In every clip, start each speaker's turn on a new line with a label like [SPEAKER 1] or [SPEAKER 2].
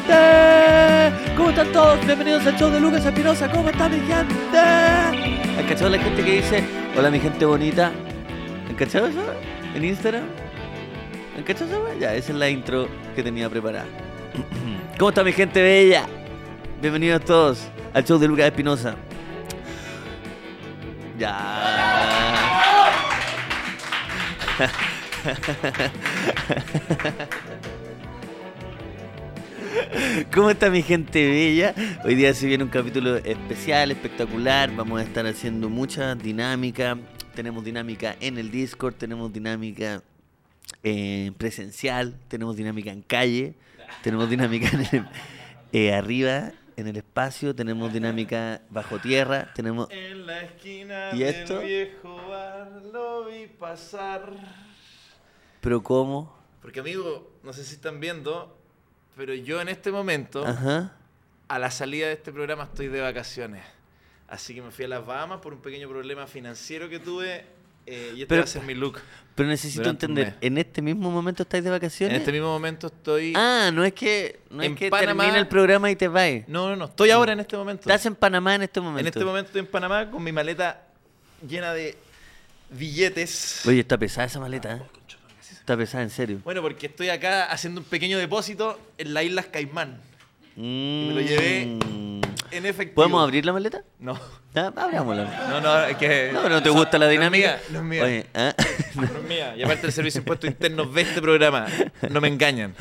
[SPEAKER 1] gente! ¿Cómo están todos? Bienvenidos al show de Lucas Espinosa. ¿Cómo está mi gente? ¿Has cachado la gente que dice, hola mi gente bonita? ¿Han cachado eso? ¿En Instagram? ¿Han cachado eso? Ya, esa es la intro que tenía preparada. ¿Cómo está mi gente bella? Bienvenidos todos al show de Lucas Espinosa. Ya. ¿Cómo está mi gente bella? Hoy día se viene un capítulo especial, espectacular. Vamos a estar haciendo mucha dinámica. Tenemos dinámica en el Discord, tenemos dinámica eh, presencial, tenemos dinámica en calle, tenemos dinámica en el- eh, arriba, en el espacio, tenemos dinámica bajo tierra, tenemos...
[SPEAKER 2] En la esquina
[SPEAKER 1] ¿Y esto?
[SPEAKER 2] del viejo bar lo vi pasar.
[SPEAKER 1] Pero ¿cómo?
[SPEAKER 2] Porque amigo, no sé si están viendo, pero yo en este momento,
[SPEAKER 1] Ajá.
[SPEAKER 2] a la salida de este programa, estoy de vacaciones. Así que me fui a las Bahamas por un pequeño problema financiero que tuve. eh, y este
[SPEAKER 1] Pero-
[SPEAKER 2] va a ser mi look.
[SPEAKER 1] Pero necesito
[SPEAKER 2] Durante un
[SPEAKER 1] entender,
[SPEAKER 2] mes.
[SPEAKER 1] ¿en este mismo momento estáis de
[SPEAKER 2] En
[SPEAKER 1] vacaciones?
[SPEAKER 2] este mismo momento estoy...
[SPEAKER 1] Ah, no es que, no es
[SPEAKER 2] En
[SPEAKER 1] que
[SPEAKER 2] Panamá-
[SPEAKER 1] termina el programa y te vais.
[SPEAKER 2] No, no, no. Estoy ahora en este momento.
[SPEAKER 1] Estás en Panamá en este momento.
[SPEAKER 2] En este momento estoy en Panamá con mi maleta llena de billetes.
[SPEAKER 1] Oye, está pesada esa
[SPEAKER 2] Ah,
[SPEAKER 1] maleta, ¿eh? Está pesada, en serio.
[SPEAKER 2] Bueno, porque estoy acá haciendo un pequeño depósito en las Islas Caimán.
[SPEAKER 1] Mm.
[SPEAKER 2] lo llevé. En efectivo.
[SPEAKER 1] ¿Podemos abrir la maleta?
[SPEAKER 2] No.
[SPEAKER 1] Ah, abrámosla.
[SPEAKER 2] No, no, es que.
[SPEAKER 1] No, no te gusta la
[SPEAKER 2] Eh, No es
[SPEAKER 1] dinámica.
[SPEAKER 2] mía, no es mía.
[SPEAKER 1] Oye, ¿ah?
[SPEAKER 2] No es mía. Y aparte el servicio de impuestos internos ve este programa. No me engañan.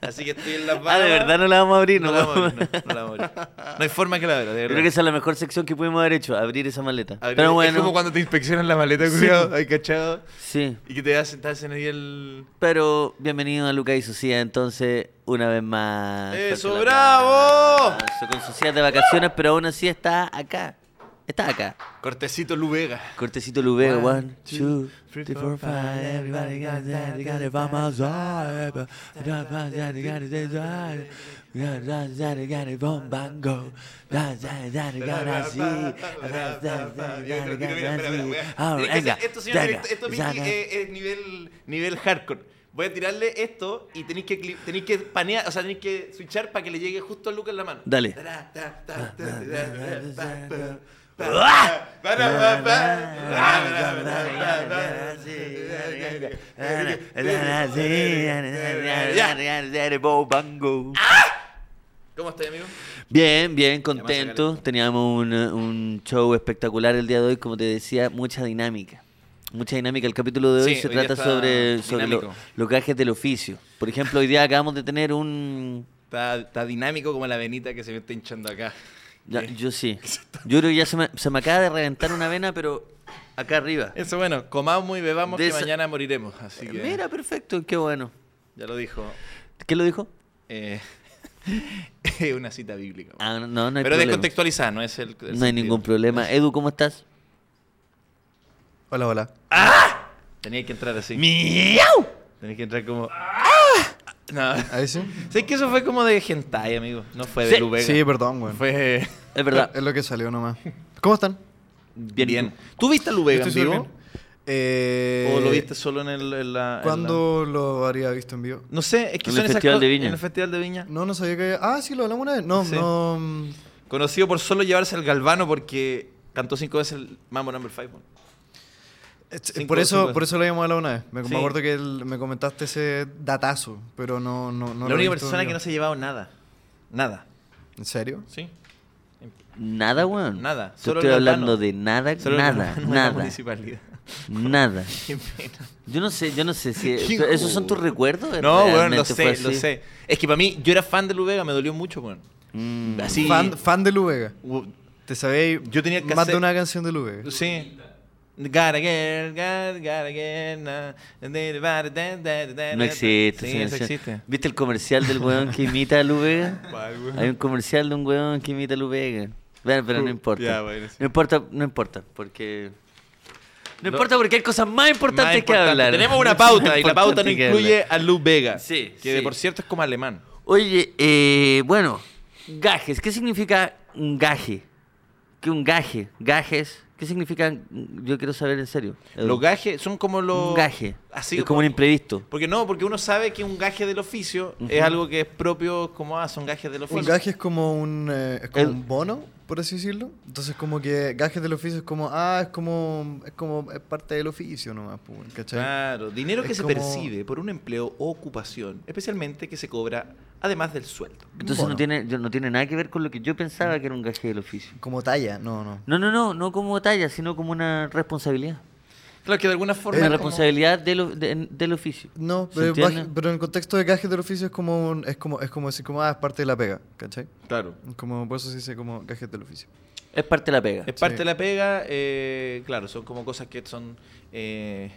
[SPEAKER 2] Así que estoy en las
[SPEAKER 1] Ah, de
[SPEAKER 2] Bahamas.
[SPEAKER 1] verdad no la vamos a abrir,
[SPEAKER 2] No
[SPEAKER 1] no,
[SPEAKER 2] la vamos a abrir, no, no la vamos a abrir. No hay forma que la abra, de
[SPEAKER 1] Yo
[SPEAKER 2] verdad.
[SPEAKER 1] Creo que esa es la mejor sección que pudimos haber hecho, abrir esa maleta.
[SPEAKER 2] Abrir-
[SPEAKER 1] Pero
[SPEAKER 2] Es como
[SPEAKER 1] bueno,
[SPEAKER 2] cuando te inspeccionan la maleta,
[SPEAKER 1] Sí.
[SPEAKER 2] culiao, hay cachado.
[SPEAKER 1] sí.
[SPEAKER 2] Y que te hacen, te hacen ahí el.
[SPEAKER 1] Pero bienvenido a Luca y Sucia, entonces, una vez más.
[SPEAKER 2] ¡Eso,
[SPEAKER 1] Fuerte el
[SPEAKER 2] bravo!
[SPEAKER 1] aplauso. Con Sucia de vacaciones, pero aún así está acá. Está acá.
[SPEAKER 2] Cortecito Lubega.
[SPEAKER 1] Cortecito Lubega,
[SPEAKER 2] One,
[SPEAKER 1] one, two, three, four, five. Everybody got that, they got it by my side. Da, da, da, they got it, they got it. Da, da, da, they got it, bom, bango. Da, da, da, they got it, así. Da, da, da, they got it, got it, así. Ah, venga,
[SPEAKER 2] Esto, señor
[SPEAKER 1] venga.
[SPEAKER 2] director, esto Miki,
[SPEAKER 1] Da, da.
[SPEAKER 2] eh, es nivel, nivel hardcore. Voy a tirarle esto y tenéis que, cli- tenéis que panear, o sea, tenéis que switchar para que le llegue justo a Lucas en la mano.
[SPEAKER 1] Dale.
[SPEAKER 2] Tará, ta, ta, ta, ta, ta, ta, ta.
[SPEAKER 1] ¡Ah!
[SPEAKER 2] Para, para, para. Ya. ¿Cómo estás, amigo?
[SPEAKER 1] Bien, bien,
[SPEAKER 2] vamos a sacar
[SPEAKER 1] contento. Teníamos un, eh, un show espectacular el día de hoy, como te decía, mucha dinámica. Mucha dinámica. El capítulo de hoy
[SPEAKER 2] Sí,
[SPEAKER 1] se
[SPEAKER 2] hoy día
[SPEAKER 1] trata
[SPEAKER 2] está
[SPEAKER 1] sobre, sobre lo-
[SPEAKER 2] dinámico.
[SPEAKER 1] los gajes del oficio. Por ejemplo, hoy día acabamos de tener un...
[SPEAKER 2] Está, está dinámico como la venita que se me está hinchando acá.
[SPEAKER 1] ya, yo sí. Yo creo que ya se me, se me acaba de reventar una vena, pero acá arriba.
[SPEAKER 2] Eso bueno, comamos y bebamos
[SPEAKER 1] De
[SPEAKER 2] que
[SPEAKER 1] esa-
[SPEAKER 2] mañana moriremos. Así que
[SPEAKER 1] Mira, perfecto, qué bueno.
[SPEAKER 2] ya lo dijo.
[SPEAKER 1] ¿Qué lo dijo?
[SPEAKER 2] eh, Es una cita bíblica.
[SPEAKER 1] Ah, no, no hay
[SPEAKER 2] Pero
[SPEAKER 1] problema.
[SPEAKER 2] descontextualizada, no es el. el
[SPEAKER 1] No hay
[SPEAKER 2] sentido.
[SPEAKER 1] ningún problema. Edu, ¿cómo estás?
[SPEAKER 3] Hola, hola.
[SPEAKER 2] Tenía que entrar así.
[SPEAKER 1] ¡Miau!
[SPEAKER 2] Tenía que entrar como. ¡ah! No.
[SPEAKER 3] ¿A ese?
[SPEAKER 2] ¿Sabes que eso fue como de hentai, amigo? No fue
[SPEAKER 1] Sí.
[SPEAKER 2] de Lubega.
[SPEAKER 3] Sí, perdón, weón.
[SPEAKER 2] Fue.
[SPEAKER 1] Es verdad.
[SPEAKER 2] Eh,
[SPEAKER 3] Es lo que salió nomás. ¿Cómo están?
[SPEAKER 1] Bien.
[SPEAKER 2] ¿Tú viste a Lubega
[SPEAKER 3] Estoy
[SPEAKER 2] en
[SPEAKER 3] súper
[SPEAKER 2] vivo?
[SPEAKER 3] bien. Eh,
[SPEAKER 2] ¿O lo viste solo en, el, en la. en
[SPEAKER 3] ¿Cuándo lo habría visto en vivo?
[SPEAKER 2] la- No sé, es que
[SPEAKER 1] En el
[SPEAKER 2] son esas
[SPEAKER 1] Festival
[SPEAKER 2] cosas-
[SPEAKER 1] de Viña.
[SPEAKER 2] En el Festival de Viña.
[SPEAKER 3] No, no sabía que... Ah, sí, lo hablamos una vez. No,
[SPEAKER 2] Sí.
[SPEAKER 3] no... mm,
[SPEAKER 2] Conocido por solo llevarse al Galvano porque cantó cinco veces el Mambo Number Five. ¿no?
[SPEAKER 3] es-
[SPEAKER 2] Cinco,
[SPEAKER 3] por, eso,
[SPEAKER 2] cinco.
[SPEAKER 3] por eso lo habíamos hablado una vez. Me, me
[SPEAKER 2] Sí.
[SPEAKER 3] acuerdo que el- me comentaste ese datazo, pero no...
[SPEAKER 2] la
[SPEAKER 3] no, no lo he
[SPEAKER 2] única
[SPEAKER 3] visto
[SPEAKER 2] persona
[SPEAKER 3] en
[SPEAKER 2] que no
[SPEAKER 3] vivo.
[SPEAKER 2] se ha llevado nada. Nada.
[SPEAKER 3] ¿En serio?
[SPEAKER 2] Sí.
[SPEAKER 1] Nada, weón.
[SPEAKER 2] eh, Nada,
[SPEAKER 1] Te
[SPEAKER 2] solo
[SPEAKER 1] estoy
[SPEAKER 2] el
[SPEAKER 1] hablando
[SPEAKER 2] urbano.
[SPEAKER 1] de nada,
[SPEAKER 2] Solo el
[SPEAKER 1] nada,
[SPEAKER 2] Galvano de La
[SPEAKER 1] nada,
[SPEAKER 2] municipalidad.
[SPEAKER 1] nada.
[SPEAKER 2] Qué pena.
[SPEAKER 1] Yo no sé, yo no sé si...
[SPEAKER 2] Qué
[SPEAKER 1] eso- ¿Esos son tus
[SPEAKER 2] injusto.
[SPEAKER 1] recuerdos?
[SPEAKER 2] No, weón, lo
[SPEAKER 1] Realmente fue
[SPEAKER 2] sé, lo
[SPEAKER 1] así.
[SPEAKER 2] sé. Es que para mí, yo era fan de Lubega, me dolió mucho, weón.
[SPEAKER 1] Mm.
[SPEAKER 2] Así.
[SPEAKER 3] Fan, fan de Lubega.
[SPEAKER 2] u-
[SPEAKER 3] ¿Te sabéis
[SPEAKER 2] Yo tenía que
[SPEAKER 3] más
[SPEAKER 2] hacer-
[SPEAKER 3] de una canción de Lubega?
[SPEAKER 2] Sí. Gotta get, gotta, gotta get, na, and then about it, da, da, da, da,
[SPEAKER 1] No
[SPEAKER 2] da.
[SPEAKER 1] existe.
[SPEAKER 2] Sí,
[SPEAKER 1] señor.
[SPEAKER 2] eso existe.
[SPEAKER 1] ¿Viste el comercial del weón que imita a Lubega?
[SPEAKER 2] ¿Cuál, weón?
[SPEAKER 1] Hay un comercial de un weón que imita a Lubega. Bueno, pero no
[SPEAKER 2] Uh,
[SPEAKER 1] importa.
[SPEAKER 2] ya, bueno, sí.
[SPEAKER 1] No importa, no importa, porque... No,
[SPEAKER 2] No-
[SPEAKER 1] importa porque hay cosas más importantes
[SPEAKER 2] Más
[SPEAKER 1] que
[SPEAKER 2] importante.
[SPEAKER 1] hablar.
[SPEAKER 2] Tenemos una pauta y la pauta no
[SPEAKER 1] Importante que
[SPEAKER 2] incluye
[SPEAKER 1] hablar.
[SPEAKER 2] a Lubega.
[SPEAKER 1] Sí,
[SPEAKER 2] Que de
[SPEAKER 1] sí.
[SPEAKER 2] por cierto es como alemán.
[SPEAKER 1] Oye, eh, bueno, gajes. ¿Qué significa un gaje? ¿Qué un gaje? Gajes, ¿Qué significan? Yo quiero saber en serio. Edu.
[SPEAKER 2] Los gajes son como los.
[SPEAKER 1] Un gaje.
[SPEAKER 2] Así,
[SPEAKER 1] es como un imprevisto.
[SPEAKER 2] Porque no, porque uno sabe que un gaje del oficio
[SPEAKER 1] Ujú.
[SPEAKER 2] es algo que es propio, como ah, son gajes del oficio.
[SPEAKER 3] Un gaje es como un, eh, es como
[SPEAKER 1] El-
[SPEAKER 3] un bono, por así decirlo. Entonces, como que gajes del oficio es como, ah, es como, es como es parte del oficio nomás, pues, ¿cachai?
[SPEAKER 1] Ah.
[SPEAKER 2] Claro, dinero que
[SPEAKER 3] Es
[SPEAKER 2] se
[SPEAKER 3] como-
[SPEAKER 2] percibe por un empleo o ocupación, especialmente que se cobra además del sueldo.
[SPEAKER 1] Entonces
[SPEAKER 3] Bueno.
[SPEAKER 1] no tiene yo- no tiene nada que ver con lo que yo pensaba que era un gaje del oficio.
[SPEAKER 3] Como talla, no, no.
[SPEAKER 1] No, no, no, no como talla, sino como una responsabilidad.
[SPEAKER 2] Claro que de alguna forma.
[SPEAKER 1] Una
[SPEAKER 2] es como-
[SPEAKER 1] responsabilidad del, o- de- del oficio.
[SPEAKER 3] No,
[SPEAKER 1] ¿Se
[SPEAKER 3] pero, el gaje-
[SPEAKER 1] entiende?
[SPEAKER 3] pero en el contexto de gajes del oficio es como, un- es como, es como decir, como, ah, es parte de la pega, ¿cachai?
[SPEAKER 2] Claro.
[SPEAKER 3] Como, por eso se dice como gajes del oficio.
[SPEAKER 1] Es parte de la pega.
[SPEAKER 2] Es parte
[SPEAKER 3] Sí.
[SPEAKER 2] de la pega, eh, claro, son como cosas que son eh,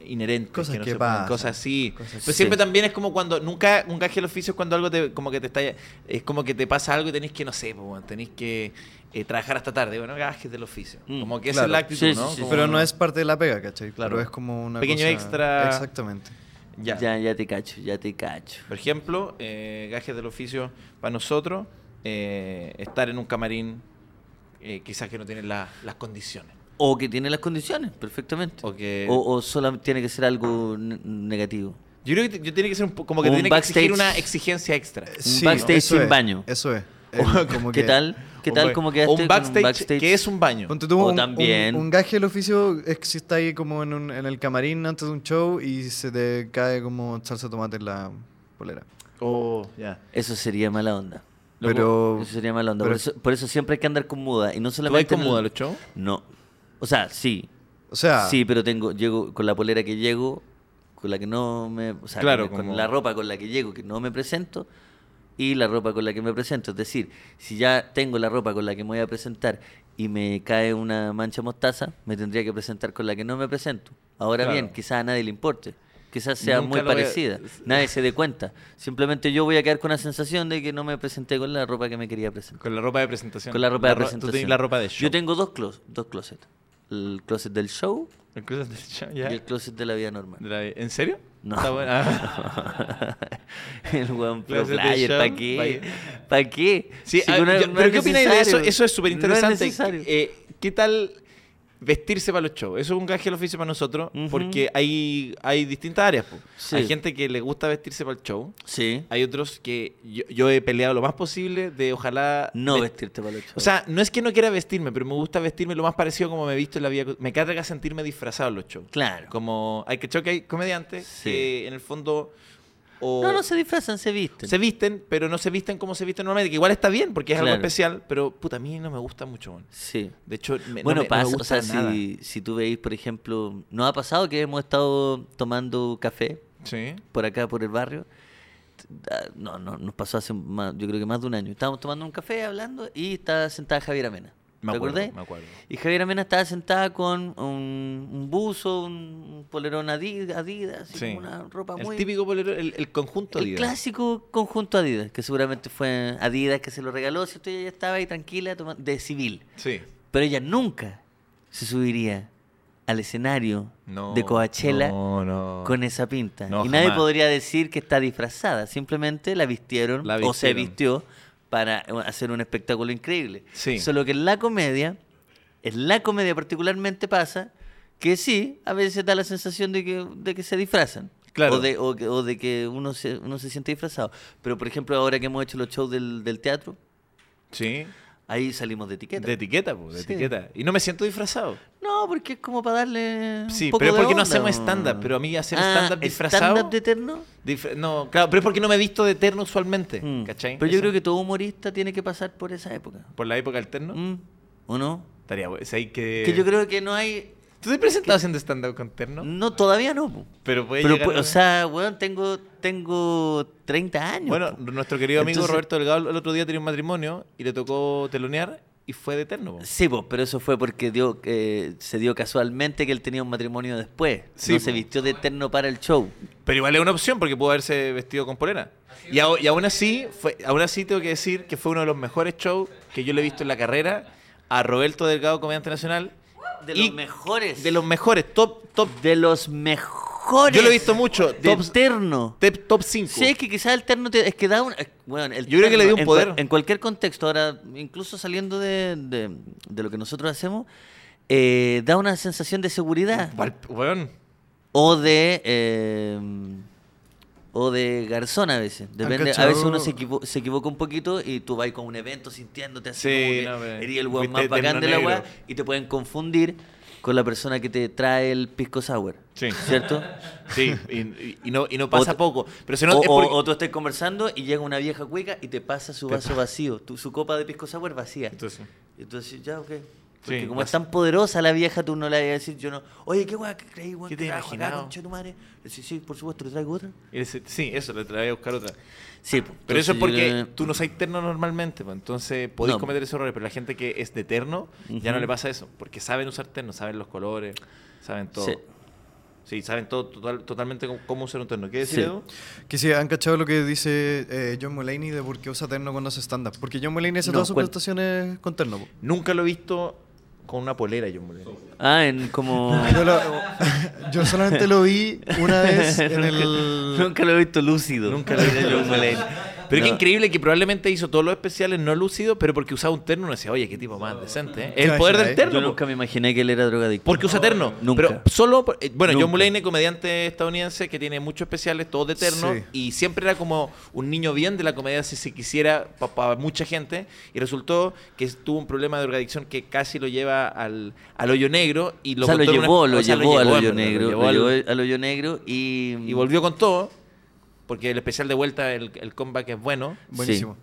[SPEAKER 2] inherentes.
[SPEAKER 3] Cosas
[SPEAKER 2] no
[SPEAKER 3] que
[SPEAKER 2] se pueden-
[SPEAKER 3] pasan.
[SPEAKER 2] Cosas así.
[SPEAKER 3] Cosas
[SPEAKER 2] Pero
[SPEAKER 1] así.
[SPEAKER 2] siempre
[SPEAKER 1] Sí.
[SPEAKER 2] también es como cuando, nunca un gaje del oficio es cuando algo te, como que te está, es como que te pasa algo y tenés que, no sé, pues, bueno, tenés que eh, trabajar hasta tarde, bueno, gajes del oficio.
[SPEAKER 1] Mm,
[SPEAKER 2] como que esa
[SPEAKER 3] claro.
[SPEAKER 2] es la actitud,
[SPEAKER 1] Sí, sí,
[SPEAKER 2] ¿no?
[SPEAKER 1] sí, sí.
[SPEAKER 2] Como-
[SPEAKER 3] Pero no es parte de la pega, ¿cachai?
[SPEAKER 2] Claro.
[SPEAKER 3] Pero es como una
[SPEAKER 2] Pequeño
[SPEAKER 3] cosa-
[SPEAKER 2] extra.
[SPEAKER 3] Exactamente.
[SPEAKER 2] Ya.
[SPEAKER 1] Ya, ya te cacho, ya te cacho.
[SPEAKER 2] Por ejemplo, eh, gajes del oficio para nosotros, eh, estar en un camarín eh, quizás que no tienen la- las condiciones.
[SPEAKER 1] O que tiene las condiciones, perfectamente.
[SPEAKER 2] O que-
[SPEAKER 1] o, o solo tiene que ser algo ne- negativo.
[SPEAKER 2] Yo creo que t- yo tiene que ser un po- como que
[SPEAKER 1] Un
[SPEAKER 2] tiene que exigir
[SPEAKER 1] backstage.
[SPEAKER 2] una exigencia extra.
[SPEAKER 3] Eh,
[SPEAKER 1] backstage
[SPEAKER 3] eso
[SPEAKER 1] sin
[SPEAKER 3] es,
[SPEAKER 1] baño.
[SPEAKER 3] Eso es.
[SPEAKER 1] O-
[SPEAKER 3] Es como
[SPEAKER 1] ¿Qué
[SPEAKER 3] que-
[SPEAKER 1] tal? ¿Qué tal
[SPEAKER 2] O
[SPEAKER 1] como
[SPEAKER 2] un
[SPEAKER 1] quedaste con
[SPEAKER 2] backstage que es un baño?
[SPEAKER 3] Ponte tú
[SPEAKER 1] O
[SPEAKER 3] un, un-
[SPEAKER 1] también-
[SPEAKER 3] un gaje del oficio es que si está ahí como en, un- en el camarín antes de un show y se te cae como salsa de tomate en la polera.
[SPEAKER 2] Oh, ya.
[SPEAKER 1] Eso sería mala onda.
[SPEAKER 3] Pero-
[SPEAKER 1] eso sería mala onda.
[SPEAKER 3] pero-
[SPEAKER 1] por, eso, por eso siempre hay que andar con muda. Y no
[SPEAKER 2] ¿Tú vas
[SPEAKER 1] solamente.
[SPEAKER 2] con
[SPEAKER 1] en el-
[SPEAKER 2] muda a los shows?
[SPEAKER 1] No. O sea, sí.
[SPEAKER 3] O sea,
[SPEAKER 1] Sí, pero tengo, llego con la polera que llego, con la que no me. O sea,
[SPEAKER 2] Claro,
[SPEAKER 1] con, con
[SPEAKER 2] como-
[SPEAKER 1] la ropa con la que llego, que no me presento, y la ropa con la que me presento. Es decir, si ya tengo la ropa con la que me voy a presentar y me cae una mancha mostaza, me tendría que presentar con la que no me presento. Ahora
[SPEAKER 2] Claro.
[SPEAKER 1] bien, quizás a nadie le importe. Quizás sea
[SPEAKER 2] Nunca
[SPEAKER 1] muy
[SPEAKER 2] lo voy a-
[SPEAKER 1] parecida. Nadie se dé cuenta. Simplemente yo voy a quedar con la sensación de que no me presenté con la ropa que me quería presentar.
[SPEAKER 2] Con la ropa de presentación.
[SPEAKER 1] Con la ropa de
[SPEAKER 2] ro-
[SPEAKER 1] presentación.
[SPEAKER 2] Tú tenés la ropa de show.
[SPEAKER 1] Yo tengo dos, clos- dos closets. El closet del show
[SPEAKER 2] El closet del show, ya.
[SPEAKER 1] y el closet de la vida normal.
[SPEAKER 2] De la- ¿En serio?
[SPEAKER 1] No.
[SPEAKER 2] Está bueno. Ah.
[SPEAKER 1] el weón pro
[SPEAKER 2] Closet de
[SPEAKER 1] flyer,
[SPEAKER 2] show,
[SPEAKER 1] ¿para qué?
[SPEAKER 2] vaya.
[SPEAKER 1] ¿Para qué?
[SPEAKER 2] Sí,
[SPEAKER 1] Si
[SPEAKER 2] ah,
[SPEAKER 1] no-
[SPEAKER 2] yo-
[SPEAKER 1] no
[SPEAKER 2] pero
[SPEAKER 1] es
[SPEAKER 2] ¿qué opináis de eso?
[SPEAKER 1] necesario.
[SPEAKER 2] Eso es súper
[SPEAKER 1] No
[SPEAKER 2] interesante.
[SPEAKER 1] es necesario.
[SPEAKER 2] Eh, ¿Qué tal vestirse para los shows? Eso es un gaje del oficio para nosotros,
[SPEAKER 1] Ujú.
[SPEAKER 2] porque hay, hay distintas áreas. po.
[SPEAKER 1] Sí.
[SPEAKER 2] Hay gente que le gusta vestirse para el show.
[SPEAKER 1] sí.
[SPEAKER 2] Hay otros que yo, yo he peleado lo más posible de ojalá
[SPEAKER 1] No
[SPEAKER 2] ve-
[SPEAKER 1] vestirte para los
[SPEAKER 2] O
[SPEAKER 1] shows.
[SPEAKER 2] sea, no es que no quiera vestirme, pero me gusta vestirme lo más parecido como me he visto en la vida. co- Me carga sentirme disfrazado en los shows.
[SPEAKER 1] claro.
[SPEAKER 2] Como hay que que hay comediantes
[SPEAKER 1] Sí.
[SPEAKER 2] que en el fondo o
[SPEAKER 1] No, no se disfrazan, se visten.
[SPEAKER 2] se visten, pero no se visten como se visten normalmente, que igual está bien porque es algo
[SPEAKER 1] Claro.
[SPEAKER 2] especial, pero puta, a mí no me gusta mucho. weón.
[SPEAKER 1] Sí.
[SPEAKER 2] De hecho, me-
[SPEAKER 1] bueno,
[SPEAKER 2] no me- no me,
[SPEAKER 1] pasa, o
[SPEAKER 2] gusta
[SPEAKER 1] sea,
[SPEAKER 2] nada.
[SPEAKER 1] si, si tú veis, por ejemplo, nos ha pasado que hemos estado tomando café
[SPEAKER 2] Sí.
[SPEAKER 1] por acá, por el barrio. T- ah, No, no, nos pasó hace más, yo creo que más de un año. Estábamos tomando un café, hablando, y estaba sentada Javier Amena.
[SPEAKER 2] Me
[SPEAKER 1] ¿Te
[SPEAKER 2] acuerdo,
[SPEAKER 1] acordás?
[SPEAKER 2] me acuerdo.
[SPEAKER 1] Y Javier Amena estaba sentada con un, un buzo, un, un polerón Adi- Adidas, así
[SPEAKER 2] Sí.
[SPEAKER 1] como una ropa
[SPEAKER 2] el
[SPEAKER 1] muy...
[SPEAKER 2] típico bolero, el, el conjunto
[SPEAKER 1] el
[SPEAKER 2] Adidas.
[SPEAKER 1] clásico conjunto Adidas, que seguramente fue Adidas que se lo regaló, ¿cierto? Y ella estaba ahí tranquila, toma- de civil.
[SPEAKER 2] Sí.
[SPEAKER 1] Pero ella nunca se subiría al escenario
[SPEAKER 2] No,
[SPEAKER 1] de Coachella
[SPEAKER 2] no, no.
[SPEAKER 1] con esa pinta.
[SPEAKER 2] No,
[SPEAKER 1] y nadie
[SPEAKER 2] jamás.
[SPEAKER 1] podría decir que está disfrazada, simplemente la vistieron
[SPEAKER 2] La
[SPEAKER 1] o se
[SPEAKER 2] vistieron.
[SPEAKER 1] vistió para eh, hacer un espectáculo increíble.
[SPEAKER 2] Sí.
[SPEAKER 1] Solo que en la comedia, en la comedia particularmente pasa que sí, a veces da la sensación de que, de que se disfrazan.
[SPEAKER 2] Claro.
[SPEAKER 1] O de, o que- o de que uno se, uno se siente disfrazado. Pero por ejemplo, ahora que hemos hecho los shows del, del teatro,
[SPEAKER 2] Sí.
[SPEAKER 1] ahí salimos de etiqueta.
[SPEAKER 2] De etiqueta, po, de
[SPEAKER 1] Sí.
[SPEAKER 2] etiqueta. Y no me siento disfrazado.
[SPEAKER 1] No, porque es como para darle. un
[SPEAKER 2] Sí,
[SPEAKER 1] poco
[SPEAKER 2] pero es
[SPEAKER 1] de
[SPEAKER 2] porque no
[SPEAKER 1] onda,
[SPEAKER 2] hacemos
[SPEAKER 1] ¿no?
[SPEAKER 2] stand-up, pero a mí hacer
[SPEAKER 1] Ah,
[SPEAKER 2] stand-up disfrazado-
[SPEAKER 1] ¿Stand-up de eterno?
[SPEAKER 2] Dif- no, claro, pero es porque no me he visto de terno usualmente,
[SPEAKER 1] Mm.
[SPEAKER 2] ¿cachai?
[SPEAKER 1] Pero yo
[SPEAKER 2] Eso.
[SPEAKER 1] creo que todo humorista tiene que pasar por esa época.
[SPEAKER 2] Por la época del terno,
[SPEAKER 1] Mm, ¿O no?
[SPEAKER 2] estaría bueno. o sea, hay que...
[SPEAKER 1] Que yo creo que no hay.
[SPEAKER 2] ¿Tú te has presentado haciendo stand-up con terno?
[SPEAKER 1] No, todavía no. po.
[SPEAKER 2] Pero puede
[SPEAKER 1] Pero,
[SPEAKER 2] llegar...
[SPEAKER 1] pues, o sea, weón, tengo, tengo 30 años.
[SPEAKER 2] bueno,
[SPEAKER 1] po.
[SPEAKER 2] nuestro querido amigo
[SPEAKER 1] Entonces-
[SPEAKER 2] Roberto Delgado el otro día tenía un matrimonio y le tocó telonear y fue de terno. po.
[SPEAKER 1] Sí, po, pero eso fue porque dio, eh, se dio casualmente que él tenía un matrimonio después.
[SPEAKER 2] Sí,
[SPEAKER 1] no
[SPEAKER 2] po.
[SPEAKER 1] se vistió de eterno para el show.
[SPEAKER 2] Pero igual es una opción porque pudo haberse vestido con polera. Y, ao- y aún así, fue, aún así tengo que decir que fue uno de los mejores shows que yo le he visto en la carrera a Roberto Delgado, comediante nacional.
[SPEAKER 1] De
[SPEAKER 2] Y
[SPEAKER 1] los mejores.
[SPEAKER 2] De los mejores, top, top.
[SPEAKER 1] de los mejores.
[SPEAKER 2] Yo lo he visto mucho.
[SPEAKER 1] De
[SPEAKER 2] Top,
[SPEAKER 1] eterno.
[SPEAKER 2] te- top 5.
[SPEAKER 1] Sí, es que quizás el terno te- es que da un... es- Bueno, el
[SPEAKER 2] Yo creo que
[SPEAKER 1] terno
[SPEAKER 2] le dio un
[SPEAKER 1] en cual-
[SPEAKER 2] poder.
[SPEAKER 1] En, cualquier contexto, ahora, incluso saliendo de, de- de lo que nosotros hacemos, eh, da una sensación de seguridad.
[SPEAKER 2] Val- Weón.
[SPEAKER 1] O de. eh, o de garzón a veces. Depende, a
[SPEAKER 3] cachado?
[SPEAKER 1] veces uno se, equivo- se equivoca un poquito y tú vas con un evento sintiéndote así.
[SPEAKER 2] Sí,
[SPEAKER 1] como
[SPEAKER 2] no,
[SPEAKER 1] que
[SPEAKER 2] pero
[SPEAKER 1] eres el weón
[SPEAKER 2] fuiste
[SPEAKER 1] más bacán
[SPEAKER 2] terno
[SPEAKER 1] de la
[SPEAKER 2] negro.
[SPEAKER 1] weá y te pueden confundir con la persona que te trae el pisco sour.
[SPEAKER 2] Sí.
[SPEAKER 1] ¿Cierto?
[SPEAKER 2] Sí, y, y- y no, y no pasa
[SPEAKER 1] Ot-
[SPEAKER 2] poco. Pero se nota.
[SPEAKER 1] o,
[SPEAKER 2] es porque-
[SPEAKER 1] o- o tú estás conversando y llega una vieja cueca y te pasa su vaso vacío, tu- su copa de pisco sour vacía.
[SPEAKER 2] Entonces,
[SPEAKER 1] Y tú decís, ya, ok. Porque
[SPEAKER 2] Sí,
[SPEAKER 1] como
[SPEAKER 2] vas-
[SPEAKER 1] es tan poderosa la vieja, tú no le vas a decir, yo no, oye, qué guay, qué creí, guay,
[SPEAKER 2] ¿Qué
[SPEAKER 1] que
[SPEAKER 2] te
[SPEAKER 1] trajo acá,
[SPEAKER 2] imaginado?
[SPEAKER 1] concha de tu madre. Le decís, sí, por supuesto, le traigo otra.
[SPEAKER 2] y ese- sí, eso, le voy a buscar otra.
[SPEAKER 1] Sí,
[SPEAKER 2] Pero eso es porque
[SPEAKER 1] tú
[SPEAKER 2] tú no sois terno normalmente, pues, entonces podéis
[SPEAKER 1] No.
[SPEAKER 2] cometer esos errores, pero la gente que es de terno ya no
[SPEAKER 1] Ujú.
[SPEAKER 2] le pasa eso, porque saben usar terno, saben los colores, saben todo.
[SPEAKER 1] Sí.
[SPEAKER 2] Sí, saben todo total- totalmente cómo- cómo usar un terno. ¿Qué decir,
[SPEAKER 1] Sí.
[SPEAKER 2] Edu?
[SPEAKER 3] Que si han cachado lo que dice eh, John Mulaney de por qué usa terno cuando hace stand-up. Porque John Mulaney hace
[SPEAKER 1] No,
[SPEAKER 3] todas sus
[SPEAKER 1] cuenta.
[SPEAKER 3] presentaciones con terno. po.
[SPEAKER 2] Nunca lo he visto con una polera, yo Mulaney.
[SPEAKER 1] Ah, en como...
[SPEAKER 3] Yo, lo- yo solamente lo vi una vez en el...
[SPEAKER 1] Nunca lo he visto lúcido.
[SPEAKER 2] Nunca lo he visto
[SPEAKER 1] John
[SPEAKER 2] lúcido.
[SPEAKER 1] Mulaney.
[SPEAKER 2] Pero
[SPEAKER 1] No.
[SPEAKER 2] qué increíble que probablemente hizo todos los especiales no lúcidos, pero porque usaba un terno uno decía, oye, qué tipo más decente. ¿eh? Es
[SPEAKER 3] ¿Te
[SPEAKER 2] el poder del
[SPEAKER 3] imaginas, eh?
[SPEAKER 2] terno.
[SPEAKER 1] Yo
[SPEAKER 2] po.
[SPEAKER 1] nunca me imaginé que él era drogadicto.
[SPEAKER 2] Porque usa terno.
[SPEAKER 1] Nunca.
[SPEAKER 2] Pero solo. por- eh, bueno,
[SPEAKER 1] Nunca.
[SPEAKER 2] John Mulaney, comediante estadounidense que tiene muchos especiales, todos de terno.
[SPEAKER 3] Sí.
[SPEAKER 2] Y siempre era como un niño bien de la comedia, si se quisiera, para mucha gente. Y resultó que tuvo un problema de drogadicción que casi lo lleva al, al hoyo negro. Y lo
[SPEAKER 1] o sea, lo
[SPEAKER 2] contó en una-
[SPEAKER 1] llevó, lo
[SPEAKER 2] o sea,
[SPEAKER 1] llevó al
[SPEAKER 2] en
[SPEAKER 1] hoyo
[SPEAKER 2] verdad, lo
[SPEAKER 1] negro.
[SPEAKER 2] llevó
[SPEAKER 1] Lo
[SPEAKER 2] al-
[SPEAKER 1] llevó al hoyo negro y...
[SPEAKER 2] y volvió con todo. Porque el especial de vuelta, el, el comeback es bueno.
[SPEAKER 3] Buenísimo.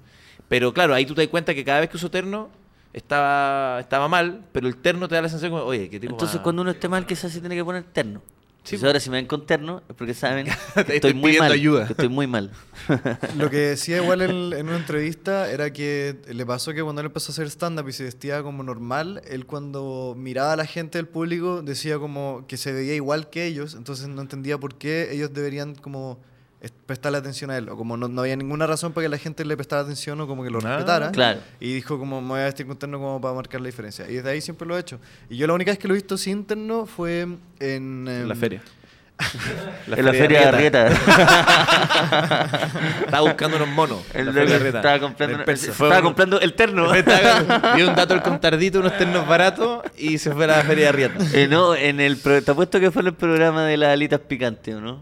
[SPEAKER 2] Pero claro, ahí tú te das cuenta que cada vez que usó terno. Estaba, estaba mal, pero el terno te da la sensación como, oye, qué tipo
[SPEAKER 1] Entonces,
[SPEAKER 2] más-
[SPEAKER 1] cuando uno esté mal, quizás se tiene que poner terno.
[SPEAKER 2] ah, Sí,
[SPEAKER 1] Entonces,
[SPEAKER 2] po.
[SPEAKER 1] ahora si me ven con terno es porque saben que estoy
[SPEAKER 2] estoy
[SPEAKER 1] muy
[SPEAKER 2] pidiendo
[SPEAKER 1] mal.
[SPEAKER 2] ayuda.
[SPEAKER 1] que estoy muy mal.
[SPEAKER 3] Lo que decía igual él en una entrevista era que le pasó que cuando él empezó a hacer stand-up y se vestía como normal, él cuando miraba a la gente del público decía como que se veía igual que ellos, entonces no entendía por qué ellos deberían como es- prestarle atención a él, o como no, no había ninguna razón para que la gente le prestara atención o como que lo
[SPEAKER 2] Ah,
[SPEAKER 3] respetara.
[SPEAKER 1] claro.
[SPEAKER 3] Y dijo como me voy a vestir con terno como para marcar la diferencia. Y desde ahí siempre lo he hecho. Y yo la única vez que lo he visto sin terno fue en...
[SPEAKER 2] En la
[SPEAKER 3] em,
[SPEAKER 2] feria.
[SPEAKER 1] en la feria de Arrieta.
[SPEAKER 2] Estaba buscando unos monos.
[SPEAKER 1] El
[SPEAKER 2] la
[SPEAKER 1] loco
[SPEAKER 2] feria de Arrieta.
[SPEAKER 1] estaba comprando,
[SPEAKER 2] Del Persa.
[SPEAKER 1] estaba
[SPEAKER 2] Fue-
[SPEAKER 1] comprando el terno.
[SPEAKER 2] Estaba- Vio un dato el contardito, unos ternos baratos y se fue a la feria de Arrieta.
[SPEAKER 1] Eh, no, en el pro- te apuesto que fue en el programa de las alitas picantes, ¿o no?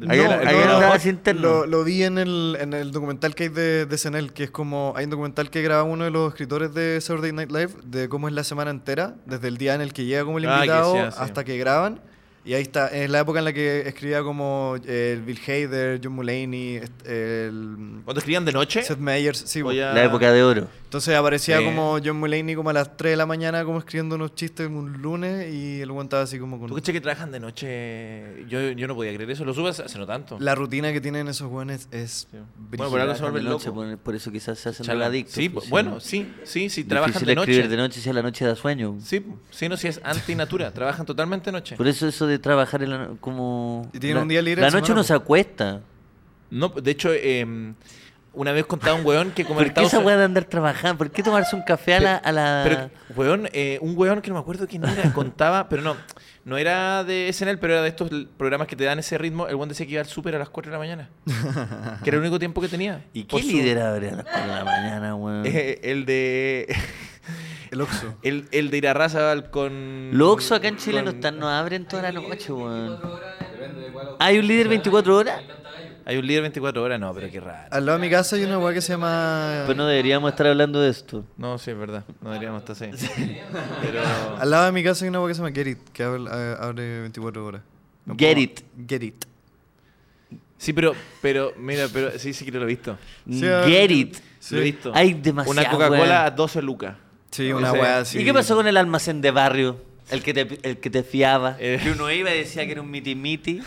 [SPEAKER 1] Ahí
[SPEAKER 3] No,
[SPEAKER 1] era-
[SPEAKER 3] no,
[SPEAKER 1] ahí
[SPEAKER 3] no,
[SPEAKER 1] estaba
[SPEAKER 3] no,
[SPEAKER 1] sin terno.
[SPEAKER 3] Lo, lo vi en el, en el documental que hay de, de SNL, que es como. Hay un documental que graba uno de los escritores de Saturday Night Live de cómo es la semana entera, desde el día en el que llega como el
[SPEAKER 2] Ah, que
[SPEAKER 3] invitado
[SPEAKER 2] sea, sí.
[SPEAKER 3] hasta que graban. Y ahí está, es la época en la que escribía como eh, Bill Hader, John Mulaney, est- el,
[SPEAKER 2] Cuando escribían de noche,
[SPEAKER 3] Seth Meyers, sí,
[SPEAKER 2] Voy a-
[SPEAKER 1] La época de oro.
[SPEAKER 3] entonces aparecía
[SPEAKER 2] Oh, Sí.
[SPEAKER 3] como John Mulaney como a las 3 de la mañana como escribiendo unos chistes un lunes y él aguantaba así como
[SPEAKER 2] ¿tú
[SPEAKER 3] con...
[SPEAKER 2] crees que trabajan de noche? Yo, yo no podía creer eso. Lo subas hace no tanto.
[SPEAKER 3] La rutina que tienen esos jóvenes es...
[SPEAKER 2] Bueno, por algo se vuelven
[SPEAKER 1] Noche,
[SPEAKER 2] locos.
[SPEAKER 1] por, por eso quizás se hacen
[SPEAKER 2] Chala.
[SPEAKER 1] drogadictos.
[SPEAKER 2] Sí,
[SPEAKER 1] pues,
[SPEAKER 2] bueno,
[SPEAKER 1] ¿no?
[SPEAKER 2] sí, sí, sí,
[SPEAKER 1] Difícil
[SPEAKER 2] trabajan de noche.
[SPEAKER 1] escribir de noche si a la noche da sueño.
[SPEAKER 2] Sí, sí, no, sí, es antinatura. trabajan totalmente de noche.
[SPEAKER 1] Por eso eso de trabajar en la no- como...
[SPEAKER 3] Y tienen
[SPEAKER 1] la-
[SPEAKER 3] un día libre
[SPEAKER 1] La
[SPEAKER 3] en
[SPEAKER 1] noche
[SPEAKER 3] semana,
[SPEAKER 1] uno se acuesta.
[SPEAKER 2] No, de hecho, eh, una vez contaba un weón que como en
[SPEAKER 1] ¿Por qué esa
[SPEAKER 2] Estados-
[SPEAKER 1] weá de andar trabajando? ¿Por qué tomarse un café a la... A la...
[SPEAKER 2] Pero, weón, eh, un weón que no me acuerdo quién era, contaba, pero no, no era de SNL, pero era de estos l- programas que te dan ese ritmo. El weón decía que iba al súper a las 4 de la mañana, que era el único tiempo que tenía.
[SPEAKER 1] ¿Y qué
[SPEAKER 2] Por su-
[SPEAKER 1] líder abre a las 4 de la mañana, weón?
[SPEAKER 2] Eh, el de.
[SPEAKER 3] El Oxxo.
[SPEAKER 2] El, el de ir a raza al- con.
[SPEAKER 1] Loxo acá en Chile
[SPEAKER 2] con-
[SPEAKER 1] no están, no abren toda la noche, weón. ¿Hay un líder 24 horas?
[SPEAKER 2] Hay un líder 24 horas, no, pero qué raro.
[SPEAKER 3] Al lado de mi casa hay una weá que se llama.
[SPEAKER 1] Pues no deberíamos estar hablando de esto.
[SPEAKER 2] No, sí, es verdad, no deberíamos estar así. Pero.
[SPEAKER 3] Al lado de mi casa hay una weá que se llama Get It, que abre, eh, abre 24 horas.
[SPEAKER 1] Get
[SPEAKER 3] puedo-
[SPEAKER 1] It.
[SPEAKER 3] Get It.
[SPEAKER 2] Sí, pero, pero, mira, pero sí, sí que lo he visto.
[SPEAKER 3] Sí,
[SPEAKER 1] Get it.
[SPEAKER 3] Sí.
[SPEAKER 2] Lo he visto.
[SPEAKER 1] Hay demasiado,
[SPEAKER 2] Una Coca-Cola
[SPEAKER 1] weón.
[SPEAKER 2] a 12 lucas.
[SPEAKER 3] Sí, una
[SPEAKER 2] Sí.
[SPEAKER 3] weá así.
[SPEAKER 1] ¿Y qué pasó con el almacén de barrio? El que te, el que te fiaba.
[SPEAKER 2] Eh.
[SPEAKER 1] Que uno iba y decía que era un miti-miti.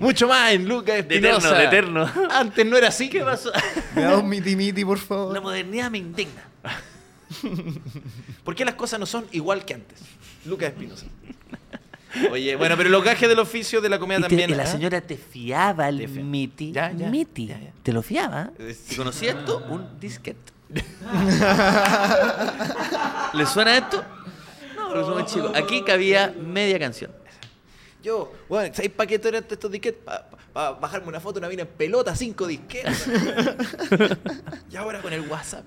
[SPEAKER 2] Mucho más en Lucas
[SPEAKER 1] De eterno,
[SPEAKER 2] Espinosa.
[SPEAKER 1] de eterno.
[SPEAKER 2] Antes no era así.
[SPEAKER 1] ¿Qué pasó?
[SPEAKER 3] Me da un miti miti, por
[SPEAKER 1] La
[SPEAKER 3] favor.
[SPEAKER 1] modernidad me indigna.
[SPEAKER 2] ¿Por qué las cosas no son igual que antes? Lucas Espinosa. Oye, bueno, pero los gajes del oficio de la comida
[SPEAKER 1] Y, te-
[SPEAKER 2] también.
[SPEAKER 1] y la
[SPEAKER 2] ¿ah?
[SPEAKER 1] señora te fiaba el
[SPEAKER 2] Te fia-
[SPEAKER 1] miti.
[SPEAKER 2] Ya, ya,
[SPEAKER 1] miti.
[SPEAKER 2] ya, ya.
[SPEAKER 1] Te lo fiaba.
[SPEAKER 2] Eh,
[SPEAKER 1] Si
[SPEAKER 2] sí.
[SPEAKER 1] conocía esto, un disquete. ¿Le suena esto? No, pero somos chicos. Aquí cabía media canción.
[SPEAKER 2] Yo, bueno, ¿sabéis para qué eran estos disquetes? Para bajarme una foto, una mina en pelota, cinco disquetes. y ahora con el WhatsApp.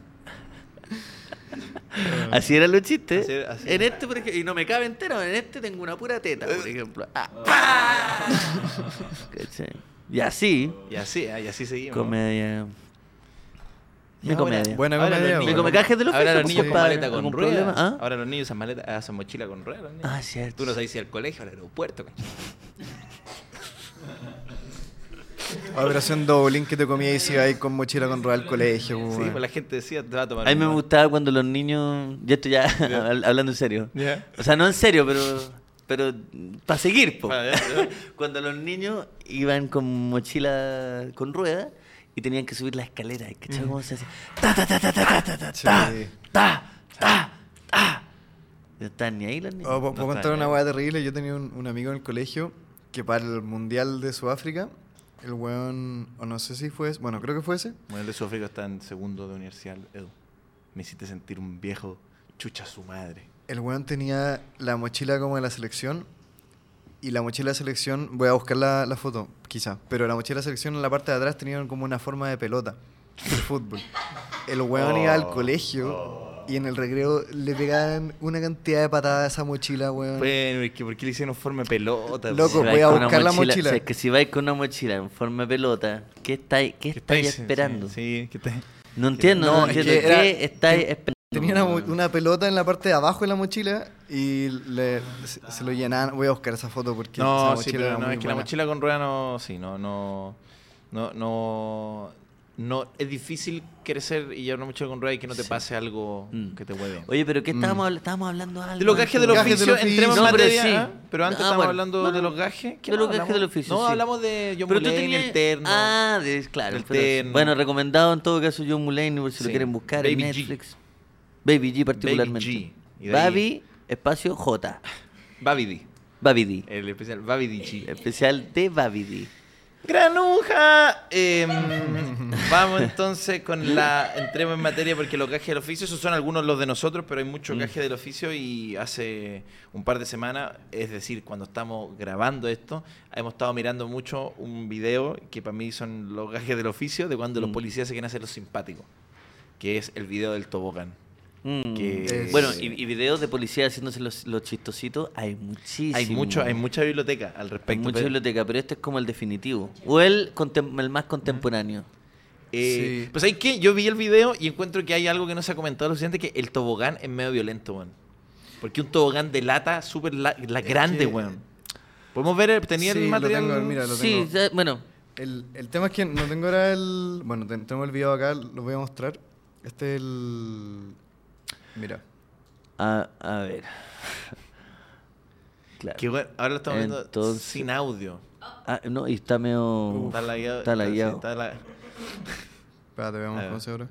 [SPEAKER 1] Así eran los chistes.
[SPEAKER 2] Ah. Así era- así Eh,
[SPEAKER 1] en este, por ejemplo, y no me cabe entero, en este tengo una pura teta, por ejemplo. Ah, ¿Cachai? Y así,
[SPEAKER 2] Y así, ah, y así seguimos.
[SPEAKER 1] comedia.
[SPEAKER 2] Y
[SPEAKER 1] Mi
[SPEAKER 2] ahora-
[SPEAKER 1] comedia.
[SPEAKER 3] Buena
[SPEAKER 2] ahora
[SPEAKER 3] comedia,
[SPEAKER 2] los
[SPEAKER 3] bueno.
[SPEAKER 1] Mi
[SPEAKER 2] niños-
[SPEAKER 1] comecajes de los
[SPEAKER 2] Ahora los
[SPEAKER 1] Facebook,
[SPEAKER 2] niños con
[SPEAKER 1] compadre.
[SPEAKER 2] maleta con
[SPEAKER 1] ¿Algún
[SPEAKER 2] ruedas.
[SPEAKER 1] problema? ¿Ah?
[SPEAKER 2] Ahora los niños usan maleta, hacen mochila con ruedas. los niños.
[SPEAKER 1] Ah, cierto.
[SPEAKER 2] Tú no sabes si al colegio, al aeropuerto. cacho.
[SPEAKER 3] Operación Doblin que te comía y si ibas ahí con mochila con rueda al colegio.
[SPEAKER 2] Sí,
[SPEAKER 3] weón.
[SPEAKER 2] pues la gente decía, te va a tomar.
[SPEAKER 1] A mí me
[SPEAKER 2] un-
[SPEAKER 1] gustaba cuando los niños. Ya estoy ya hab- hablando en serio.
[SPEAKER 2] Ya.
[SPEAKER 1] O sea, no en serio, pero. Pero para ¿eh? seguir, po.
[SPEAKER 2] Ah, ya, ya.
[SPEAKER 1] Cuando los niños iban con mochila con rueda y tenían que subir la escalera, ¿cachai? cómo se hace? Ta, ta, ta, ta, ta, ta, ta, ta,
[SPEAKER 3] Sí.
[SPEAKER 1] ta, ta, ta, ta. No están ni ahí los niños.
[SPEAKER 3] Oh, ¿Puedo
[SPEAKER 1] No
[SPEAKER 3] puedo
[SPEAKER 1] están
[SPEAKER 3] contar
[SPEAKER 1] ni
[SPEAKER 3] una
[SPEAKER 1] ahí.
[SPEAKER 3] hueá terrible? Yo tenía un, un amigo en el colegio que para el Mundial de Sudáfrica, el weón, o no sé si fue ese, bueno, creo que fue ese.
[SPEAKER 2] Bueno, el de Sofía está en segundo de universidad, Edu. Me hiciste sentir un viejo chucha su madre.
[SPEAKER 3] El weón tenía la mochila como de la selección. Y la mochila de selección, voy a buscar la, la foto, quizá. Pero la mochila de selección en la parte de atrás tenía como una forma de pelota de fútbol. El weón iba
[SPEAKER 2] Oh.
[SPEAKER 3] al colegio y en el recreo le pegaban una cantidad de patadas a esa mochila, weón.
[SPEAKER 2] Bueno, es que ¿por qué le hicieron forma de pelota?
[SPEAKER 1] Si
[SPEAKER 3] Loco,
[SPEAKER 1] vais
[SPEAKER 3] voy a
[SPEAKER 1] con una
[SPEAKER 3] buscar la mochila.
[SPEAKER 1] si es que si vais con una mochila en forma de pelota, ¿qué estáis, qué
[SPEAKER 2] ¿Qué
[SPEAKER 1] estáis
[SPEAKER 2] sí,
[SPEAKER 1] esperando?
[SPEAKER 2] Sí, sí, que estáis-
[SPEAKER 1] No entiendo, no,
[SPEAKER 3] No, es
[SPEAKER 1] entiendo.
[SPEAKER 3] que era-
[SPEAKER 1] ¿Qué estáis esperando?
[SPEAKER 3] Tenía una, mo- una pelota en la parte de abajo de la mochila y le- se, se lo llenaban. Voy a buscar esa foto porque esa
[SPEAKER 2] No,
[SPEAKER 3] mochila
[SPEAKER 2] sí, pero
[SPEAKER 3] era
[SPEAKER 2] no,
[SPEAKER 3] muy
[SPEAKER 2] es que la
[SPEAKER 3] buena.
[SPEAKER 2] mochila con rueda no, sí, no, no, no, no, no, es difícil crecer y llevar una mochila con rueda y que no te pase algo
[SPEAKER 1] Mm.
[SPEAKER 2] que te hueve.
[SPEAKER 1] Oye, pero ¿qué estábamos,
[SPEAKER 3] Mm.
[SPEAKER 1] habla- estábamos hablando? Algo
[SPEAKER 2] De los gajes del
[SPEAKER 3] Gajes del
[SPEAKER 2] oficio,
[SPEAKER 3] oficio.
[SPEAKER 2] entremos en
[SPEAKER 1] No, pero
[SPEAKER 2] materia,
[SPEAKER 1] sí.
[SPEAKER 2] ¿ah? pero antes
[SPEAKER 1] Ah,
[SPEAKER 2] estábamos
[SPEAKER 1] bueno.
[SPEAKER 2] hablando
[SPEAKER 1] No,
[SPEAKER 2] de
[SPEAKER 1] no.
[SPEAKER 2] los gajes. ¿Qué
[SPEAKER 1] De los
[SPEAKER 2] más
[SPEAKER 1] gajes
[SPEAKER 2] hablamos?
[SPEAKER 1] del oficio,
[SPEAKER 2] No,
[SPEAKER 1] sí.
[SPEAKER 2] hablamos de John
[SPEAKER 1] Pero tú
[SPEAKER 2] Mulaney,
[SPEAKER 1] tenías-
[SPEAKER 2] el terno.
[SPEAKER 1] Ah, de- claro.
[SPEAKER 2] El
[SPEAKER 1] pero-
[SPEAKER 2] terno.
[SPEAKER 1] Bueno, recomendado en todo caso John Mulaney, por si lo
[SPEAKER 2] Sí.
[SPEAKER 1] quieren buscar
[SPEAKER 2] Baby
[SPEAKER 1] en
[SPEAKER 2] G.
[SPEAKER 1] Netflix. Baby G particularmente.
[SPEAKER 2] Baby G. Y de ahí-
[SPEAKER 1] Baby, espacio J.
[SPEAKER 2] Babidi,
[SPEAKER 1] Baby D.
[SPEAKER 2] el especial Babidi
[SPEAKER 1] Eh,
[SPEAKER 2] G.
[SPEAKER 1] Especial de Baby D.
[SPEAKER 2] Granuja. em, vamos entonces con la. Entremos en materia porque los gajes del oficio, esos son algunos los de nosotros, pero hay
[SPEAKER 1] Mm.
[SPEAKER 2] muchos gajes del oficio y hace un par de semanas, es decir, cuando estamos grabando esto, hemos estado mirando mucho un video que para mí son los gajes del oficio de cuando los
[SPEAKER 1] Mm.
[SPEAKER 2] policías se quieren hacer los simpáticos, que es el video del tobogán.
[SPEAKER 1] Mm.
[SPEAKER 2] Que
[SPEAKER 3] Es-
[SPEAKER 1] Bueno, y, y videos de policía haciéndose los, los chistositos, hay muchísimos.
[SPEAKER 2] hay, mucho, hay mucha biblioteca al
[SPEAKER 1] Hay
[SPEAKER 2] respecto.
[SPEAKER 1] mucha
[SPEAKER 2] pero-
[SPEAKER 1] biblioteca, pero este es como el definitivo. O el, contem- el más contemporáneo.
[SPEAKER 2] Eh,
[SPEAKER 3] Sí.
[SPEAKER 2] Pues hay que, yo vi el video y encuentro que hay algo que no se ha comentado lo siguiente, que el tobogán es medio violento, weón. Porque un tobogán de lata súper la, la grande,
[SPEAKER 3] que-
[SPEAKER 2] weón. Podemos ver, el- tenía
[SPEAKER 3] Sí,
[SPEAKER 2] el
[SPEAKER 3] lo
[SPEAKER 2] material.
[SPEAKER 3] tengo, mira, lo
[SPEAKER 1] sí,
[SPEAKER 3] tengo.
[SPEAKER 1] ya- bueno,
[SPEAKER 3] El, el tema es que no tengo ahora el. Bueno, ten- tengo el video acá, lo voy a mostrar. Este es el. Mira.
[SPEAKER 1] a, a ver. Claro.
[SPEAKER 2] Que, weón, ahora lo estamos viendo
[SPEAKER 1] Entonces-
[SPEAKER 2] sin audio.
[SPEAKER 1] Ah, no, y está medio.
[SPEAKER 2] Está lagueado.
[SPEAKER 1] Está lagueado.
[SPEAKER 2] sí, está la-
[SPEAKER 3] Espérate, veamos
[SPEAKER 2] A ver.
[SPEAKER 3] cómo se abre.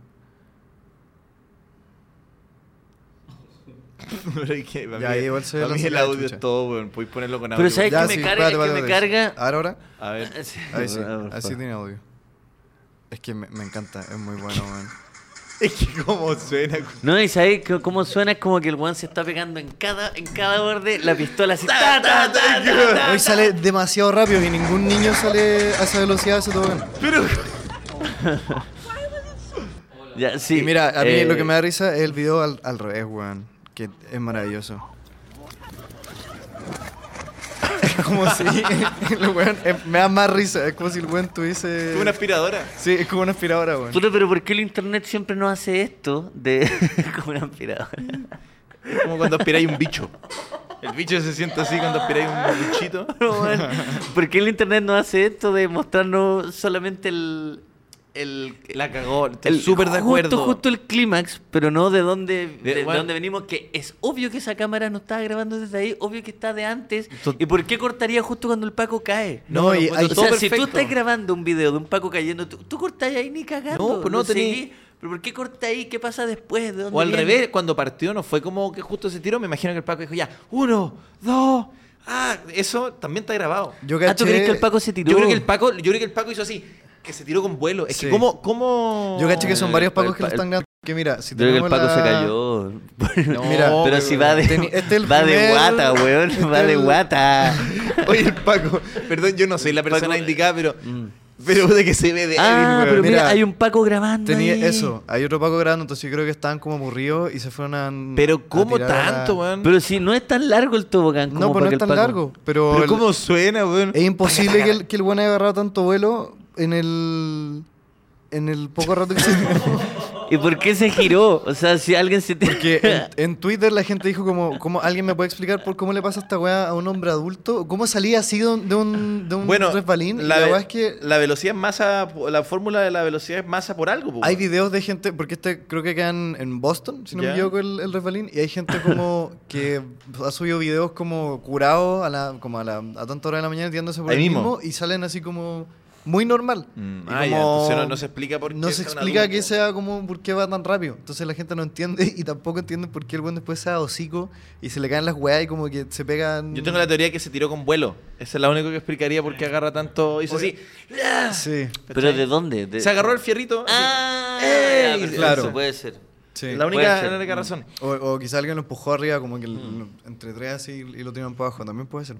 [SPEAKER 2] Pero es que para
[SPEAKER 3] Ya,
[SPEAKER 2] mí-
[SPEAKER 3] ahí igual se ve
[SPEAKER 2] para
[SPEAKER 3] la
[SPEAKER 2] mí el
[SPEAKER 3] saca de
[SPEAKER 2] audio
[SPEAKER 3] chucha.
[SPEAKER 2] es todo, weón. Podéis ponerlo con
[SPEAKER 1] Pero
[SPEAKER 2] audio.
[SPEAKER 1] ¿sabes
[SPEAKER 2] weón.
[SPEAKER 1] que me carga, que me carga.
[SPEAKER 3] Ahora, ahora.
[SPEAKER 2] A ver.
[SPEAKER 3] Ahí sí,
[SPEAKER 1] Ah, por
[SPEAKER 3] así
[SPEAKER 1] favor.
[SPEAKER 3] tiene audio. Es que me, me encanta, es muy bueno, weón.
[SPEAKER 2] Es que cómo suena. cu-
[SPEAKER 1] No, y sabes que- cómo suena, es como que el weón se está pegando en cada, en cada borde la pistola así. ta, ta, ta, ta, ta, ta.
[SPEAKER 3] Hoy sale demasiado rápido y ningún niño sale a esa velocidad, se todo bien.
[SPEAKER 1] Ya, sí.
[SPEAKER 3] y mira, a mí
[SPEAKER 1] eh,
[SPEAKER 3] lo que me da risa es el video al, al revés, weón. Que es maravilloso. Es como si el weón, eh, me da más risa. Es como si el weón tuviese.
[SPEAKER 2] Tuve una aspiradora.
[SPEAKER 3] Sí, es como una aspiradora, weón.
[SPEAKER 1] eh, Puta, pero ¿por qué el internet siempre nos hace esto de como una aspiradora?
[SPEAKER 2] Es como cuando aspiráis un bicho. El bicho se siente así cuando aspiráis un bichito.
[SPEAKER 1] Pero, weón, ¿Por qué el internet nos hace esto de mostrarnos solamente el. el
[SPEAKER 2] La cagó, estoy
[SPEAKER 1] el
[SPEAKER 2] súper de acuerdo.
[SPEAKER 1] Justo, justo el clímax, pero no de dónde, de,
[SPEAKER 2] De- bueno.
[SPEAKER 1] dónde venimos, que es obvio que esa cámara no estaba grabando desde ahí, obvio que está de antes. ¿Y por qué cortaría justo cuando el Paco cae?
[SPEAKER 3] No, y hay-
[SPEAKER 1] o sea, si tú estás grabando un video de un Paco cayendo, tú, tú cortás ahí ni cagando.
[SPEAKER 2] No, pues no
[SPEAKER 1] lo
[SPEAKER 2] tení-
[SPEAKER 1] seguís, ¿Pero por qué cortás ahí? ¿Qué pasa después? ¿De dónde
[SPEAKER 2] O al
[SPEAKER 1] viene?
[SPEAKER 2] revés, cuando partió no fue como que justo se tiró, me imagino que el Paco dijo ya, uno, dos, ah, eso también está grabado.
[SPEAKER 3] Yo
[SPEAKER 1] Ah, ¿tú crees que el Paco se tiró?
[SPEAKER 2] Yo creo que el Paco, yo creo que el Paco hizo así, que se tiró con vuelo. Es
[SPEAKER 3] Sí.
[SPEAKER 2] que cómo, cómo.
[SPEAKER 3] Yo caché que son varios pacos que lo
[SPEAKER 1] el-
[SPEAKER 3] están grabando. Que mira, si
[SPEAKER 1] Yo creo que el
[SPEAKER 3] tenemos
[SPEAKER 1] Paco
[SPEAKER 3] la-
[SPEAKER 1] se cayó.
[SPEAKER 3] Mira,
[SPEAKER 1] pero
[SPEAKER 2] weón.
[SPEAKER 1] si va de,
[SPEAKER 3] Teni- este es el
[SPEAKER 1] va de
[SPEAKER 3] primer-
[SPEAKER 1] guata, weón.
[SPEAKER 3] este
[SPEAKER 1] va de
[SPEAKER 3] el-
[SPEAKER 1] guata.
[SPEAKER 2] Oye, el Paco, Mm. perdón, yo no soy la persona
[SPEAKER 1] Paco-
[SPEAKER 2] indicada, pero
[SPEAKER 4] Pero de que se ve de
[SPEAKER 1] Ah,
[SPEAKER 4] Evil,
[SPEAKER 1] pero mira,
[SPEAKER 3] Mira,
[SPEAKER 1] hay un Paco grabando.
[SPEAKER 3] Tenía
[SPEAKER 1] ahí.
[SPEAKER 3] eso. Hay otro Paco grabando, entonces yo creo que estaban como aburridos y se fueron a.
[SPEAKER 2] Pero, ¿cómo
[SPEAKER 3] a tirar a la-
[SPEAKER 2] tanto, weón?
[SPEAKER 1] Pero si no es tan largo el tobogán como
[SPEAKER 3] No, pues
[SPEAKER 1] para
[SPEAKER 3] no
[SPEAKER 1] que
[SPEAKER 3] es
[SPEAKER 1] el
[SPEAKER 3] tan
[SPEAKER 1] Paco-
[SPEAKER 3] largo. Pero,
[SPEAKER 4] Pero
[SPEAKER 3] el-
[SPEAKER 4] cómo suena, weón.
[SPEAKER 3] es imposible que el, que el weón haya agarrado tanto vuelo en el. En el poco rato que se.
[SPEAKER 1] ¿Y por qué se giró? O sea, si alguien se te...
[SPEAKER 3] Porque eh, en, en Twitter la gente dijo como, como ¿alguien me puede explicar por cómo le pasa esta weá a un hombre adulto? ¿Cómo salía así de un, de un, de un
[SPEAKER 2] Bueno,
[SPEAKER 3] resbalín? Y La,
[SPEAKER 2] la, ve-
[SPEAKER 3] weá es que
[SPEAKER 2] la velocidad es masa, la fórmula de la velocidad es masa por algo, po,
[SPEAKER 3] hay
[SPEAKER 2] weón.
[SPEAKER 3] videos de gente, porque este creo que quedan en Boston, si no
[SPEAKER 2] Ya.
[SPEAKER 3] me equivoco, el, el resbalín, y hay gente como que ha subido videos como curados a la, como a la, a tanta hora de la mañana tirándose por
[SPEAKER 2] Ahí
[SPEAKER 3] el mismo.
[SPEAKER 2] mismo.
[SPEAKER 3] y salen así como muy normal.
[SPEAKER 2] Mm,
[SPEAKER 3] Y
[SPEAKER 2] ah, ya,
[SPEAKER 3] como-
[SPEAKER 2] entonces no, no se explica por qué
[SPEAKER 3] No se
[SPEAKER 2] es un
[SPEAKER 3] explica
[SPEAKER 2] adulto.
[SPEAKER 3] que sea como por qué va tan rápido. Entonces la gente no entiende y tampoco entiende por qué el buen después sea hocico y se le caen las weas y como que se pegan.
[SPEAKER 2] Yo tengo la teoría que se tiró con vuelo. Esa es la única que explicaría por qué agarra tanto. Hizo así. ¡Ah!
[SPEAKER 3] Sí,
[SPEAKER 1] ¿Pero de dónde? De-
[SPEAKER 2] Se agarró el fierrito. así.
[SPEAKER 1] ¡Ah!
[SPEAKER 2] ¡Ey!
[SPEAKER 1] ya, perfecto,
[SPEAKER 3] Claro.
[SPEAKER 1] Eso puede ser.
[SPEAKER 3] sí.
[SPEAKER 2] la única,
[SPEAKER 1] puede ser.
[SPEAKER 2] la única razón.
[SPEAKER 3] O, o quizá alguien lo empujó arriba, como que
[SPEAKER 2] Mm.
[SPEAKER 3] lo- entre tres así y lo tiran para abajo. También puede ser.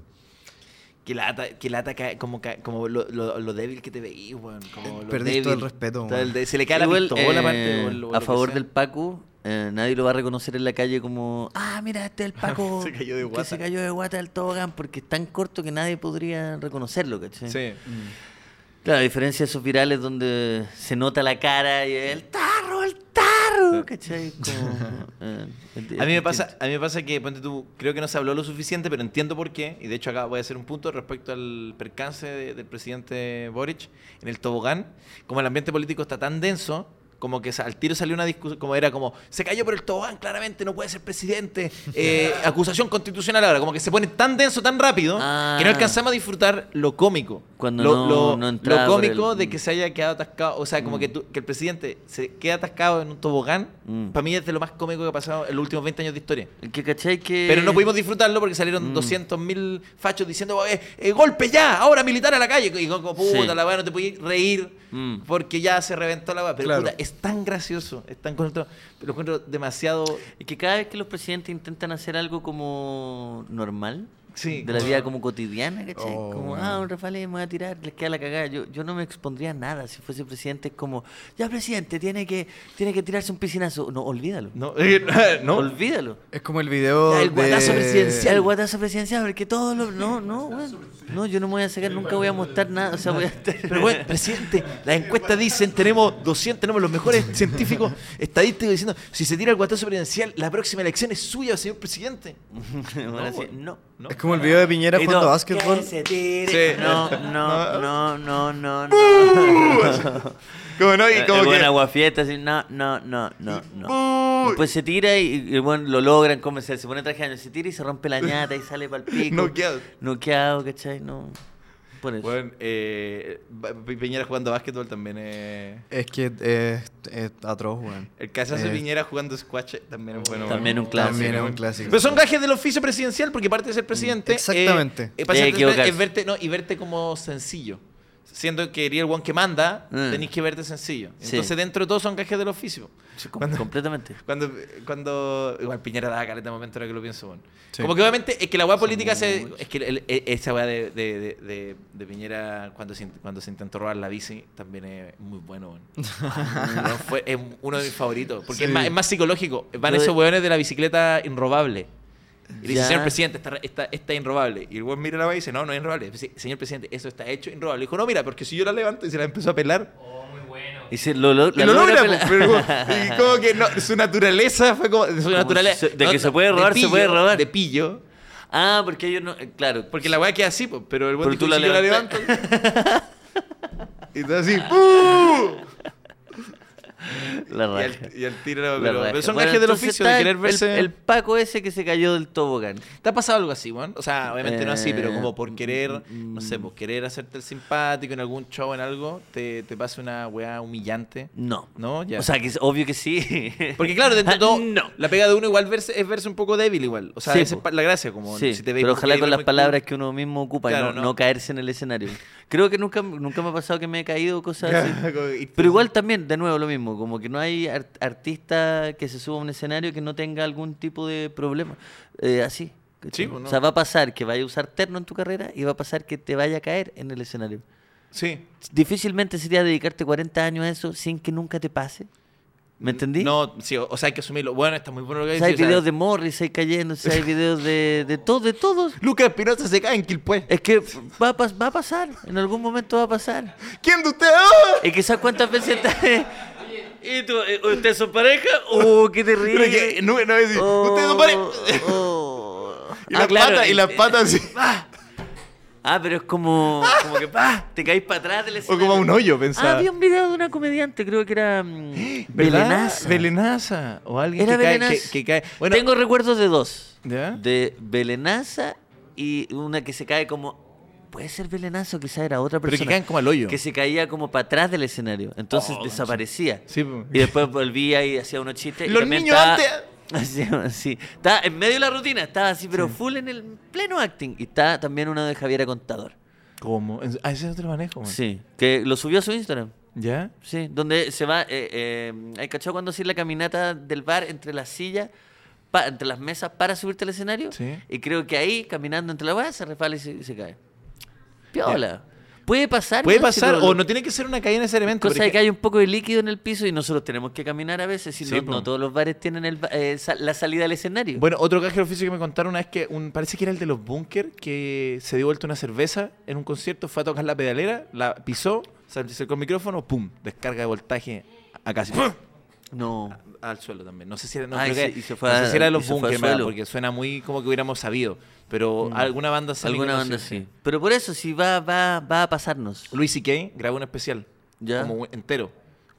[SPEAKER 2] Que lata, que lata ca- como, ca- como lo, lo- lo débil que te veí, weón. Como lo
[SPEAKER 3] Perdí
[SPEAKER 2] débil.
[SPEAKER 3] todo el respeto,
[SPEAKER 2] Todo el
[SPEAKER 3] weón.
[SPEAKER 2] de- se le cae la
[SPEAKER 1] Igual,
[SPEAKER 2] pistola,
[SPEAKER 1] eh,
[SPEAKER 2] aparte, o lo-
[SPEAKER 1] a
[SPEAKER 2] lo
[SPEAKER 1] favor
[SPEAKER 2] que
[SPEAKER 1] del
[SPEAKER 2] sea.
[SPEAKER 1] Paco, eh, nadie lo va a reconocer en la calle como, ah, mira, este es el Paco
[SPEAKER 2] Se cayó de
[SPEAKER 1] que
[SPEAKER 2] guata".
[SPEAKER 1] se cayó de guata del tobogán porque es tan corto que nadie podría reconocerlo, ¿cachai?
[SPEAKER 2] Sí.
[SPEAKER 1] Claro, a diferencia de esos virales donde se nota la cara y el tarro, el tarro, ¿cachai? Como, eh, es
[SPEAKER 2] A mí, me pasa,
[SPEAKER 1] distinto.
[SPEAKER 2] a mí me pasa que, ponte tú, creo que no se habló lo suficiente, pero entiendo por qué. Y de hecho, acá voy a hacer un punto respecto al percance de- del presidente Boric en el tobogán. Como el ambiente político está tan denso, como que sa- al tiro salió una discusión, como era como, se cayó por el tobogán, claramente no puede ser presidente. eh, acusación constitucional ahora. Como que se pone tan denso, tan rápido, que no
[SPEAKER 1] Ah.
[SPEAKER 2] alcanzamos a disfrutar lo cómico.
[SPEAKER 1] Cuando
[SPEAKER 2] lo,
[SPEAKER 1] no-
[SPEAKER 2] lo-
[SPEAKER 1] no
[SPEAKER 2] lo
[SPEAKER 1] entraba por
[SPEAKER 2] cómico
[SPEAKER 1] el-
[SPEAKER 2] de que se haya quedado atascado. O sea, como que, tú- que el presidente se queda atascado en un tobogán.
[SPEAKER 1] Mm.
[SPEAKER 2] Para mí es de lo más cómico que ha pasado en los últimos 20 años de historia.
[SPEAKER 1] Que, ¿cachai? Que...
[SPEAKER 2] Pero no pudimos disfrutarlo porque salieron 200.000 fachos diciendo eh, eh, golpe ya, ahora militar a la calle. Y como puta,
[SPEAKER 1] Sí.
[SPEAKER 2] la weá no te podías reír
[SPEAKER 1] Mm.
[SPEAKER 2] porque ya se reventó la weá. Pero
[SPEAKER 3] Claro.
[SPEAKER 2] puta, es tan gracioso, es tan correcto. Lo encuentro demasiado.
[SPEAKER 1] Y que cada vez que los presidentes intentan hacer algo como normal,
[SPEAKER 2] Sí,
[SPEAKER 1] de la
[SPEAKER 2] como-
[SPEAKER 1] vida como cotidiana, ¿cachai?
[SPEAKER 3] Oh,
[SPEAKER 1] como,
[SPEAKER 3] bueno.
[SPEAKER 1] ah, un refalé me voy a tirar, les queda la cagada. Yo, yo no me expondría a nada si fuese presidente. Es como, ya presidente, tiene que, tiene que tirarse un piscinazo. No, olvídalo.
[SPEAKER 2] No, eh, no.
[SPEAKER 1] Olvídalo.
[SPEAKER 3] Es como el video.
[SPEAKER 2] Ya, el guatazo
[SPEAKER 3] de-
[SPEAKER 1] Ya,
[SPEAKER 2] presidencial.
[SPEAKER 1] el guatazo presidencial, porque todos los... No, no, bueno, no, yo no me voy a sacar, nunca voy a mostrar nada. O sea, voy a estar...
[SPEAKER 2] Pero bueno, presidente, las encuestas dicen, tenemos 200, tenemos los mejores científicos estadísticos diciendo, si se tira el guatazo presidencial, la próxima elección es suya, señor presidente.
[SPEAKER 1] Bueno, así, no.
[SPEAKER 2] No.
[SPEAKER 3] Es como el video de Piñera
[SPEAKER 1] Y
[SPEAKER 3] jugando
[SPEAKER 1] todo,
[SPEAKER 3] básquetbol.
[SPEAKER 1] que se tire.
[SPEAKER 2] Sí.
[SPEAKER 1] No, no, no, no, no, no.
[SPEAKER 4] Como no,
[SPEAKER 2] Eh,
[SPEAKER 1] El buen aguafiestas, así, no, no, no, no, no. Después se tira y, y bueno, lo logran convencer. Se pone traje de año, se tira y se rompe la ñata y sale para el pico.
[SPEAKER 2] Noqueado.
[SPEAKER 1] Noqueado, ¿cachai? No. Por eso.
[SPEAKER 2] Bueno, eh, Ba- Pi- Piñera jugando básquetbol también. eh.
[SPEAKER 3] Es que eh, es atroz, weón.
[SPEAKER 2] El caso de
[SPEAKER 3] Eh,
[SPEAKER 2] Piñera jugando squash también es bueno.
[SPEAKER 1] También
[SPEAKER 2] bueno.
[SPEAKER 1] un clásico.
[SPEAKER 3] También es un clásico.
[SPEAKER 2] Pero son gajes del oficio presidencial porque parte de ser presidente. eh,
[SPEAKER 3] Exactamente.
[SPEAKER 2] eh, para
[SPEAKER 1] De
[SPEAKER 2] ser presidente
[SPEAKER 1] equivocarse.
[SPEAKER 2] es verte, no, y verte como sencillo. Siendo que eres el one que manda,
[SPEAKER 1] Mm.
[SPEAKER 2] tenéis que verte sencillo.
[SPEAKER 1] Sí.
[SPEAKER 2] Entonces, dentro de todo son gajes del oficio.
[SPEAKER 1] Sí, com- completamente.
[SPEAKER 2] Cuando, cuando. Igual Piñera daba caleta de momento ahora que lo pienso, bueno.
[SPEAKER 3] Sí.
[SPEAKER 2] Como que obviamente es que la weá política se. Es que el- e- esa weá de, de, de, de- de Piñera cuando se, in- cuando se intentó robar la bici también es muy bueno, weón. No, fue- es uno de mis favoritos. Porque es,
[SPEAKER 3] Sí.
[SPEAKER 2] más, es más psicológico. Van
[SPEAKER 1] Yo-
[SPEAKER 2] esos weones de la bicicleta inrobable. Y le dice,
[SPEAKER 1] Ya.
[SPEAKER 2] señor presidente, está, está, está inrobable. Y el weón mira la weá y dice, no, no es inrobable. Dice, señor presidente, eso está hecho inrobable. Y dijo, no, mira, porque si yo la levanto y se la empezó a pelar,
[SPEAKER 1] Y se lo, lo-
[SPEAKER 2] y
[SPEAKER 1] la
[SPEAKER 2] lo
[SPEAKER 1] logra pela-
[SPEAKER 2] logra, po, pero como- y como que no, su naturaleza fue como. Su naturaleza.
[SPEAKER 1] se- de
[SPEAKER 2] no,
[SPEAKER 1] que se puede robar, se puede robar.
[SPEAKER 2] De pillo.
[SPEAKER 1] Ah, porque ellos no. eh, Claro.
[SPEAKER 2] Porque la weá queda así, po, pero el buen
[SPEAKER 1] Pero
[SPEAKER 2] dijo,
[SPEAKER 1] tú la
[SPEAKER 2] "Si yo la levanto.
[SPEAKER 1] levantas".
[SPEAKER 2] y todo así.
[SPEAKER 3] "Uh,
[SPEAKER 2] ¡puu!
[SPEAKER 1] La
[SPEAKER 2] Y
[SPEAKER 1] raja.
[SPEAKER 2] al, y al tiro. Pero,
[SPEAKER 1] la raja.
[SPEAKER 2] pero son
[SPEAKER 1] Bueno,
[SPEAKER 2] gajes del
[SPEAKER 1] entonces
[SPEAKER 2] oficio
[SPEAKER 1] está
[SPEAKER 2] de
[SPEAKER 1] el-
[SPEAKER 2] querer verse.
[SPEAKER 1] El, el Paco ese que se cayó del tobogán.
[SPEAKER 2] ¿Te ha pasado algo así, weón? O sea, obviamente no así, pero
[SPEAKER 1] Eh,
[SPEAKER 2] como por querer, no sé,
[SPEAKER 1] mm.
[SPEAKER 2] por querer hacerte el simpático en algún show, en algo, te, te pasa una weá humillante.
[SPEAKER 1] No.
[SPEAKER 2] ¿No? Ya.
[SPEAKER 1] O sea, que es obvio que sí.
[SPEAKER 2] Porque claro, dentro de todo,
[SPEAKER 1] No.
[SPEAKER 2] la pega de uno igual verse, es verse un poco débil igual. O sea,
[SPEAKER 1] Sí,
[SPEAKER 2] esa es
[SPEAKER 1] po.
[SPEAKER 2] pa- la gracia, como
[SPEAKER 1] Sí,
[SPEAKER 2] si te veis
[SPEAKER 1] pero
[SPEAKER 2] un poco
[SPEAKER 1] ojalá
[SPEAKER 2] débil,
[SPEAKER 1] con
[SPEAKER 2] es
[SPEAKER 1] las
[SPEAKER 2] muy
[SPEAKER 1] palabras
[SPEAKER 2] cool.
[SPEAKER 1] que uno mismo ocupa
[SPEAKER 2] Claro,
[SPEAKER 1] y no,
[SPEAKER 2] no.
[SPEAKER 1] no caerse en el escenario. Creo que nunca, nunca me ha pasado que me he caído cosas así.
[SPEAKER 2] Como que-
[SPEAKER 1] Pero igual también, de nuevo, lo mismo, como que no hay ar- artista que se suba a un escenario que no tenga algún tipo de problema. Eh, así. ¿cachai?
[SPEAKER 2] Sí, pues, no.
[SPEAKER 1] O sea, va a pasar que vaya a usar terno en tu carrera y va a pasar que te vaya a caer en el escenario.
[SPEAKER 2] Sí.
[SPEAKER 1] Difícilmente sería dedicarte 40 años a eso sin que nunca te pase. ¿Me entendí?
[SPEAKER 2] No, sí, o, o sea, hay que asumirlo. Bueno, está muy bueno lo que
[SPEAKER 1] O
[SPEAKER 2] dices.
[SPEAKER 1] sea, hay
[SPEAKER 2] o sea,
[SPEAKER 1] videos de Morris ahí cayéndose, hay videos de, de todo, de todos.
[SPEAKER 4] Lucas Espinosa se cae en Quilpué.
[SPEAKER 1] Es que va a, pas- va a pasar, en algún momento va a pasar.
[SPEAKER 4] ¿Quién de ustedes? ¡Ah!
[SPEAKER 1] Y quizás cuántas veces está... ¿Y tú, eh, ¿Ustedes son pareja? ¡Oh, qué
[SPEAKER 4] Pero
[SPEAKER 1] terrible!
[SPEAKER 4] que no, no, es-
[SPEAKER 1] Oh,
[SPEAKER 4] ustedes no paren.
[SPEAKER 1] oh.
[SPEAKER 4] Y
[SPEAKER 1] Ah,
[SPEAKER 4] las
[SPEAKER 1] claro,
[SPEAKER 4] patas, y
[SPEAKER 1] eh,
[SPEAKER 4] las patas así.
[SPEAKER 1] Ah, pero es como, como que pa, te caís para atrás del
[SPEAKER 4] O como
[SPEAKER 1] escenario.
[SPEAKER 4] un hoyo,
[SPEAKER 1] Ah,
[SPEAKER 4] pensaba.
[SPEAKER 1] había un video de una comediante, creo que era mm,
[SPEAKER 2] ¿verdad?
[SPEAKER 1] Belenaza.
[SPEAKER 2] Belenaza. O alguien
[SPEAKER 1] Era
[SPEAKER 2] que, cae, que,
[SPEAKER 1] Belenaza.
[SPEAKER 2] que cae. Bueno,
[SPEAKER 1] Tengo recuerdos de dos.
[SPEAKER 2] ¿Ya?
[SPEAKER 1] De Belenaza y una que se cae como... Puede ser Belenaza o quizá era otra
[SPEAKER 2] pero que
[SPEAKER 1] persona.
[SPEAKER 2] caen como al hoyo.
[SPEAKER 1] que se caía como para atrás del escenario. Entonces desaparecía.
[SPEAKER 2] Sí, po.
[SPEAKER 1] Y después volvía y hacía unos chistes. y
[SPEAKER 4] Los
[SPEAKER 1] también
[SPEAKER 4] niños
[SPEAKER 1] estaba-
[SPEAKER 4] antes-
[SPEAKER 1] hacía así. Estaba en medio de la rutina, estaba así, pero full en el pleno acting. Y está también uno de Javiera Contador.
[SPEAKER 2] ¿Cómo? Ah, ese es otro manejo, man.
[SPEAKER 1] Sí, que lo subió a su Instagram.
[SPEAKER 2] ¿Ya?
[SPEAKER 1] Sí, donde se va. Eh, eh, ¿Hay cachado cuando hacía la caminata del bar entre las sillas, pa- entre las mesas para subirte al escenario?
[SPEAKER 2] Sí.
[SPEAKER 1] Y creo que ahí, caminando entre la weá, se resbala y se, se cae. Piola. Puede pasar.
[SPEAKER 2] Puede
[SPEAKER 1] Ah, ¿no? Si
[SPEAKER 2] pasar,
[SPEAKER 1] lo-
[SPEAKER 2] o no tiene que ser una caída necesariamente.
[SPEAKER 1] Cosa de
[SPEAKER 2] porque-
[SPEAKER 1] que hay un poco de líquido en el piso y nosotros tenemos que caminar a veces. Y
[SPEAKER 2] Sí,
[SPEAKER 1] no,
[SPEAKER 2] po.
[SPEAKER 1] no todos los bares tienen el ba- eh, sa- la salida al escenario.
[SPEAKER 2] Bueno, otro caje de oficio que me contaron una vez que un, parece que era el de los búnker, que se dio vuelta una cerveza en un concierto, fue a tocar la pedalera, la pisó, se acercó el micrófono, ¡pum! Descarga de voltaje a casi ¡pum!
[SPEAKER 1] no.
[SPEAKER 2] al suelo también. No sé si era, no,
[SPEAKER 1] Ah, y
[SPEAKER 2] creo
[SPEAKER 1] se-
[SPEAKER 2] que-
[SPEAKER 1] y se fue
[SPEAKER 2] no sé
[SPEAKER 1] a-
[SPEAKER 2] si era de
[SPEAKER 1] y
[SPEAKER 2] los
[SPEAKER 1] se fue al
[SPEAKER 2] búnker, ¿verdad?
[SPEAKER 1] suelo. Mm.
[SPEAKER 2] porque suena muy como que hubiéramos sabido, pero alguna banda se
[SPEAKER 1] Alguna banda sí. Pero por eso, si va, va, va a pasarnos.
[SPEAKER 2] Luis C.K. grabó un especial,
[SPEAKER 1] Ya.
[SPEAKER 2] como entero,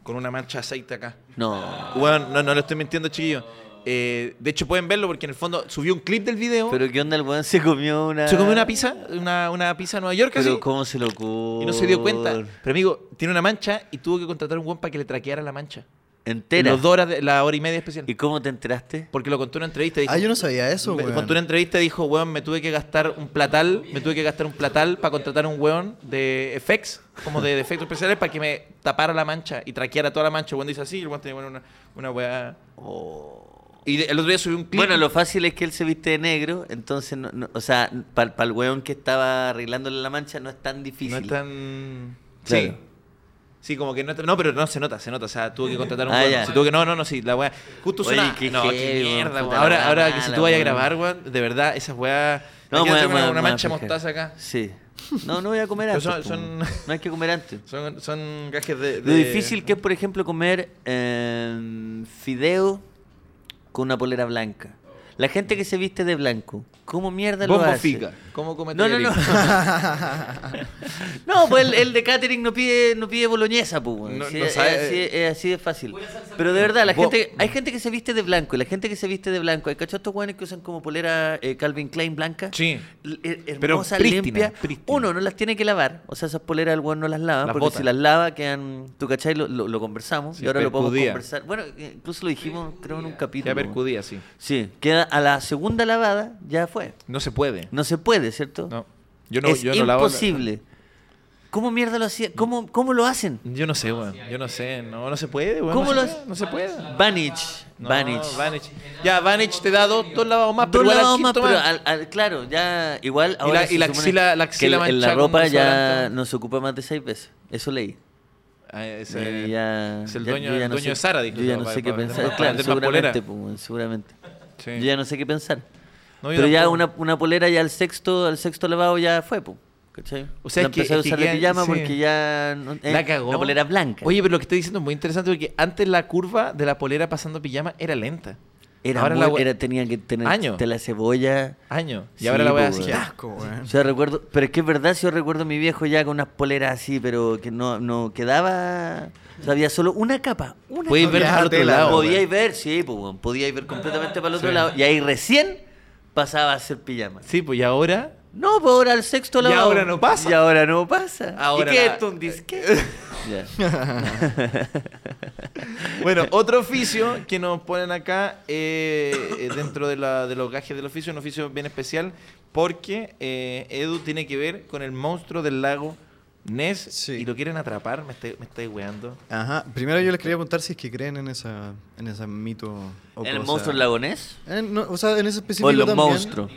[SPEAKER 2] con una mancha de aceite acá.
[SPEAKER 1] No.
[SPEAKER 2] Bueno, no, no lo estoy mintiendo, chiquillo. Eh, de hecho, pueden verlo porque en el fondo subió un clip del video.
[SPEAKER 1] Pero ¿qué onda? El weón se comió una.
[SPEAKER 2] Se comió una pizza, una, una pizza en Nueva York,
[SPEAKER 1] Pero
[SPEAKER 2] así,
[SPEAKER 1] ¿cómo se lo ocurre?
[SPEAKER 2] y no se dio cuenta. Pero amigo, tiene una mancha y tuvo que contratar a un buen para que le traqueara la mancha. En
[SPEAKER 1] Entera.
[SPEAKER 2] los dos horas de- la hora y media especial.
[SPEAKER 1] ¿Y cómo te enteraste?
[SPEAKER 2] Porque lo contó en una entrevista. Dijo,
[SPEAKER 3] Ah, yo no sabía eso,
[SPEAKER 2] me-
[SPEAKER 3] weón.
[SPEAKER 2] Contó una entrevista y dijo, weón, me tuve que gastar un platal, me tuve que gastar un platal para contratar a un weón de effects, como de, de efectos especiales, para que me tapara la mancha y traqueara toda la mancha. El weón dice así, y el weón tenía bueno, una, una weá. Y de- el otro día subió un clip.
[SPEAKER 1] Oh. Bueno, lo fácil es que él se viste de negro, entonces, no- no- o sea, para el weón que estaba arreglándole la mancha no es tan difícil.
[SPEAKER 2] No es tan. Sí.
[SPEAKER 1] Claro.
[SPEAKER 2] Sí, como que no, es tan- no, pero no se nota, se nota. O sea, tuve que contratar a un
[SPEAKER 1] Ah,
[SPEAKER 2] weón.
[SPEAKER 1] ya.
[SPEAKER 2] Se tuvo que. No, no, no, sí, la weá. Justo
[SPEAKER 1] Oye,
[SPEAKER 2] suena.
[SPEAKER 1] qué
[SPEAKER 2] no,
[SPEAKER 1] heavy,
[SPEAKER 2] qué
[SPEAKER 1] weón,
[SPEAKER 2] mierda,
[SPEAKER 1] puta
[SPEAKER 2] weón.
[SPEAKER 1] la
[SPEAKER 2] Ahora,
[SPEAKER 1] weá
[SPEAKER 2] ahora que si
[SPEAKER 1] mala,
[SPEAKER 2] tú vayas a
[SPEAKER 1] weón.
[SPEAKER 2] grabar, weón, de verdad, esas weá.
[SPEAKER 1] No,
[SPEAKER 2] Aquí
[SPEAKER 1] me-
[SPEAKER 2] tengo una,
[SPEAKER 1] me-
[SPEAKER 2] una
[SPEAKER 1] me
[SPEAKER 2] mancha
[SPEAKER 1] va a fijar.
[SPEAKER 2] mostaza acá.
[SPEAKER 1] Sí. No, no voy a comer
[SPEAKER 2] Pero
[SPEAKER 1] antes.
[SPEAKER 2] son-
[SPEAKER 1] po.
[SPEAKER 2] son-
[SPEAKER 1] No hay que comer antes.
[SPEAKER 2] Son, son gajes de,
[SPEAKER 1] Lo
[SPEAKER 2] de-
[SPEAKER 1] difícil que es, por ejemplo, comer eh, fideo con una polera blanca. La gente que se viste de blanco, ¿cómo mierda lo
[SPEAKER 2] Bombo
[SPEAKER 1] hace?
[SPEAKER 2] fica. ¿Cómo come
[SPEAKER 1] No, no, no. no, pues el, el de catering no pide, no pide boloñesa, pues. weón.
[SPEAKER 2] No-
[SPEAKER 1] Sí,
[SPEAKER 2] no
[SPEAKER 1] es,
[SPEAKER 2] sabe-
[SPEAKER 1] así, es así de fácil. Pero de verdad, la
[SPEAKER 2] Bo-
[SPEAKER 1] gente, hay gente que se viste de blanco y la gente que se viste de blanco. Hay cachos estos guanes que usan como polera eh, Calvin Klein blanca.
[SPEAKER 2] Sí.
[SPEAKER 1] L- her-
[SPEAKER 2] Pero
[SPEAKER 1] Hermosa,
[SPEAKER 2] prístina,
[SPEAKER 1] limpia.
[SPEAKER 2] prístina.
[SPEAKER 1] Uno, no las tiene que lavar. O sea, esas poleras el weón no las lava.
[SPEAKER 2] Las
[SPEAKER 1] porque
[SPEAKER 2] bota.
[SPEAKER 1] si las lava, quedan. ¿Tú cachai? Lo, lo- lo conversamos
[SPEAKER 2] Sí,
[SPEAKER 1] y ahora lo podemos
[SPEAKER 2] percudía.
[SPEAKER 1] conversar. Bueno, eh, incluso lo dijimos, creo, en un capítulo.
[SPEAKER 2] Ya percudía, sí.
[SPEAKER 1] Sí, queda a la segunda lavada, ya fue.
[SPEAKER 2] No se puede.
[SPEAKER 1] No se puede, ¿cierto?
[SPEAKER 2] No. Yo no,
[SPEAKER 1] es
[SPEAKER 2] yo no lavo-
[SPEAKER 1] imposible. ¿Cómo mierda lo hacían? ¿Cómo, cómo lo hacen?
[SPEAKER 2] Yo no sé, weón. Yo no sé. No, no se puede, weón.
[SPEAKER 1] ¿Cómo
[SPEAKER 2] no
[SPEAKER 1] lo
[SPEAKER 2] se puede,
[SPEAKER 1] hacen?
[SPEAKER 2] No se puede.
[SPEAKER 1] Vanish.
[SPEAKER 2] No,
[SPEAKER 1] Vanish.
[SPEAKER 2] Vanich. Ya, Vanich te da dos, dos lavados más,
[SPEAKER 1] Dos
[SPEAKER 2] pero igual al
[SPEAKER 1] lavados más,
[SPEAKER 2] quinto
[SPEAKER 1] pero
[SPEAKER 2] más.
[SPEAKER 1] al- al- claro, ya igual.
[SPEAKER 2] Y
[SPEAKER 1] ahora
[SPEAKER 2] la-
[SPEAKER 1] se
[SPEAKER 2] y la
[SPEAKER 1] supone
[SPEAKER 2] axila- la
[SPEAKER 1] que
[SPEAKER 2] axila
[SPEAKER 1] en la
[SPEAKER 2] manchada con
[SPEAKER 1] ropa ya
[SPEAKER 2] desodorante.
[SPEAKER 1] no se ocupa más de seis veces. Eso leí.
[SPEAKER 2] Ah, es,
[SPEAKER 1] Y
[SPEAKER 2] eh,
[SPEAKER 1] ya-
[SPEAKER 2] es el
[SPEAKER 1] ya-
[SPEAKER 2] dueño,
[SPEAKER 1] yo ya
[SPEAKER 2] el
[SPEAKER 1] no
[SPEAKER 2] dueño
[SPEAKER 1] sé-
[SPEAKER 2] de Sara, dijo.
[SPEAKER 1] Yo ya
[SPEAKER 2] eso,
[SPEAKER 1] no
[SPEAKER 2] pa-
[SPEAKER 1] sé qué
[SPEAKER 2] pa-
[SPEAKER 1] pensar.
[SPEAKER 2] pa-
[SPEAKER 1] claro,
[SPEAKER 2] vender más polera.
[SPEAKER 1] seguramente, pues, bueno, seguramente.
[SPEAKER 2] Sí.
[SPEAKER 1] Yo ya no sé qué pensar.
[SPEAKER 2] No, yo
[SPEAKER 1] pero ya
[SPEAKER 2] tampoco.
[SPEAKER 1] una, una polera ya al sexto, al sexto lavado ya fue, pues. ¿Cachai?
[SPEAKER 2] O sea,
[SPEAKER 1] la
[SPEAKER 2] es que-
[SPEAKER 1] empecé a
[SPEAKER 2] es que
[SPEAKER 1] usar de
[SPEAKER 2] ya-
[SPEAKER 1] pijama
[SPEAKER 2] sí.
[SPEAKER 1] porque ya no, eh,
[SPEAKER 2] La cagó.
[SPEAKER 1] una polera blanca.
[SPEAKER 2] Oye, pero lo que estoy diciendo es muy interesante porque antes la curva de la polera pasando pijama era lenta.
[SPEAKER 1] Era,
[SPEAKER 2] ahora
[SPEAKER 1] muy-
[SPEAKER 2] la we-
[SPEAKER 1] era- tenía que tener
[SPEAKER 2] Año.
[SPEAKER 1] de la cebolla.
[SPEAKER 2] Año. Y
[SPEAKER 1] Sí,
[SPEAKER 2] ahora la voy a
[SPEAKER 1] pues,
[SPEAKER 2] decir.
[SPEAKER 3] Qué asco, weón.
[SPEAKER 1] O sea, recuerdo, pero es que es verdad, si yo recuerdo a mi viejo ya con unas poleras así, pero que no, no quedaba. O sea, había solo una capa. Una
[SPEAKER 2] Podíais
[SPEAKER 1] capa.
[SPEAKER 2] ver
[SPEAKER 3] Ya,
[SPEAKER 2] para el otro
[SPEAKER 3] tela,
[SPEAKER 2] lado.
[SPEAKER 1] podíais
[SPEAKER 2] weón.
[SPEAKER 1] ver, sí, pues, weón, podíais ver completamente para el otro lado. Y ahí recién pasaba a ser pijama.
[SPEAKER 2] Sí, pues y ahora.
[SPEAKER 1] No, pues ahora el sexto
[SPEAKER 2] Y
[SPEAKER 1] lado.
[SPEAKER 2] ahora no pasa.
[SPEAKER 1] Y ahora no pasa.
[SPEAKER 2] Ahora
[SPEAKER 1] ¿Y qué
[SPEAKER 2] la-
[SPEAKER 1] es esto, un disquete? Ya.
[SPEAKER 2] Bueno, otro oficio que nos ponen acá eh, eh, dentro de, la- de los gajes del oficio, un oficio bien especial, porque eh, Edu tiene que ver con el monstruo del lago Ness
[SPEAKER 3] Sí.
[SPEAKER 2] y lo quieren atrapar, me estáis me estáis weando.
[SPEAKER 3] Ajá. Primero yo les quería preguntar si es que creen en esa, en ese mito o
[SPEAKER 1] ¿En el
[SPEAKER 3] cosa.
[SPEAKER 1] monstruo lagonés?
[SPEAKER 3] En- no, o sea, en ese específico
[SPEAKER 1] ¿O en los
[SPEAKER 3] también.
[SPEAKER 1] monstruos?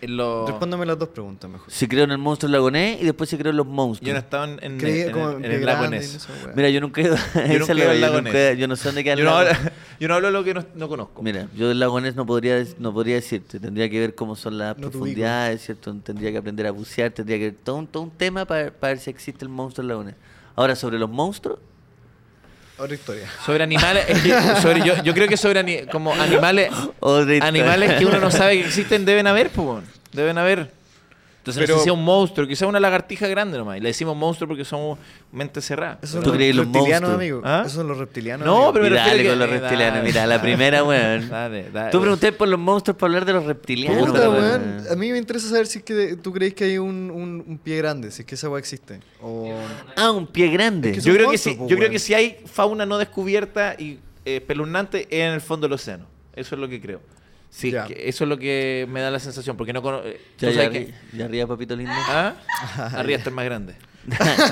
[SPEAKER 2] en los-
[SPEAKER 3] Respóndame las dos preguntas mejor.
[SPEAKER 1] Se creó en el monstruo lagoné y después se creó en los monstruos.
[SPEAKER 2] Yo no estaba en, en-
[SPEAKER 3] Creí
[SPEAKER 2] en-
[SPEAKER 3] como
[SPEAKER 2] en
[SPEAKER 3] Pie
[SPEAKER 2] el lago
[SPEAKER 3] Grande y
[SPEAKER 2] Ness.
[SPEAKER 3] no sé, weá.
[SPEAKER 1] Mira, yo nunca he ido a
[SPEAKER 2] Yo nunca he ido al
[SPEAKER 1] yo
[SPEAKER 2] lago
[SPEAKER 1] nunca-
[SPEAKER 2] Ness.
[SPEAKER 1] yo no sé dónde queda el
[SPEAKER 2] Yo no,
[SPEAKER 1] lago.
[SPEAKER 2] hablo, yo no hablo de lo que no, no conozco.
[SPEAKER 1] Mira, yo del lago Ness no podría, no podría decirte. Tendría que ver cómo son las
[SPEAKER 3] No te ubico.
[SPEAKER 1] profundidades, ¿cierto? Tendría que aprender a bucear, tendría que ver todo un, todo un tema para, para ver si existe el monstruo del lago Ness. Ahora, sobre los monstruos,
[SPEAKER 3] Otra historia.
[SPEAKER 2] Sobre animales, es que sobre- yo, yo creo que sobre ani- como animales,
[SPEAKER 1] Otra historia.
[SPEAKER 2] animales que uno no sabe que existen deben haber, pues, weón. deben haber. Entonces no
[SPEAKER 4] Pero-
[SPEAKER 2] sé si sea un monstruo, quizá una lagartija grande nomás. Y le decimos monstruo porque somos mente cerrada.
[SPEAKER 3] Esos son
[SPEAKER 1] ¿Tú
[SPEAKER 3] los
[SPEAKER 1] crees los
[SPEAKER 3] reptilianos,
[SPEAKER 1] monstruos?
[SPEAKER 3] amigo.
[SPEAKER 2] ¿Ah?
[SPEAKER 3] Esos son los reptilianos.
[SPEAKER 2] No,
[SPEAKER 3] amigo.
[SPEAKER 2] pero me
[SPEAKER 1] Mira,
[SPEAKER 2] refiero
[SPEAKER 1] dale
[SPEAKER 2] que-
[SPEAKER 1] con los
[SPEAKER 2] eh,
[SPEAKER 1] reptilianos.
[SPEAKER 2] dale,
[SPEAKER 1] Mira, la
[SPEAKER 2] dale.
[SPEAKER 1] primera, weón.
[SPEAKER 2] Dale, dale.
[SPEAKER 1] Tú pregunté por los monstruos para hablar de los reptilianos.
[SPEAKER 3] Puta,
[SPEAKER 1] weón.
[SPEAKER 3] weón. A mí me interesa saber si es que tú crees que hay un, un, un pie grande, si es que esa weá existe. O...
[SPEAKER 1] Ah, un pie grande.
[SPEAKER 3] Es que
[SPEAKER 2] Yo
[SPEAKER 3] son
[SPEAKER 2] creo que
[SPEAKER 3] monstruos,
[SPEAKER 2] sí,
[SPEAKER 3] pues,
[SPEAKER 2] yo creo
[SPEAKER 3] weón.
[SPEAKER 2] que si hay fauna no descubierta y eh, espeluznante es en el fondo del océano. Eso es lo que creo. Sí,
[SPEAKER 3] Ya.
[SPEAKER 2] que- eso es lo que me da la sensación, porque no eh, conozco.
[SPEAKER 1] Ya, ya, arri- ya arriba, papito lindo.
[SPEAKER 2] ¿Ah? Arriba está el más grande.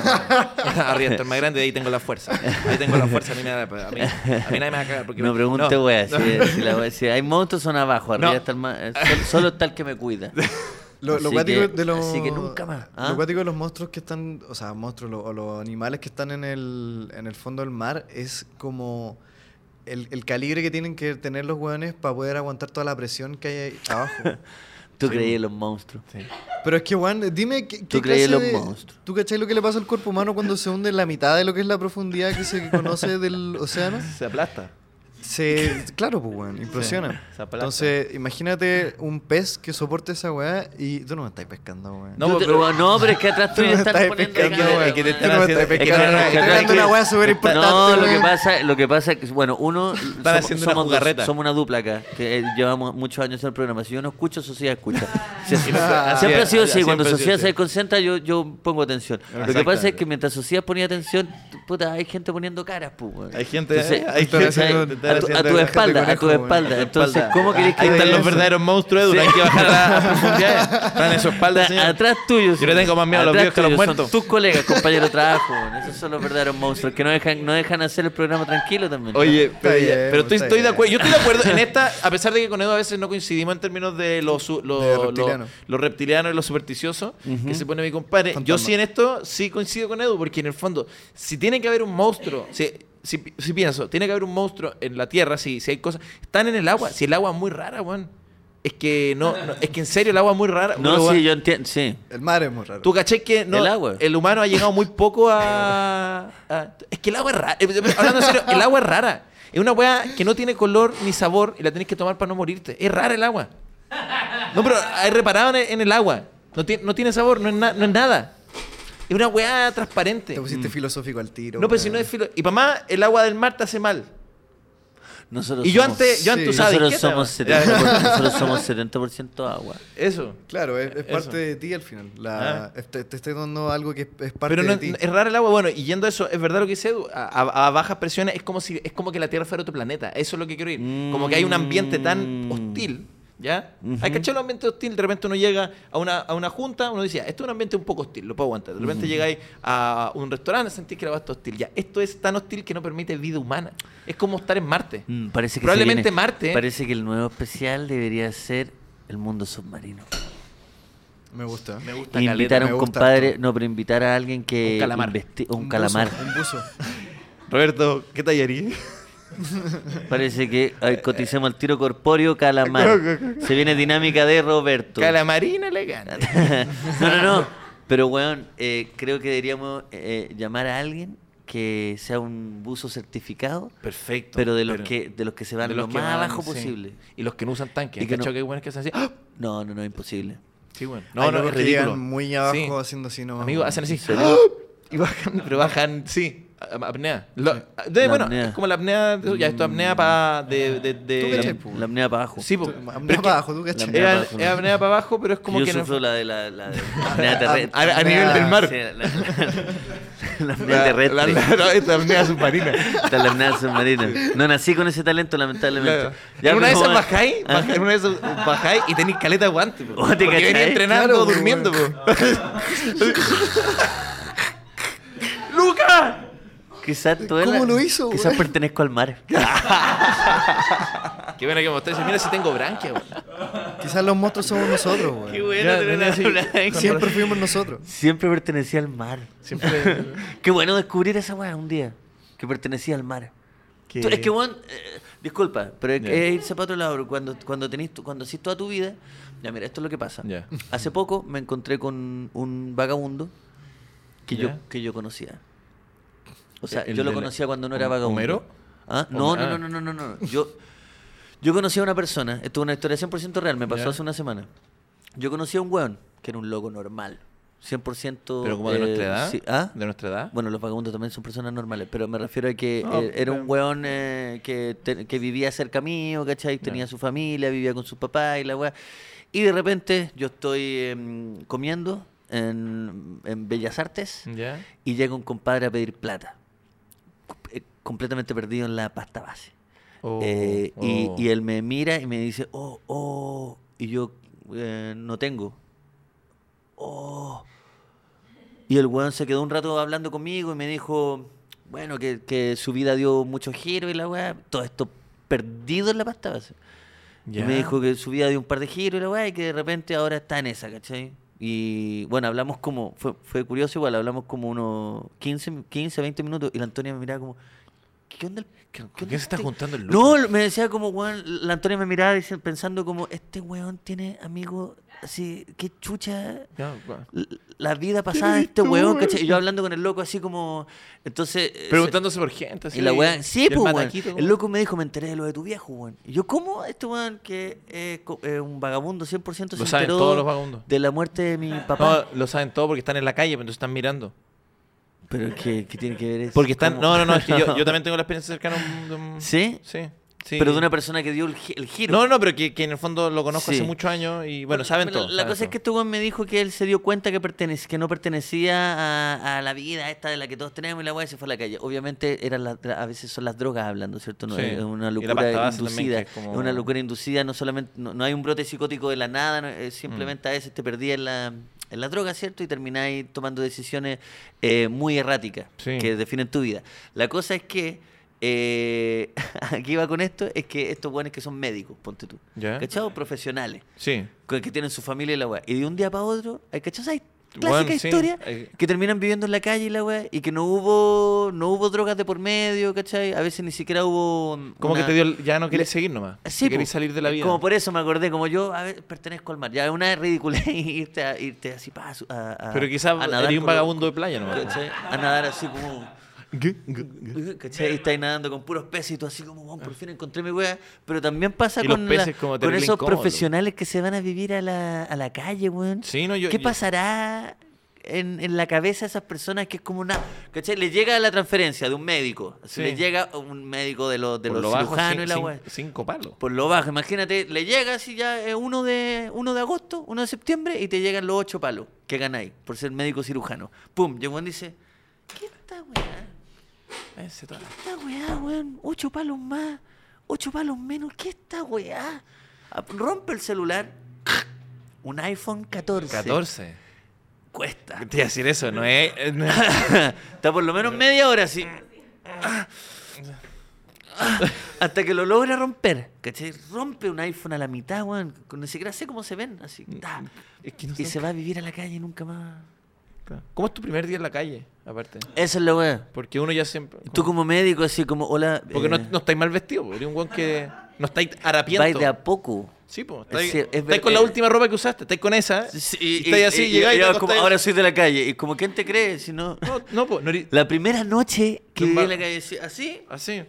[SPEAKER 2] Arriba está el más grande, de ahí tengo la fuerza. Ahí tengo la fuerza, a mí, me da- a mí- a mí nadie me va a cagar. Porque
[SPEAKER 1] no pregunte,
[SPEAKER 2] no,
[SPEAKER 1] weón.
[SPEAKER 2] no.
[SPEAKER 1] Si, si la wea- si hay monstruos, son abajo. Arriba
[SPEAKER 2] No.
[SPEAKER 1] está el ma- eh, sol- solo está el que me cuida.
[SPEAKER 3] Lo, lo
[SPEAKER 1] Así
[SPEAKER 3] cuático
[SPEAKER 1] que-
[SPEAKER 3] de los.
[SPEAKER 1] así que nunca más, ¿ah?
[SPEAKER 3] Lo cuático de los monstruos que están. O sea, monstruos lo- o los animales que están en el, en el fondo del mar es como. El, el calibre que tienen que tener los hueones para poder aguantar toda la presión que hay ahí abajo.
[SPEAKER 1] Tú creí en los monstruos.
[SPEAKER 3] Pero es que, Juan, dime qué, qué
[SPEAKER 1] ¿Tú crees en
[SPEAKER 3] clase
[SPEAKER 1] los
[SPEAKER 3] de-
[SPEAKER 1] monstruos?
[SPEAKER 3] ¿Tú cachai lo que le pasa al cuerpo humano cuando se hunde en la mitad de lo que es la profundidad que se conoce del océano?
[SPEAKER 2] Se aplasta.
[SPEAKER 3] Se, claro, pues, weón, impresiona.
[SPEAKER 2] se aplasta.
[SPEAKER 3] Entonces, imagínate un pez que soporte esa weá y tú no me estás pescando, weón.
[SPEAKER 2] No,
[SPEAKER 1] Tú te-
[SPEAKER 2] pero-
[SPEAKER 1] weón, no, pero es que atrás tú
[SPEAKER 3] me
[SPEAKER 1] ya estás
[SPEAKER 3] estás
[SPEAKER 1] poniendo
[SPEAKER 3] pescando,
[SPEAKER 1] la
[SPEAKER 3] weón.
[SPEAKER 1] cadena,
[SPEAKER 2] Es que te están
[SPEAKER 1] weón.
[SPEAKER 3] No me estás
[SPEAKER 2] haciendo-
[SPEAKER 1] pescando,
[SPEAKER 2] es que-
[SPEAKER 1] no, no,
[SPEAKER 2] es que- es que-
[SPEAKER 1] hablando una
[SPEAKER 3] weá súper importante,
[SPEAKER 1] No, lo que
[SPEAKER 3] weón.
[SPEAKER 1] pasa, lo que pasa es que, bueno, uno somos,
[SPEAKER 2] haciendo una
[SPEAKER 1] somos dos-
[SPEAKER 2] jugarreta.
[SPEAKER 1] somos una dupla acá, que eh, llevamos muchos años en el programa. Si yo no escucho, Sociedad escucha. Si así-
[SPEAKER 2] Ah, Así
[SPEAKER 1] siempre
[SPEAKER 2] es,
[SPEAKER 1] ha sido
[SPEAKER 2] así
[SPEAKER 1] así, cuando
[SPEAKER 2] siempre ha sido
[SPEAKER 1] Sociedad
[SPEAKER 2] así.
[SPEAKER 1] se desconcentra, yo, yo pongo atención. Lo que pasa es que mientras Sociedad ponía atención, puta, hay gente poniendo caras, pues. weón.
[SPEAKER 2] Hay gente- eh,
[SPEAKER 1] Entonces,
[SPEAKER 2] hay
[SPEAKER 1] ¿cachai?
[SPEAKER 3] gente haciendo-
[SPEAKER 1] a tu, a tu
[SPEAKER 2] gente
[SPEAKER 1] espalda, a
[SPEAKER 3] conejo,
[SPEAKER 1] tu
[SPEAKER 3] weón.
[SPEAKER 1] espalda. Entonces, ¿cómo querés que
[SPEAKER 2] Ahí están
[SPEAKER 3] Eso.
[SPEAKER 2] los verdaderos monstruos, Edu.
[SPEAKER 1] Sí.
[SPEAKER 2] Hay que bajar a las profundidades. Están en su espalda,
[SPEAKER 1] Atrás-
[SPEAKER 2] señor.
[SPEAKER 1] Atrás tuyo.
[SPEAKER 2] Yo le tengo más miedo a los
[SPEAKER 1] atrás
[SPEAKER 2] viejos que a los
[SPEAKER 1] tuyo,
[SPEAKER 2] muertos.
[SPEAKER 1] Son tus colegas, compañero de trabajo. weón. Esos son los verdaderos monstruos que no dejan, no dejan hacer el programa tranquilo también.
[SPEAKER 2] Oye, pero,
[SPEAKER 3] bien,
[SPEAKER 2] ya- pero estoy,
[SPEAKER 3] está
[SPEAKER 2] estoy de
[SPEAKER 3] bien.
[SPEAKER 2] acuerdo. Yo estoy de acuerdo en esta, a pesar de que con Edu a veces no coincidimos en términos de lo, su- lo-
[SPEAKER 3] De
[SPEAKER 2] lo-
[SPEAKER 3] reptiliano.
[SPEAKER 2] lo reptiliano y lo supersticioso que se pone mi compadre. Yo
[SPEAKER 3] Fantasma.
[SPEAKER 2] sí en esto sí coincido con Edu, porque en el fondo, si tiene que haber un monstruo, si, si, si pienso, tiene que haber un monstruo en la tierra, si, si hay cosas, están en el agua. Si el agua es muy rara, weón. Es que no, no, es que en serio el agua es muy rara.
[SPEAKER 1] no,
[SPEAKER 2] Uno, weón,
[SPEAKER 1] sí, yo entiendo. Sí.
[SPEAKER 3] El mar es muy raro.
[SPEAKER 2] ¿Tú caché que no,
[SPEAKER 1] El agua.
[SPEAKER 2] humano ha llegado muy poco a, a- Es que el agua es rara. Eh, pero Hablando en serio, el agua es rara. Es una weá que no tiene color ni sabor y la tenés que tomar para no morirte. Es rara el agua. No, pero hay reparado en el, en el agua. No, tiene- no tiene sabor, no es, na- no es nada. Es una weá transparente.
[SPEAKER 3] Te pusiste filosófico al tiro.
[SPEAKER 2] No, pero si
[SPEAKER 3] weón.
[SPEAKER 2] no es filo... Y para más, el agua del mar te hace mal.
[SPEAKER 1] Nosotros
[SPEAKER 2] Y yo
[SPEAKER 1] somos-
[SPEAKER 2] antes, yo
[SPEAKER 3] sí.
[SPEAKER 2] antes usaba
[SPEAKER 1] Nosotros
[SPEAKER 2] disqueta,
[SPEAKER 1] somos,
[SPEAKER 2] weón.
[SPEAKER 1] 70%, nosotros somos 70% agua.
[SPEAKER 2] Eso.
[SPEAKER 3] Claro, es, es
[SPEAKER 2] Eso.
[SPEAKER 3] parte de ti al final. La-
[SPEAKER 2] Ah.
[SPEAKER 3] es- te, te estoy dando algo que es, es parte
[SPEAKER 2] Pero no,
[SPEAKER 3] de ti.
[SPEAKER 2] es raro el agua. Bueno, y yendo a eso, es verdad lo que dice Edu. A, a- a bajas presiones es como, si, es como que la Tierra fuera otro planeta. Eso es lo que quiero ir. Como que hay un ambiente tan
[SPEAKER 1] Mm.
[SPEAKER 2] hostil. ¿Ya? Hay que echar un ambiente hostil. De repente uno llega a una, a una junta, uno dice, "Ya, esto es un ambiente un poco hostil, lo puedo aguantar. De repente llegáis a un restaurante, sentís que la basta hostil. Ya, esto es tan hostil que no permite vida humana. Es como estar en Marte.
[SPEAKER 1] Mm, parece que se
[SPEAKER 2] Probablemente
[SPEAKER 1] viene-
[SPEAKER 2] Marte.
[SPEAKER 1] Parece que el nuevo especial debería ser el mundo submarino.
[SPEAKER 3] Me gusta.
[SPEAKER 2] Me
[SPEAKER 1] Invitar
[SPEAKER 2] gusta
[SPEAKER 1] a
[SPEAKER 2] caleta.
[SPEAKER 1] un
[SPEAKER 3] me gusta
[SPEAKER 1] compadre,
[SPEAKER 3] harto.
[SPEAKER 1] no, pero invitar a alguien que.
[SPEAKER 2] Un calamar.
[SPEAKER 1] investi- un
[SPEAKER 3] buzo,
[SPEAKER 1] calamar.
[SPEAKER 3] Un buzo.
[SPEAKER 2] Roberto, ¿qué tallarí?
[SPEAKER 1] Parece que ay, coticemos el tiro corpóreo calamar. Se viene dinámica de Roberto.
[SPEAKER 2] Calamarina elegante.
[SPEAKER 1] no, no, no. Pero, weón, eh, creo que deberíamos eh, llamar a alguien que sea un buzo certificado,
[SPEAKER 2] Perfecto.
[SPEAKER 1] pero de los, que, de los que se van
[SPEAKER 2] de
[SPEAKER 1] lo
[SPEAKER 2] los que
[SPEAKER 1] más
[SPEAKER 2] van,
[SPEAKER 1] abajo
[SPEAKER 2] sí.
[SPEAKER 1] posible.
[SPEAKER 2] Y los que no usan tanque.
[SPEAKER 1] Y
[SPEAKER 2] ¿Y
[SPEAKER 1] que
[SPEAKER 2] que
[SPEAKER 1] no-
[SPEAKER 2] hay buenos que hacen así. ¡Ah!
[SPEAKER 1] No, no, no, imposible.
[SPEAKER 2] Sí, bueno.
[SPEAKER 3] No, no, porque llegan muy abajo haciendo así
[SPEAKER 2] No,
[SPEAKER 3] nomás.
[SPEAKER 2] Amigos,
[SPEAKER 3] weón.
[SPEAKER 2] hacen así.
[SPEAKER 1] serio?
[SPEAKER 2] ¡Ah! Y bajan, pero bajan, sí. a- a- Apnea. Lo- a- de-
[SPEAKER 1] La
[SPEAKER 2] bueno,
[SPEAKER 1] apnea.
[SPEAKER 2] es como la apnea. de- Ya, esto es apnea para. De, de, de-
[SPEAKER 3] ¿Tú cachai,
[SPEAKER 2] la-
[SPEAKER 3] po?
[SPEAKER 1] La apnea para abajo.
[SPEAKER 2] Sí, po.
[SPEAKER 3] Tú-
[SPEAKER 2] Pero
[SPEAKER 3] más
[SPEAKER 2] es que-
[SPEAKER 3] abajo, tú cachai.
[SPEAKER 1] apnea
[SPEAKER 2] era-
[SPEAKER 1] para abajo.
[SPEAKER 2] era apnea para abajo, pero es como
[SPEAKER 1] Yo
[SPEAKER 2] que. en el-
[SPEAKER 1] sufro la de la, la de la apnea terrestre.
[SPEAKER 2] A- a- a nivel del mar.
[SPEAKER 1] Sí, la, la- la apnea
[SPEAKER 2] la- la-
[SPEAKER 1] terrestre.
[SPEAKER 2] la- no, esta apnea submarina.
[SPEAKER 1] Esta es la apnea submarina. No nací con ese talento, lamentablemente.
[SPEAKER 2] Claro.
[SPEAKER 1] Ya,
[SPEAKER 2] en una de
[SPEAKER 1] pero, weón,
[SPEAKER 2] esas bajáis,
[SPEAKER 1] ah,
[SPEAKER 2] baja- en una de esas bajáis y tenéis caleta de guante. po.
[SPEAKER 1] Oh, ¿te
[SPEAKER 2] Porque venía
[SPEAKER 1] cachai?
[SPEAKER 2] entrenando,
[SPEAKER 3] Claro, po,
[SPEAKER 2] durmiendo. po. ¡Luca!
[SPEAKER 1] Quizás tú eres-
[SPEAKER 3] ¿Cómo lo hizo,
[SPEAKER 1] Quizás
[SPEAKER 3] weón?
[SPEAKER 1] pertenezco al mar.
[SPEAKER 2] Qué buena que mostré. Dice, Mira si tengo branquia, weón.
[SPEAKER 3] Quizás los monstruos somos nosotros, güey.
[SPEAKER 1] Qué bueno
[SPEAKER 2] Ya,
[SPEAKER 1] tener
[SPEAKER 2] no,
[SPEAKER 1] una
[SPEAKER 2] sí.
[SPEAKER 1] blanca.
[SPEAKER 3] Siempre fuimos nosotros.
[SPEAKER 1] Siempre pertenecía al mar.
[SPEAKER 2] Siempre.
[SPEAKER 1] Qué bueno descubrir esa weá un día. Que pertenecía al mar. Tú- Es que, weón, eh, disculpa, pero es,
[SPEAKER 2] Ya.
[SPEAKER 1] es irse para otro lado. pero Cuando, cuando, tenés, tu- cuando hacís toda tu vida, ya mira, esto es lo que pasa.
[SPEAKER 2] Ya.
[SPEAKER 1] Hace poco me encontré con un vagabundo que, yo,
[SPEAKER 2] Ya. Eh,
[SPEAKER 1] que yo conocía. O sea,
[SPEAKER 2] ¿El
[SPEAKER 1] yo lo
[SPEAKER 2] de la-
[SPEAKER 1] conocía cuando no era
[SPEAKER 2] Hom-
[SPEAKER 1] vagabundo.
[SPEAKER 2] Homero?
[SPEAKER 1] ¿Ah? No,
[SPEAKER 2] Hom-
[SPEAKER 1] no,
[SPEAKER 2] ah.
[SPEAKER 1] no, no, no, no, no. Yo, yo conocí a una persona, esto es una historia 100% real, me pasó
[SPEAKER 2] Ya.
[SPEAKER 1] hace una semana. Yo conocí a un weón que era un loco normal, 100%.
[SPEAKER 2] Pero como de
[SPEAKER 1] eh,
[SPEAKER 2] nuestra edad.
[SPEAKER 1] sí- ¿Ah?
[SPEAKER 2] De nuestra edad.
[SPEAKER 1] Bueno, los vagabundos también son personas normales, pero me refiero a que
[SPEAKER 2] Ah,
[SPEAKER 1] eh, era un
[SPEAKER 2] bien.
[SPEAKER 1] weón eh, que, te- que vivía cerca mío, ¿cachai? Tenía
[SPEAKER 2] Ya.
[SPEAKER 1] su familia, vivía con sus papás y la weá. Y de repente yo estoy em, comiendo en, en Bellas Artes
[SPEAKER 2] Ya.
[SPEAKER 1] y llega un compadre a pedir plata. Eh, Completamente perdido en la pasta base.
[SPEAKER 2] Oh,
[SPEAKER 1] Eh, y-
[SPEAKER 2] oh.
[SPEAKER 1] Y, él me mira y me dice, oh, oh, y yo eh, no tengo. Oh. Y el weón se quedó un rato hablando conmigo y me dijo, bueno, que, que su vida dio mucho giro y la weá, todo esto perdido en la pasta base. Y
[SPEAKER 2] Ya.
[SPEAKER 1] me dijo que su vida dio un par de giros y la weá, y que de repente ahora está en esa, ¿cachai? Y bueno, hablamos como, fue, fue curioso igual, hablamos como unos 15, 15, 20 minutos y la Antonia me miraba como, ¿qué onda? el- qué- qué
[SPEAKER 2] ¿Con
[SPEAKER 1] onda
[SPEAKER 2] quién se está
[SPEAKER 1] este-
[SPEAKER 2] juntando el
[SPEAKER 1] No,
[SPEAKER 2] loco?
[SPEAKER 1] lo- me decía como, weón, la Antonia me miraba dice- pensando como, este weón tiene amigo, así, qué chucha
[SPEAKER 2] Ya, bueno.
[SPEAKER 1] l- la vida pasada de este weón, ¿cachai? Y yo hablando con el loco así como, entonces... eh, se-
[SPEAKER 2] Preguntándose por gente. así,
[SPEAKER 1] y la weá,
[SPEAKER 2] y
[SPEAKER 1] sí,
[SPEAKER 2] el
[SPEAKER 1] pues, weón.
[SPEAKER 2] mataquito,
[SPEAKER 1] El
[SPEAKER 2] weón.
[SPEAKER 1] loco me dijo, me enteré de lo de tu viejo, weón. Y yo, ¿cómo este weón que es co- eh, un vagabundo 100% se
[SPEAKER 2] Lo saben
[SPEAKER 1] enteró
[SPEAKER 2] todos los vagabundos.
[SPEAKER 1] de la muerte de mi
[SPEAKER 2] No,
[SPEAKER 1] papá?
[SPEAKER 2] lo saben todo porque están en la calle, pero entonces están mirando.
[SPEAKER 1] Pero ¿qué, qué tiene que ver eso?
[SPEAKER 2] Porque están.
[SPEAKER 1] ¿Cómo?
[SPEAKER 2] No, no, no, es que yo, yo también tengo la experiencia cercana a un. de un-
[SPEAKER 1] ¿Sí?
[SPEAKER 2] Sí. sí.
[SPEAKER 1] Pero de una persona que dio el, gi- el giro.
[SPEAKER 2] No, no, pero que, que en el fondo lo conozco
[SPEAKER 1] Sí.
[SPEAKER 2] hace muchos años y bueno, saben
[SPEAKER 1] Pero
[SPEAKER 2] todo.
[SPEAKER 1] La
[SPEAKER 2] saben
[SPEAKER 1] cosa es
[SPEAKER 2] todo.
[SPEAKER 1] que este weón me dijo que él se dio cuenta que, pertenec- que no pertenecía a, a la vida esta de la que todos tenemos y la weá y se fue a la calle. Obviamente eran las dra- a veces son las drogas hablando, ¿cierto? No,
[SPEAKER 2] Sí.
[SPEAKER 1] Es
[SPEAKER 2] Y
[SPEAKER 1] una
[SPEAKER 2] la
[SPEAKER 1] locura
[SPEAKER 2] pasta base también,
[SPEAKER 1] inducida.
[SPEAKER 2] que es como-
[SPEAKER 1] Es una locura inducida, no solamente no, no hay un brote psicótico de la nada, no, es
[SPEAKER 2] Mm.
[SPEAKER 1] simplemente a veces te perdí en la, en la droga, ¿cierto? Y termináis tomando decisiones eh, muy erráticas
[SPEAKER 2] Sí.
[SPEAKER 1] que definen tu vida. La cosa es que... eh, aquí va con esto, es que estos buenos que son médicos, ponte tú.
[SPEAKER 2] Ya.
[SPEAKER 1] ¿Cachado? Profesionales
[SPEAKER 2] Sí.
[SPEAKER 1] con- que tienen su familia y la weá. Y de un día para otro, hay cachazas, hay clásica
[SPEAKER 2] Weón, sí,
[SPEAKER 1] historia
[SPEAKER 2] hay-
[SPEAKER 1] que terminan viviendo en la calle y la weá, y que no hubo, no hubo drogas de por medio, ¿cachai? A veces ni siquiera hubo.
[SPEAKER 2] Como
[SPEAKER 1] una-
[SPEAKER 2] que te dio. el- Ya no querés
[SPEAKER 1] Le-
[SPEAKER 2] seguir nomás.
[SPEAKER 1] Sí,
[SPEAKER 2] Sí. Querés
[SPEAKER 1] po.
[SPEAKER 2] salir de la vida.
[SPEAKER 1] Como por eso me acordé, como yo a ver, pertenezco al mar. Ya una es ridícula irte, a- irte así pa, a su- a, a-
[SPEAKER 2] Pero
[SPEAKER 1] a
[SPEAKER 2] quizás
[SPEAKER 1] nadar
[SPEAKER 2] eres un
[SPEAKER 1] con los-
[SPEAKER 2] vagabundo de playa nomás. po.
[SPEAKER 1] ¿cachai? A nadar así como. ¿Cachai? Y estáis nadando con puros peces y tú así como, "Bueno, por fin encontré mi wea. Pero también pasa
[SPEAKER 2] Y los
[SPEAKER 1] con,
[SPEAKER 2] peces como
[SPEAKER 1] con
[SPEAKER 2] terrible
[SPEAKER 1] esos
[SPEAKER 2] incómodo.
[SPEAKER 1] profesionales que se van a vivir a la, a la calle, weón.
[SPEAKER 2] Sí, no, yo.
[SPEAKER 1] ¿Qué
[SPEAKER 2] yo-
[SPEAKER 1] pasará en, en la cabeza de esas personas que es como una... ¿Cachai? Le llega la transferencia de un médico. Si
[SPEAKER 2] Sí.
[SPEAKER 1] Le llega un médico de los, de
[SPEAKER 2] por
[SPEAKER 1] los
[SPEAKER 2] lo bajo,
[SPEAKER 1] cirujanos
[SPEAKER 2] cin-
[SPEAKER 1] y la
[SPEAKER 2] cin-
[SPEAKER 1] wea.
[SPEAKER 2] Cinco palos.
[SPEAKER 1] Por lo bajo, imagínate, le llega así ya eh, uno de, uno de agosto, uno de septiembre y te llegan los ocho palos que ganáis por ser médico cirujano. Pum, llegó y dice, ¿qué esta weá?
[SPEAKER 2] Ese todo.
[SPEAKER 1] esta weá, weón? Ocho palos más, ocho palos menos. ¿Qué esta weá? Ah, Rompe el celular. Un iPhone 14.
[SPEAKER 2] 14.
[SPEAKER 1] Cuesta.
[SPEAKER 2] Te iba a decir eso, no es. eh, no es-
[SPEAKER 1] Está por lo menos media hora así. Hasta que lo logra romper. ¿Cachai? Rompe un iPhone a la mitad, weón. Ni siquiera sé cómo se ven. Así. ta.
[SPEAKER 2] es que Mm, no
[SPEAKER 1] Y
[SPEAKER 2] sé.
[SPEAKER 1] se va a vivir a la calle nunca más.
[SPEAKER 2] ¿Cómo es tu primer día en la calle? Aparte.
[SPEAKER 1] Eso es lo weón.
[SPEAKER 2] Porque uno ya siempre.
[SPEAKER 1] Tú como médico, así como, hola.
[SPEAKER 2] Porque no,
[SPEAKER 1] eh,
[SPEAKER 2] no estáis mal vestido, porque eres un weón que. No estáis
[SPEAKER 1] vais
[SPEAKER 2] harapiento.
[SPEAKER 1] de a poco.
[SPEAKER 2] Sí, pues.
[SPEAKER 1] Es
[SPEAKER 2] Estáis,
[SPEAKER 1] cier- es
[SPEAKER 2] estáis
[SPEAKER 1] ver-
[SPEAKER 2] con la
[SPEAKER 1] eh,
[SPEAKER 2] última ropa que usaste, estáis con esa.
[SPEAKER 1] Sí,
[SPEAKER 2] y, estáis así,
[SPEAKER 1] y-
[SPEAKER 2] llegáis
[SPEAKER 1] y
[SPEAKER 2] y te
[SPEAKER 1] ahora como,
[SPEAKER 2] acostáis-
[SPEAKER 1] ahora soy de la calle. Y como, ¿quién te cree? Si no...
[SPEAKER 2] No, no, pues. No eres-
[SPEAKER 1] La primera noche que
[SPEAKER 2] No,
[SPEAKER 1] viví
[SPEAKER 2] va-
[SPEAKER 1] en la calle, así- así,
[SPEAKER 2] Así.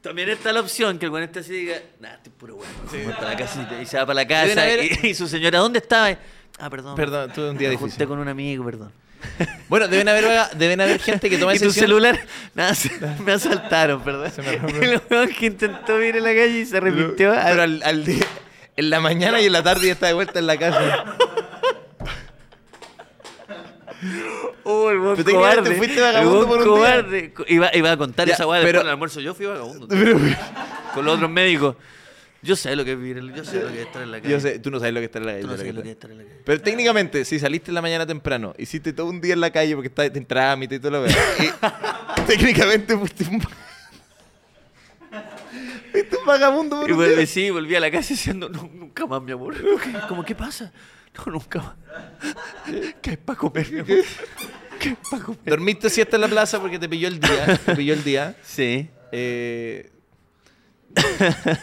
[SPEAKER 1] También está la opción que el weón esté así y diga, nah, este es puro weón. vamos para la casita", Y se va para la
[SPEAKER 2] Deben
[SPEAKER 1] casa.
[SPEAKER 2] haber-
[SPEAKER 1] Y, y su señora, ¿dónde estaba? Ah, perdón.
[SPEAKER 2] Perdón, tuve un día
[SPEAKER 1] Me
[SPEAKER 2] difícil.
[SPEAKER 1] junté con un amigo, perdón.
[SPEAKER 2] Bueno, deben haber, deben haber gente que toma
[SPEAKER 1] y tu
[SPEAKER 2] ese
[SPEAKER 1] celular, nada, se- me asaltaron, perdón.
[SPEAKER 2] Se me
[SPEAKER 1] y
[SPEAKER 2] rompió.
[SPEAKER 1] lo weón que intentó ir a la calle y se arrepintió. ah,
[SPEAKER 2] Pero al, al día- en la mañana y en la tarde ya está de vuelta en la casa.
[SPEAKER 1] oh, el weón
[SPEAKER 2] Pero técnicamente
[SPEAKER 1] cobarde.
[SPEAKER 2] fuiste vagabundo
[SPEAKER 1] el weón
[SPEAKER 2] por un día.
[SPEAKER 1] cobarde. Co- Iba, iba a contar
[SPEAKER 2] Ya,
[SPEAKER 1] esa weá
[SPEAKER 2] pero-
[SPEAKER 1] después del almuerzo. Yo fui vagabundo. con los otros médicos. Yo sé lo que es vivir, en la- yo sé lo que es estar en la calle.
[SPEAKER 2] Yo sé, tú no sabes lo que está en la calle.
[SPEAKER 1] Tú no
[SPEAKER 2] la
[SPEAKER 1] sabes lo
[SPEAKER 2] verdad.
[SPEAKER 1] que es estar en la calle.
[SPEAKER 2] Pero técnicamente, si saliste en la mañana temprano, hiciste todo un día en la calle porque estás en trámite y todo lo demás. y técnicamente fuiste un...
[SPEAKER 3] vagabundo por
[SPEAKER 1] Y
[SPEAKER 3] un
[SPEAKER 1] volví,
[SPEAKER 3] día.
[SPEAKER 1] sí, volví a la casa diciendo, "No, nunca más, mi amor. Como, ¿qué pasa? No, nunca más. ¿Qué es para comer, mi amor? ¿Qué es para comer?
[SPEAKER 2] Dormiste siesta en la plaza porque te pilló el día. Te pilló el día.
[SPEAKER 1] Sí.
[SPEAKER 2] Eh,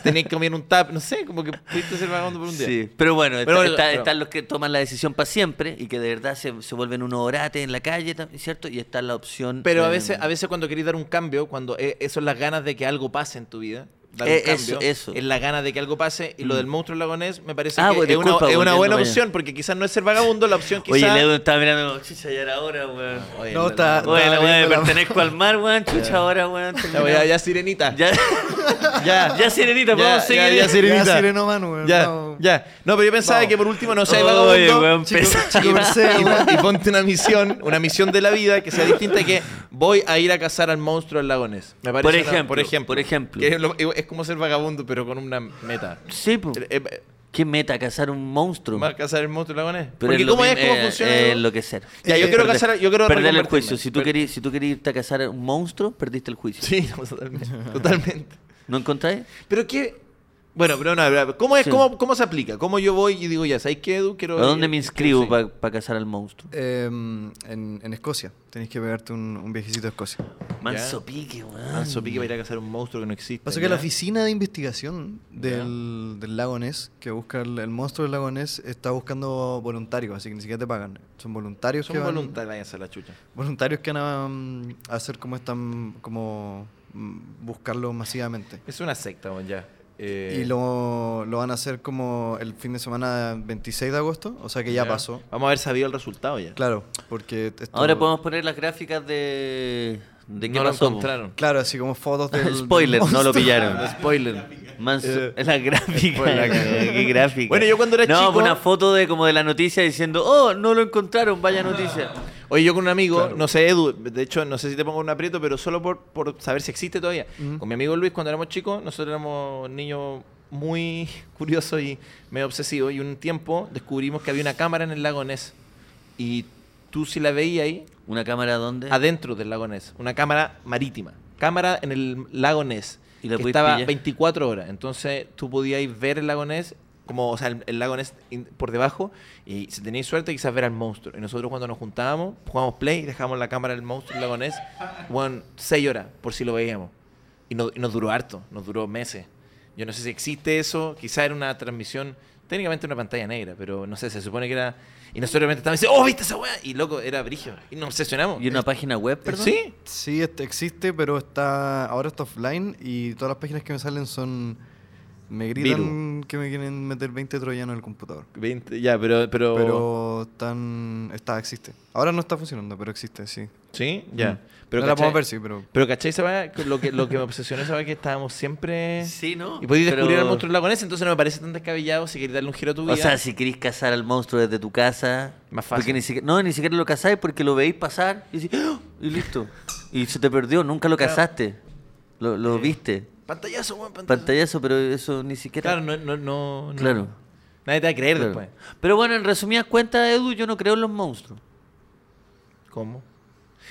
[SPEAKER 2] tenías que comer un tap, no sé, como que pudiste ser vagabundo por un día.
[SPEAKER 1] Sí, pero bueno, está-
[SPEAKER 2] Pero bueno,
[SPEAKER 1] está-
[SPEAKER 2] pero-
[SPEAKER 1] están los que toman la decisión para siempre y que de verdad se, se vuelven unos orates en la calle, tam- ¿cierto? Y está la opción.
[SPEAKER 2] Pero a
[SPEAKER 1] eh,
[SPEAKER 2] veces, a veces cuando querés dar un cambio, cuando eh, eso es las ganas de que algo pase en tu vida. Dar
[SPEAKER 1] Eh,
[SPEAKER 2] un cambio,
[SPEAKER 1] eso, eso. Mm.
[SPEAKER 2] Es la gana de que algo pase. Y lo del monstruo lagonés me parece
[SPEAKER 1] Ah,
[SPEAKER 2] que
[SPEAKER 1] bueno,
[SPEAKER 2] es una,
[SPEAKER 1] disculpa,
[SPEAKER 2] es una
[SPEAKER 1] volviendo
[SPEAKER 2] buena
[SPEAKER 1] para allá.
[SPEAKER 2] opción, porque quizás no es ser vagabundo, la opción quizás.
[SPEAKER 1] Oye, el Edu estaba mirando como, chucha, ya era hora, weón.
[SPEAKER 3] No, está-
[SPEAKER 1] Bueno,
[SPEAKER 3] estaba
[SPEAKER 1] weón,
[SPEAKER 3] viendo la-
[SPEAKER 1] pertenezco al mar, weón, chucha, ahora, weón.
[SPEAKER 2] Ya,
[SPEAKER 1] terminamos.
[SPEAKER 2] ya, ya, sirenita.
[SPEAKER 1] Ya,
[SPEAKER 2] ya.
[SPEAKER 1] ya, sirenita,
[SPEAKER 2] Ya,
[SPEAKER 1] podemos
[SPEAKER 2] ya,
[SPEAKER 1] seguir.
[SPEAKER 2] ya, sirenita.
[SPEAKER 3] Ya, sireno mano, weón,
[SPEAKER 2] Ya,
[SPEAKER 3] no.
[SPEAKER 2] ya. No, pero yo pensaba
[SPEAKER 3] Vamos.
[SPEAKER 2] que por último no sea
[SPEAKER 1] Oye,
[SPEAKER 2] vagabundo.
[SPEAKER 1] weón,
[SPEAKER 3] Chico,
[SPEAKER 1] pesa-
[SPEAKER 3] chico Mercedes, weón.
[SPEAKER 2] Y, y ponte una misión, una misión de la vida que sea distinta que voy a ir a cazar al monstruo del lagones. Me parece
[SPEAKER 1] Por
[SPEAKER 2] una-
[SPEAKER 1] ejemplo,
[SPEAKER 2] por ejemplo.
[SPEAKER 1] por ejemplo.
[SPEAKER 2] Que es, lo- es como ser vagabundo, pero con una meta.
[SPEAKER 1] Sí, po.
[SPEAKER 2] Eh, eh,
[SPEAKER 1] ¿Qué meta? ¿Cazar un monstruo?
[SPEAKER 2] ¿Vas a cazar el monstruo del lagones?
[SPEAKER 1] Pero
[SPEAKER 2] Porque
[SPEAKER 1] lo
[SPEAKER 2] ¿cómo es?
[SPEAKER 1] mismo-
[SPEAKER 2] ¿Cómo
[SPEAKER 1] eh,
[SPEAKER 2] funciona?
[SPEAKER 1] eh,
[SPEAKER 2] eso?
[SPEAKER 1] enloquecer.
[SPEAKER 2] Ya, yo quiero cazar- yo quiero
[SPEAKER 1] perder el
[SPEAKER 2] reconvertirme.
[SPEAKER 1] juicio. Si tú,
[SPEAKER 2] Per-
[SPEAKER 1] querías, si tú querías irte a cazar un monstruo, perdiste el juicio.
[SPEAKER 2] Sí, no, totalmente. totalmente.
[SPEAKER 1] ¿No encontráis?
[SPEAKER 2] Pero qué... Bueno, pero no, no, ¿cómo, es,
[SPEAKER 1] Sí.
[SPEAKER 2] cómo, ¿cómo se aplica? ¿Cómo yo voy y digo, ya, ¿sabes qué, Edu? Quiero
[SPEAKER 1] ¿A dónde
[SPEAKER 2] ir-
[SPEAKER 1] me inscribo
[SPEAKER 2] sí.
[SPEAKER 1] para cazar al monstruo?
[SPEAKER 3] Em, en, en Escocia. Tenéis que pegarte un, un viajecito a Escocia.
[SPEAKER 1] Manso pique, weón.
[SPEAKER 2] Manso Ah, pique para ir a cazar un monstruo que no existe.
[SPEAKER 3] Pasó que la
[SPEAKER 2] ¿ya?
[SPEAKER 3] oficina de investigación del, del lago Ness, que busca el, el monstruo del lago Ness, está buscando voluntarios, así que ni siquiera te pagan. Son voluntarios
[SPEAKER 2] Son
[SPEAKER 3] que van-
[SPEAKER 2] voluntarias a la chucha.
[SPEAKER 3] voluntarios que van a, mm, a hacer como están, como mm, buscarlo masivamente.
[SPEAKER 2] Es una secta, weón, ya. Eh,
[SPEAKER 3] Y lo, lo van a hacer como el fin de semana 26 de agosto, o sea que ya, pasó.
[SPEAKER 2] Vamos a haber sabido el resultado ya.
[SPEAKER 3] Claro, porque esto-
[SPEAKER 1] Ahora podemos poner las gráficas de. ¿De qué
[SPEAKER 2] no
[SPEAKER 1] pasó,
[SPEAKER 2] lo
[SPEAKER 1] po.
[SPEAKER 2] encontraron.
[SPEAKER 3] Claro, así como fotos del
[SPEAKER 1] Spoiler,
[SPEAKER 3] del
[SPEAKER 1] no lo
[SPEAKER 3] monstruo.
[SPEAKER 1] pillaron.
[SPEAKER 2] Spoiler.
[SPEAKER 1] Manso.
[SPEAKER 2] Eh,
[SPEAKER 1] es la gráfica.
[SPEAKER 2] spoiler.
[SPEAKER 1] eh, qué gráfica.
[SPEAKER 2] Bueno, yo cuando era
[SPEAKER 1] No,
[SPEAKER 2] chico-
[SPEAKER 1] fue una foto de como de la noticia diciendo, oh, no lo encontraron, vaya noticia.
[SPEAKER 2] Oye, yo con un amigo, no sé, Edu, de hecho, no sé si te pongo un aprieto, pero solo por, por saber si existe todavía. Con mi amigo Luis, cuando éramos chicos, nosotros éramos niños muy curiosos y medio obsesivos. Y un tiempo descubrimos que había una cámara en el lago Ness. Y tú, si la veías ahí,
[SPEAKER 1] ¿Una cámara dónde?
[SPEAKER 2] adentro del lago Ness, una cámara marítima, cámara en el lago Ness,
[SPEAKER 1] ¿Y la
[SPEAKER 2] que
[SPEAKER 1] pudiste
[SPEAKER 2] estaba
[SPEAKER 1] pillar?
[SPEAKER 2] 24 horas, entonces tú podías ver el lago Ness, como, o sea, el, el lago Ness in- por debajo, y si tenías suerte quizás ver al monstruo, y nosotros cuando nos juntábamos, jugábamos play, dejábamos la cámara del monstruo, el lago Ness, bueno, 6 horas, por si lo veíamos, y, no- y nos duró harto, nos duró meses, yo no sé si existe eso, quizás era una transmisión, técnicamente una pantalla negra, pero no sé, se supone que era... Y nosotros realmente estábamos diciendo, oh, viste esa weá. Y loco, era brillo. Y nos obsesionamos.
[SPEAKER 1] ¿Y una página web, perdón?
[SPEAKER 2] Sí.
[SPEAKER 3] Sí, este existe, pero está ahora está offline y todas las páginas que me salen son me gritan que me quieren meter 20 troyanos en el computador.
[SPEAKER 2] 20, ya, pero, pero.
[SPEAKER 3] Pero están está existe. Ahora no está funcionando, pero existe, sí.
[SPEAKER 2] Sí, ya. Pero,
[SPEAKER 3] Pero no la
[SPEAKER 2] ¿cachai?
[SPEAKER 3] podemos ver, sí, pero
[SPEAKER 2] Pero, ¿cachai? ¿Sabes? Lo que, lo que me obsesionó esa vez que estábamos siempre.
[SPEAKER 1] Sí, ¿no?
[SPEAKER 2] Y podías descubrir
[SPEAKER 1] Pero-
[SPEAKER 2] al monstruo del lago Ness, entonces no me parece tan descabellado si querés darle un giro a tu vida.
[SPEAKER 1] O sea, si querís cazar al monstruo desde tu casa.
[SPEAKER 2] Más fácil.
[SPEAKER 1] Porque ni siquiera, no, ni siquiera lo cazáis porque lo veis pasar y decís, "Ah", y listo. Y se te perdió, nunca lo cazaste. Lo, lo viste.
[SPEAKER 2] Pantallazo, weón, pantallazo.
[SPEAKER 1] Pantallazo, pero eso ni siquiera.
[SPEAKER 2] Claro, no, no, no, no.
[SPEAKER 1] Claro.
[SPEAKER 2] Nadie te va a creer
[SPEAKER 1] Claro.
[SPEAKER 2] después.
[SPEAKER 1] Pero bueno, en resumidas cuentas, Edu, yo no creo en los monstruos.
[SPEAKER 2] ¿Cómo?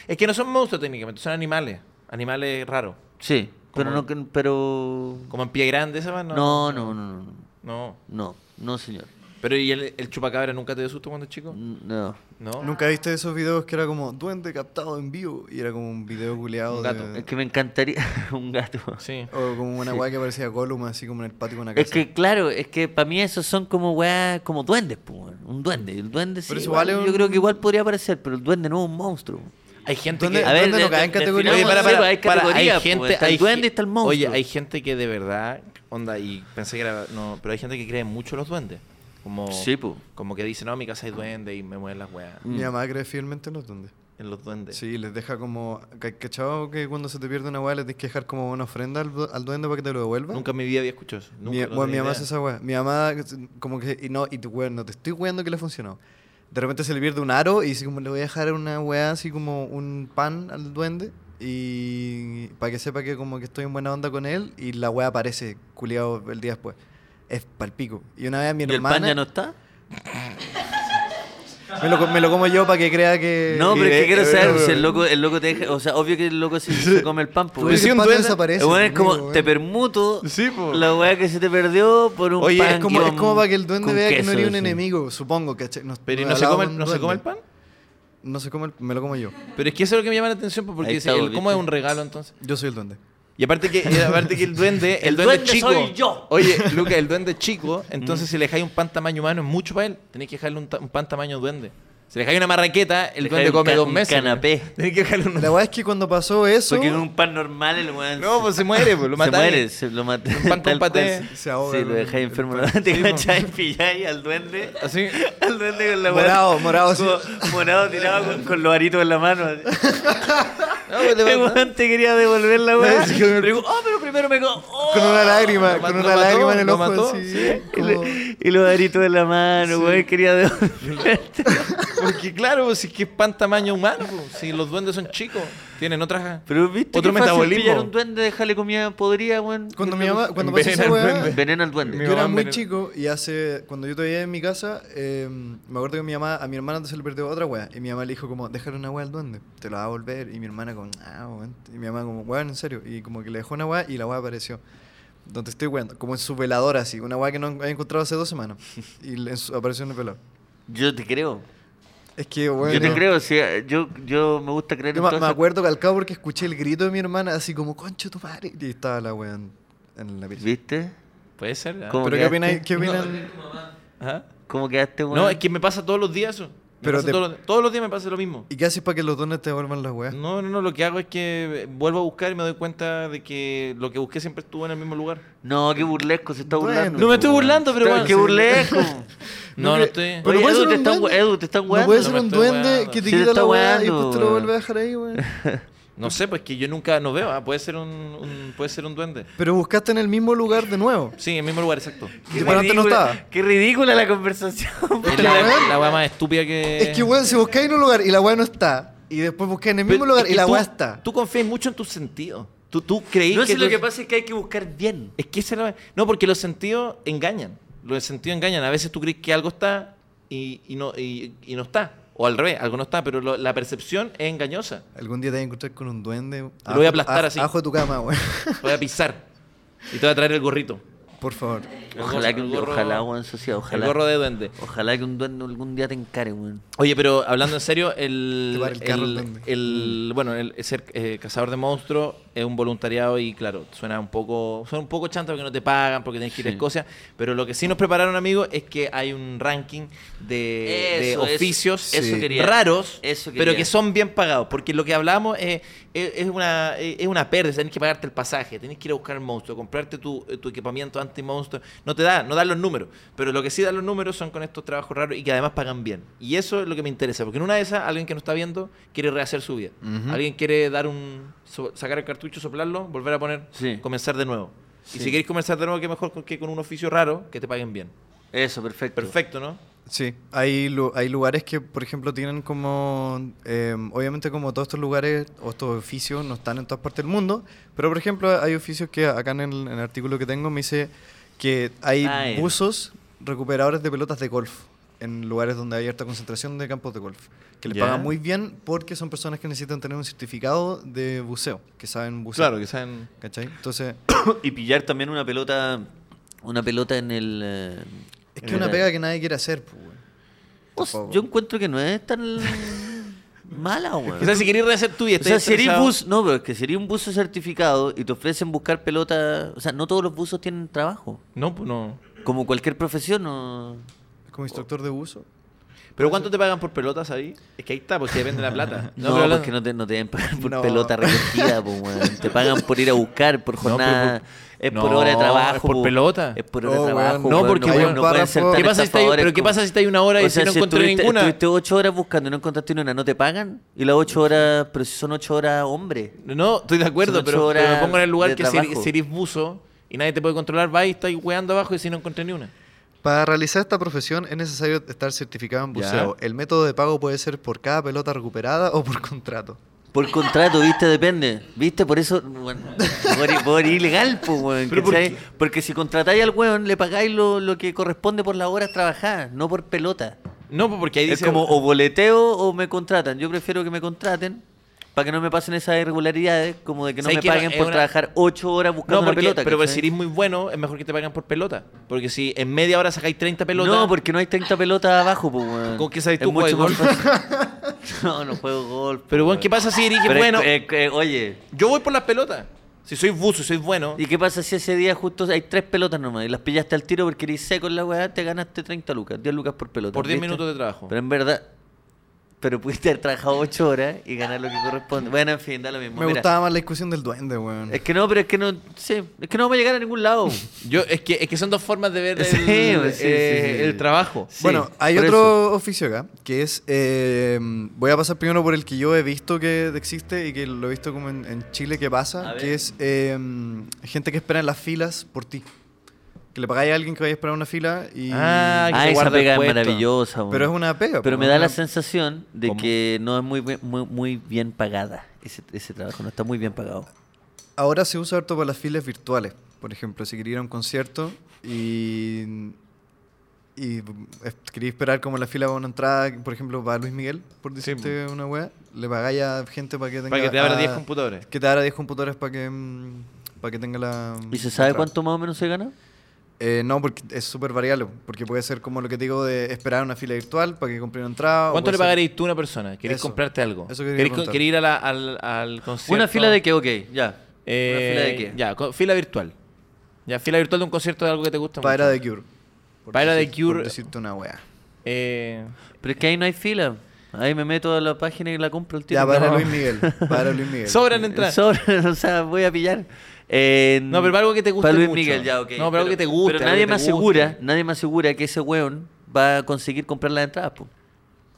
[SPEAKER 2] Es que no son monstruos técnicamente, son animales. Animales raros.
[SPEAKER 1] Sí, pero
[SPEAKER 2] ¿Cómo?
[SPEAKER 1] no, que- pero.
[SPEAKER 2] Como en pie grande, esa van?
[SPEAKER 1] No, no, no, no,
[SPEAKER 2] No.
[SPEAKER 1] no, no, señor.
[SPEAKER 2] Pero, ¿y el, el chupacabra nunca te dio susto cuando chico?
[SPEAKER 1] No.
[SPEAKER 2] No.
[SPEAKER 3] nunca viste esos videos que era como duende captado en vivo y era como un video culeado
[SPEAKER 2] Un gato.
[SPEAKER 1] Es
[SPEAKER 3] de
[SPEAKER 1] que me encantaría un gato.
[SPEAKER 2] Sí.
[SPEAKER 3] o como una weá que parecía Gollum así como en el patio de una casa.
[SPEAKER 1] Es que claro, es que para mí esos son como weá, como duendes, po, weón. un duende, el duende sí,
[SPEAKER 3] Pero eso
[SPEAKER 1] igual,
[SPEAKER 3] vale
[SPEAKER 1] yo
[SPEAKER 3] un-
[SPEAKER 1] creo que igual podría aparecer, pero el duende no es un monstruo.
[SPEAKER 2] Hay gente
[SPEAKER 3] ¿Dónde-
[SPEAKER 2] que.
[SPEAKER 3] A ver, duende no cae en categoría.
[SPEAKER 1] definamos,
[SPEAKER 2] Oye, para,
[SPEAKER 1] sí,
[SPEAKER 2] para,
[SPEAKER 1] pues, hay
[SPEAKER 2] para,
[SPEAKER 1] categoría,
[SPEAKER 2] hay
[SPEAKER 1] po,
[SPEAKER 2] gente,
[SPEAKER 1] está el
[SPEAKER 2] hay
[SPEAKER 1] duende y
[SPEAKER 2] gen-
[SPEAKER 1] está el monstruo.
[SPEAKER 2] Oye, hay gente que de verdad, onda, y pensé que era, no, pero hay gente que cree mucho en los duendes. Como,
[SPEAKER 1] Sí, pues. po.
[SPEAKER 2] como que dice, no, en mi casa hay duendes y me mueven las weas
[SPEAKER 3] Mi mamá cree fielmente en los duendes.
[SPEAKER 2] en los duendes.
[SPEAKER 3] Sí, les deja como. ca- ¿Cachado que cuando se te pierde una weá le tienes que dejar como una ofrenda al, du- al duende para que te lo devuelva?
[SPEAKER 2] Nunca en mi vida había escuchado eso. Nunca,
[SPEAKER 3] Mi,
[SPEAKER 2] no
[SPEAKER 3] bueno, mi
[SPEAKER 2] tenía
[SPEAKER 3] mamá
[SPEAKER 2] idea.
[SPEAKER 3] hace esa weá. Mi mamá, como que. Y no, y tu weá, no te estoy weando que le funcionó. De repente se le pierde un aro y dice, como le voy a dejar una weá así como un pan al duende. Y. para que sepa que como que estoy en buena onda con él. Y la weá aparece culiado el día después. Es palpico. Y una vez a mi
[SPEAKER 1] ¿Y el
[SPEAKER 3] hermana.
[SPEAKER 1] pan ya no está?
[SPEAKER 3] Me lo, co- me lo como yo para que crea que.
[SPEAKER 1] No, pero es que
[SPEAKER 4] Directo,
[SPEAKER 1] quiero saber
[SPEAKER 4] bro.
[SPEAKER 1] si el loco, el loco te deja. O sea, obvio que el loco se, se come el pan,
[SPEAKER 3] Pero
[SPEAKER 1] pues.
[SPEAKER 3] si
[SPEAKER 4] sí,
[SPEAKER 3] un
[SPEAKER 4] un
[SPEAKER 3] duende
[SPEAKER 4] duende-
[SPEAKER 3] desaparece.
[SPEAKER 1] El weón es
[SPEAKER 3] amigo,
[SPEAKER 1] como,
[SPEAKER 3] weón.
[SPEAKER 1] te permuto
[SPEAKER 4] Sí, po.
[SPEAKER 1] la weá que se te perdió por un
[SPEAKER 2] Oye,
[SPEAKER 1] pan.
[SPEAKER 3] Es como,
[SPEAKER 1] con-
[SPEAKER 3] es como para que el duende
[SPEAKER 1] con
[SPEAKER 3] vea que
[SPEAKER 1] queso,
[SPEAKER 3] no eres un
[SPEAKER 1] sí.
[SPEAKER 3] enemigo, supongo, ¿cachai? No,
[SPEAKER 2] Pero ¿y
[SPEAKER 3] no he
[SPEAKER 2] no, se
[SPEAKER 3] hablado
[SPEAKER 2] come, el-
[SPEAKER 3] con
[SPEAKER 2] ¿no se
[SPEAKER 3] duende.
[SPEAKER 2] come el pan?
[SPEAKER 3] No se come el Me lo como yo.
[SPEAKER 2] Pero es que eso es lo que me llama la atención, pues, porque
[SPEAKER 1] Ahí está,
[SPEAKER 2] el-
[SPEAKER 1] vos,
[SPEAKER 2] ¿cómo es
[SPEAKER 1] ¿viste?
[SPEAKER 2] un regalo entonces?
[SPEAKER 3] Yo soy el duende.
[SPEAKER 2] Y aparte que, y aparte que el duende, el,
[SPEAKER 1] El
[SPEAKER 2] duende,
[SPEAKER 1] duende
[SPEAKER 2] chico.
[SPEAKER 1] soy yo. Mm.
[SPEAKER 2] Oye, Luca, el duende es chico, entonces si le dejáis un pan tamaño humano es mucho para él. Tenéis que dejarle un, ta- un pan tamaño duende. Si le dejáis una marraqueta, el
[SPEAKER 1] Le dejáis
[SPEAKER 2] duende
[SPEAKER 1] un
[SPEAKER 2] come
[SPEAKER 1] ca-
[SPEAKER 2] dos
[SPEAKER 1] un
[SPEAKER 2] meses. weón.
[SPEAKER 1] canapé.
[SPEAKER 2] Tenéis que dejarle un.
[SPEAKER 3] La verdad es que cuando pasó eso.
[SPEAKER 1] Porque en un pan normal el weón.
[SPEAKER 2] No, pues se muere, pues lo
[SPEAKER 1] se
[SPEAKER 2] matáis.
[SPEAKER 1] muere, se lo mata.
[SPEAKER 2] Un pan con
[SPEAKER 1] tal cual.
[SPEAKER 2] paté.
[SPEAKER 3] Se ahoga
[SPEAKER 1] Sí,
[SPEAKER 3] el-
[SPEAKER 1] lo dejáis enfermo.
[SPEAKER 3] el
[SPEAKER 1] Te
[SPEAKER 2] Sí, po.
[SPEAKER 1] cacháis, pilláis al duende.
[SPEAKER 2] Así.
[SPEAKER 1] Al duende con la weá.
[SPEAKER 3] Morado, morado, sí.
[SPEAKER 1] como Morado tirado con, con los aritos en la mano. así.
[SPEAKER 2] No, pues, le
[SPEAKER 1] El
[SPEAKER 2] va-
[SPEAKER 1] weón te quería devolver la weá.
[SPEAKER 3] Sí, con el-
[SPEAKER 1] Pero digo, oh, pero primero me co- oh".
[SPEAKER 3] Con una lágrima,
[SPEAKER 2] Lo
[SPEAKER 3] con
[SPEAKER 2] mató,
[SPEAKER 3] una
[SPEAKER 2] lo
[SPEAKER 3] lágrima en el
[SPEAKER 2] mató,
[SPEAKER 3] ojo.
[SPEAKER 2] lo mató,
[SPEAKER 3] así,
[SPEAKER 2] sí.
[SPEAKER 1] Y
[SPEAKER 3] como-
[SPEAKER 1] lo- Y los aritos en la mano, weón. Quería devolver.
[SPEAKER 2] Porque claro, pues, si es que es pan tamaño humano, pues, si los duendes son chicos, tienen otras.
[SPEAKER 1] Pero viste
[SPEAKER 2] Otro
[SPEAKER 1] que fácil
[SPEAKER 2] metabolismo.
[SPEAKER 1] pillar un duende, dejarle comida podrida, weón.
[SPEAKER 3] Cuando
[SPEAKER 1] Es
[SPEAKER 3] mi
[SPEAKER 1] lo-
[SPEAKER 3] mamá, cuando pasó esa
[SPEAKER 2] Envenena al
[SPEAKER 3] weá,
[SPEAKER 2] duende.
[SPEAKER 1] Veneno al duende.
[SPEAKER 2] Mi
[SPEAKER 3] yo era
[SPEAKER 2] mamá
[SPEAKER 3] muy
[SPEAKER 2] envenena.
[SPEAKER 3] chico y hace. Cuando yo todavía en mi casa, eh, me acuerdo que mi mamá, a mi hermana se le perdió otra weá. Y mi mamá le dijo como, déjale una weá al duende, te la va a volver. Y mi hermana como, ah, weón. Y mi mamá como, weón, en serio. Y como que le dejó una weá y la weá apareció. Donde estoy weando, como en su veladora así, una weá que no he encontrado hace dos semanas. Y le- en su- apareció en el velador.
[SPEAKER 1] Yo te creo.
[SPEAKER 3] Es que, weón.
[SPEAKER 1] yo te
[SPEAKER 3] no-
[SPEAKER 1] creo, o sea, yo, yo me gusta creer
[SPEAKER 3] Yo
[SPEAKER 1] en
[SPEAKER 3] me,
[SPEAKER 1] todas
[SPEAKER 3] me
[SPEAKER 1] esas-
[SPEAKER 3] acuerdo que al cabo porque escuché el grito de mi hermana así como, concha tu madre. Y estaba la weá en, en la pieza.
[SPEAKER 1] ¿Viste?
[SPEAKER 2] Puede ser. ¿ah?
[SPEAKER 1] ¿Cómo?
[SPEAKER 3] Pero ¿qué
[SPEAKER 1] quedaste?
[SPEAKER 3] opinan? ¿Qué opinan?
[SPEAKER 2] Ajá.
[SPEAKER 1] ¿Cómo quedaste, este weón?
[SPEAKER 2] No, es que me pasa todos los días eso. Me
[SPEAKER 3] Pero
[SPEAKER 2] pasa
[SPEAKER 3] te-
[SPEAKER 2] todos, los, todos los días me pasa lo mismo.
[SPEAKER 3] ¿Y qué haces para que los dones te vuelvan las weas?
[SPEAKER 2] No, no, no, lo que hago es que vuelvo a buscar y me doy cuenta de que lo que busqué siempre estuvo en el mismo lugar.
[SPEAKER 1] No, qué burlesco, se está
[SPEAKER 3] Bueno.
[SPEAKER 1] burlando.
[SPEAKER 3] No me
[SPEAKER 2] estoy
[SPEAKER 1] weón.
[SPEAKER 2] burlando, pero
[SPEAKER 1] Está-
[SPEAKER 2] weón.
[SPEAKER 1] Qué
[SPEAKER 2] Sí.
[SPEAKER 1] burlesco.
[SPEAKER 2] No, no,
[SPEAKER 3] que- pues
[SPEAKER 2] estoy.
[SPEAKER 3] Pero
[SPEAKER 1] Oye,
[SPEAKER 3] puede ser
[SPEAKER 1] Edu, te
[SPEAKER 3] un
[SPEAKER 1] están,
[SPEAKER 3] duende.
[SPEAKER 1] Edu, te están
[SPEAKER 3] No
[SPEAKER 1] weando.
[SPEAKER 3] puede
[SPEAKER 2] No
[SPEAKER 3] ser
[SPEAKER 2] me
[SPEAKER 3] un
[SPEAKER 2] estoy
[SPEAKER 3] duende
[SPEAKER 2] weando.
[SPEAKER 3] que te
[SPEAKER 1] Sí, te
[SPEAKER 3] quita
[SPEAKER 1] está
[SPEAKER 3] la wea y
[SPEAKER 1] weando,
[SPEAKER 3] después te lo
[SPEAKER 1] weón.
[SPEAKER 3] vuelve a dejar ahí, weón.
[SPEAKER 2] No sé, pues que yo nunca no veo. ah, Puede ser un, un- puede ser un duende.
[SPEAKER 3] Pero buscaste en el mismo lugar de nuevo.
[SPEAKER 2] Sí, en el mismo lugar, exacto.
[SPEAKER 3] Y para antes no
[SPEAKER 1] ridícula-
[SPEAKER 3] estaba.
[SPEAKER 1] Qué ridícula la conversación.
[SPEAKER 2] Es
[SPEAKER 3] la
[SPEAKER 2] la,
[SPEAKER 3] weá-
[SPEAKER 2] la weá más estúpida que.
[SPEAKER 3] Es que, weón, si buscáis en un lugar y la wea no está, y después buscáis en el mismo
[SPEAKER 2] Pero
[SPEAKER 3] lugar
[SPEAKER 2] es
[SPEAKER 3] y
[SPEAKER 2] que
[SPEAKER 3] la
[SPEAKER 2] tú-
[SPEAKER 3] wea está.
[SPEAKER 2] Tú confías mucho en tus sentidos. Tú, tú creí
[SPEAKER 1] No
[SPEAKER 2] que.
[SPEAKER 1] sé, lo
[SPEAKER 2] tú-
[SPEAKER 1] que pasa es que hay que buscar bien.
[SPEAKER 2] Es que esa es la- No, porque los sentidos engañan. Los sentidos engañan. A veces tú crees que algo está y, y no, y, y no está. O al revés, algo no está, pero lo- la percepción es engañosa.
[SPEAKER 3] Algún día te vas a encontrar con un duende. abajo-
[SPEAKER 2] voy a aplastar
[SPEAKER 3] a-
[SPEAKER 2] así.
[SPEAKER 3] Abajo de tu cama, weón.
[SPEAKER 2] Te voy a pisar y te voy a traer el gorrito.
[SPEAKER 3] Por favor.
[SPEAKER 2] El
[SPEAKER 1] Ojalá
[SPEAKER 2] gorro-
[SPEAKER 1] que
[SPEAKER 2] el
[SPEAKER 1] un
[SPEAKER 2] gorro-
[SPEAKER 1] ojalá, weón, socia,
[SPEAKER 2] El gorro
[SPEAKER 1] ojalá.
[SPEAKER 2] de duende.
[SPEAKER 1] Ojalá que un duende algún día te encare, weón.
[SPEAKER 2] Oye, pero hablando en serio, el,
[SPEAKER 3] Te para el carro el
[SPEAKER 2] el-
[SPEAKER 3] duende.
[SPEAKER 2] el- bueno, el ser eh, cazador de monstruos es un voluntariado y claro, suena un poco, suena un poco chanta porque no te pagan, porque tenés que ir a
[SPEAKER 1] Sí.
[SPEAKER 2] Escocia, pero lo que sí nos prepararon, amigos, es que hay un ranking de, de
[SPEAKER 1] Eso, eso,
[SPEAKER 2] oficios
[SPEAKER 1] eso quería.
[SPEAKER 2] raros,
[SPEAKER 1] Eso
[SPEAKER 2] pero
[SPEAKER 1] quería.
[SPEAKER 2] que son bien pagados, porque lo que hablamos es, es, es una es es una pérdida, tenés que pagarte el pasaje, tenés que ir a buscar el monstruo, comprarte tu, eh, tu equipamiento anti monstruo, no te da, no dan los números, pero lo que sí dan los números son con estos trabajos raros y que además pagan bien. Y eso es lo que me interesa, porque en una de esas alguien que no está viendo quiere rehacer su vida. Alguien quiere dar un so- sacar el cartucho, soplarlo, volver a poner,
[SPEAKER 1] Sí.
[SPEAKER 2] comenzar de nuevo.
[SPEAKER 1] Sí.
[SPEAKER 2] Y si queréis comenzar de nuevo, que mejor con- que con un oficio raro que te paguen bien.
[SPEAKER 1] Eso, perfecto.
[SPEAKER 2] Perfecto, ¿no?
[SPEAKER 3] Sí, hay, lu- hay lugares que, por ejemplo, tienen como, eh, obviamente como todos estos lugares o estos oficios no están en todas partes del mundo, pero por ejemplo hay oficios que acá en el, en el artículo que tengo me dice que hay
[SPEAKER 1] Ah, ya.
[SPEAKER 3] buzos recuperadores de pelotas de golf en lugares donde hay alta concentración de campos de golf, que les
[SPEAKER 2] Ya.
[SPEAKER 3] pagan muy bien porque son personas que necesitan tener un certificado de buceo, que saben bucear.
[SPEAKER 2] que saben.
[SPEAKER 3] ¿Cachai? Entonces,
[SPEAKER 1] Y pillar también una pelota, una pelota en el... eh,
[SPEAKER 3] es
[SPEAKER 1] en
[SPEAKER 3] que es una
[SPEAKER 1] el-
[SPEAKER 3] pega que nadie quiere hacer, pues, weón.
[SPEAKER 1] Pues,
[SPEAKER 3] Tampoco.
[SPEAKER 1] yo encuentro que no es tan mala, weón.
[SPEAKER 2] O sea, si queréis rehacer tu vida,
[SPEAKER 1] O sea,
[SPEAKER 2] estás
[SPEAKER 1] si eres
[SPEAKER 2] estresado-
[SPEAKER 1] bus, no, pero es que sería un buzo certificado y te ofrecen buscar pelota, o sea, no todos los buzos tienen trabajo,
[SPEAKER 2] No, pues no.
[SPEAKER 1] como cualquier profesión o... Oh.
[SPEAKER 3] Como instructor de buzo.
[SPEAKER 2] ¿Pero cuánto te pagan por pelotas ahí? Es que ahí está, porque depende de la plata.
[SPEAKER 1] No,
[SPEAKER 2] pero la-
[SPEAKER 1] porque no te, no te deben pagar por
[SPEAKER 3] No.
[SPEAKER 1] pelota recogida, po, weón. te pagan por ir a buscar, por
[SPEAKER 2] pero
[SPEAKER 1] jornada, es por
[SPEAKER 2] No,
[SPEAKER 1] hora de trabajo.
[SPEAKER 2] es por
[SPEAKER 1] po.
[SPEAKER 2] pelota.
[SPEAKER 1] Es por hora
[SPEAKER 3] No,
[SPEAKER 1] de
[SPEAKER 3] weón,
[SPEAKER 1] trabajo.
[SPEAKER 2] no,
[SPEAKER 1] weón,
[SPEAKER 2] porque,
[SPEAKER 1] pueden-
[SPEAKER 2] weón,
[SPEAKER 1] no pueden ser
[SPEAKER 3] párrafo-
[SPEAKER 1] tan
[SPEAKER 2] ¿Qué pasa si está ahí-
[SPEAKER 1] estafadores
[SPEAKER 2] pero qué
[SPEAKER 1] como-
[SPEAKER 2] pasa si está ahí una hora y
[SPEAKER 1] O sea,
[SPEAKER 2] si no encontré
[SPEAKER 1] estuviste,
[SPEAKER 2] ninguna?
[SPEAKER 1] estuviste ocho horas buscando y no encontraste ni una, no te pagan. Y las ocho horas, pero si son ocho horas, hombre.
[SPEAKER 2] No, estoy de acuerdo,
[SPEAKER 1] Son ocho
[SPEAKER 2] pero, pero me
[SPEAKER 1] horas
[SPEAKER 2] pongo en el lugar
[SPEAKER 1] de
[SPEAKER 2] que si eres,
[SPEAKER 1] trabajo.
[SPEAKER 2] si eres buzo y nadie te puede controlar, va y estás weando abajo y si no encontré ni una.
[SPEAKER 3] Para realizar esta profesión es necesario estar certificado
[SPEAKER 2] Ya.
[SPEAKER 3] en buceo. El método de pago puede ser por cada pelota recuperada o por contrato.
[SPEAKER 1] Por contrato, ¿viste? Depende. ¿Viste? Por eso, bueno, por, por ilegal, pues, weón.
[SPEAKER 2] ¿Pero por
[SPEAKER 1] ¿cachai?
[SPEAKER 2] qué?
[SPEAKER 1] Porque si contratáis al weón, le pagáis lo, lo que corresponde por las horas trabajadas, no por pelota.
[SPEAKER 2] No, pues, porque ahí
[SPEAKER 1] Es
[SPEAKER 2] dice.
[SPEAKER 1] como o boleteo o me contratan. Yo prefiero que me contraten para que no me pasen esas irregularidades, como de que no
[SPEAKER 2] ¿Sabes
[SPEAKER 1] me
[SPEAKER 2] qué?
[SPEAKER 1] paguen
[SPEAKER 2] Es
[SPEAKER 1] por
[SPEAKER 2] una-
[SPEAKER 1] trabajar ocho horas buscando
[SPEAKER 2] no,
[SPEAKER 1] una
[SPEAKER 2] porque,
[SPEAKER 1] pelota.
[SPEAKER 2] pero
[SPEAKER 1] ¿cachai?
[SPEAKER 2] si eres muy bueno, es mejor que te paguen por pelota. Porque si en media hora sacáis 30 pelotas.
[SPEAKER 1] No, porque no hay 30 pelotas abajo, pues, weón.
[SPEAKER 2] ¿Con qué sabes
[SPEAKER 1] Es
[SPEAKER 2] tú
[SPEAKER 1] mucho
[SPEAKER 2] jugar
[SPEAKER 1] más fácil. No, no juego golf.
[SPEAKER 2] Pero bueno, ¿qué pasa si eres bueno?
[SPEAKER 1] eh, oye,
[SPEAKER 2] Yo voy por las pelotas. Si soy buzo, soy bueno.
[SPEAKER 1] ¿y qué pasa si ese día justo hay tres pelotas nomás y las pillaste al tiro porque eres seco en la weá, te ganaste 30 lucas, 10 lucas por pelota.
[SPEAKER 2] Por 10
[SPEAKER 1] ¿viste?
[SPEAKER 2] minutos de trabajo.
[SPEAKER 1] Pero en verdad, pero pudiste haber trabajado 8 horas y ganar lo que corresponde. Bueno, en fin, da lo mismo.
[SPEAKER 3] Me
[SPEAKER 1] Mira,
[SPEAKER 3] gustaba más la discusión del duende, weón.
[SPEAKER 1] Mm. Es que no, pero es que no, sí, es que no vamos a llegar a ningún lado.
[SPEAKER 2] Yo, es, que, es que son dos formas de ver el,
[SPEAKER 1] Sí, pues, sí,
[SPEAKER 2] eh,
[SPEAKER 1] sí, sí, sí.
[SPEAKER 2] el trabajo.
[SPEAKER 1] Sí,
[SPEAKER 3] bueno, hay
[SPEAKER 1] por
[SPEAKER 3] otro oficio acá, que es, eh, voy a pasar primero por el que yo he visto que existe y que lo he visto como en, en Chile que
[SPEAKER 1] A
[SPEAKER 3] pasa,
[SPEAKER 1] ver.
[SPEAKER 3] que es eh, gente que espera en las filas por ti. Que le pagáis a alguien que vaya a esperar una fila y...
[SPEAKER 2] Ah, que
[SPEAKER 1] Ah,
[SPEAKER 2] se
[SPEAKER 1] esa
[SPEAKER 2] guarda el
[SPEAKER 1] pega es
[SPEAKER 2] puesto.
[SPEAKER 1] maravillosa. weón.
[SPEAKER 3] pero es una pega.
[SPEAKER 1] Pero
[SPEAKER 3] po,
[SPEAKER 1] me
[SPEAKER 3] es
[SPEAKER 1] da
[SPEAKER 3] una-
[SPEAKER 1] la sensación de
[SPEAKER 2] ¿Cómo?
[SPEAKER 1] que no es muy, bien- muy, muy bien pagada ese, ese trabajo, no está muy bien pagado.
[SPEAKER 3] Ahora se usa harto para las filas virtuales. Por ejemplo, si quería ir a un concierto y... Y es- quería esperar como la fila para una entrada, por ejemplo, para Luis Miguel, por decirte una wea, le pagáis a gente para que tenga...
[SPEAKER 2] Para que te abra
[SPEAKER 1] Ah.
[SPEAKER 3] a-
[SPEAKER 2] 10 computadores.
[SPEAKER 3] Que te dará 10 computadores para que, mm, pa' que tenga la...
[SPEAKER 1] ¿Y se sabe
[SPEAKER 3] entrada.
[SPEAKER 1] cuánto más o menos se gana?
[SPEAKER 3] Eh, no, porque es súper variable. Porque puede ser como lo que te digo de esperar una fila virtual para que compre una entrada. o
[SPEAKER 2] ¿Cuánto
[SPEAKER 3] puede
[SPEAKER 2] le
[SPEAKER 3] ser-
[SPEAKER 2] pagaréis tú a una persona? ¿Querés
[SPEAKER 3] Eso.
[SPEAKER 2] comprarte algo?
[SPEAKER 3] Eso quería
[SPEAKER 2] ¿Querés, con-
[SPEAKER 3] preguntar.
[SPEAKER 2] querés ir a la- al, al concierto?
[SPEAKER 1] Una fila de qué, ok, ya.
[SPEAKER 2] Eh,
[SPEAKER 1] Una fila de qué.
[SPEAKER 2] Ya, co- fila virtual. Ya, fila virtual de un concierto de algo que te gusta
[SPEAKER 3] Para
[SPEAKER 2] mucho.
[SPEAKER 3] de Cure. Por
[SPEAKER 2] Para de
[SPEAKER 3] decir- por
[SPEAKER 2] Cure.
[SPEAKER 3] decirte una wea.
[SPEAKER 2] Eh,
[SPEAKER 1] Pero es que ahí no hay fila. Ahí me meto a la página y la compro el tiro.
[SPEAKER 3] Ya, para
[SPEAKER 1] No.
[SPEAKER 3] Luis Miguel. Para Luis Miguel.
[SPEAKER 2] Sobran entradas.
[SPEAKER 1] Sobra, o sea, voy a pillar. Eh,
[SPEAKER 2] No, pero para algo que te guste
[SPEAKER 1] Para Luis
[SPEAKER 2] mucho.
[SPEAKER 1] Miguel, ya, ok.
[SPEAKER 2] No, para algo que te guste,
[SPEAKER 1] Pero
[SPEAKER 2] algo
[SPEAKER 1] nadie
[SPEAKER 2] que
[SPEAKER 1] me
[SPEAKER 2] te guste.
[SPEAKER 1] asegura, nadie me asegura que ese weón va a conseguir comprar las entradas, po.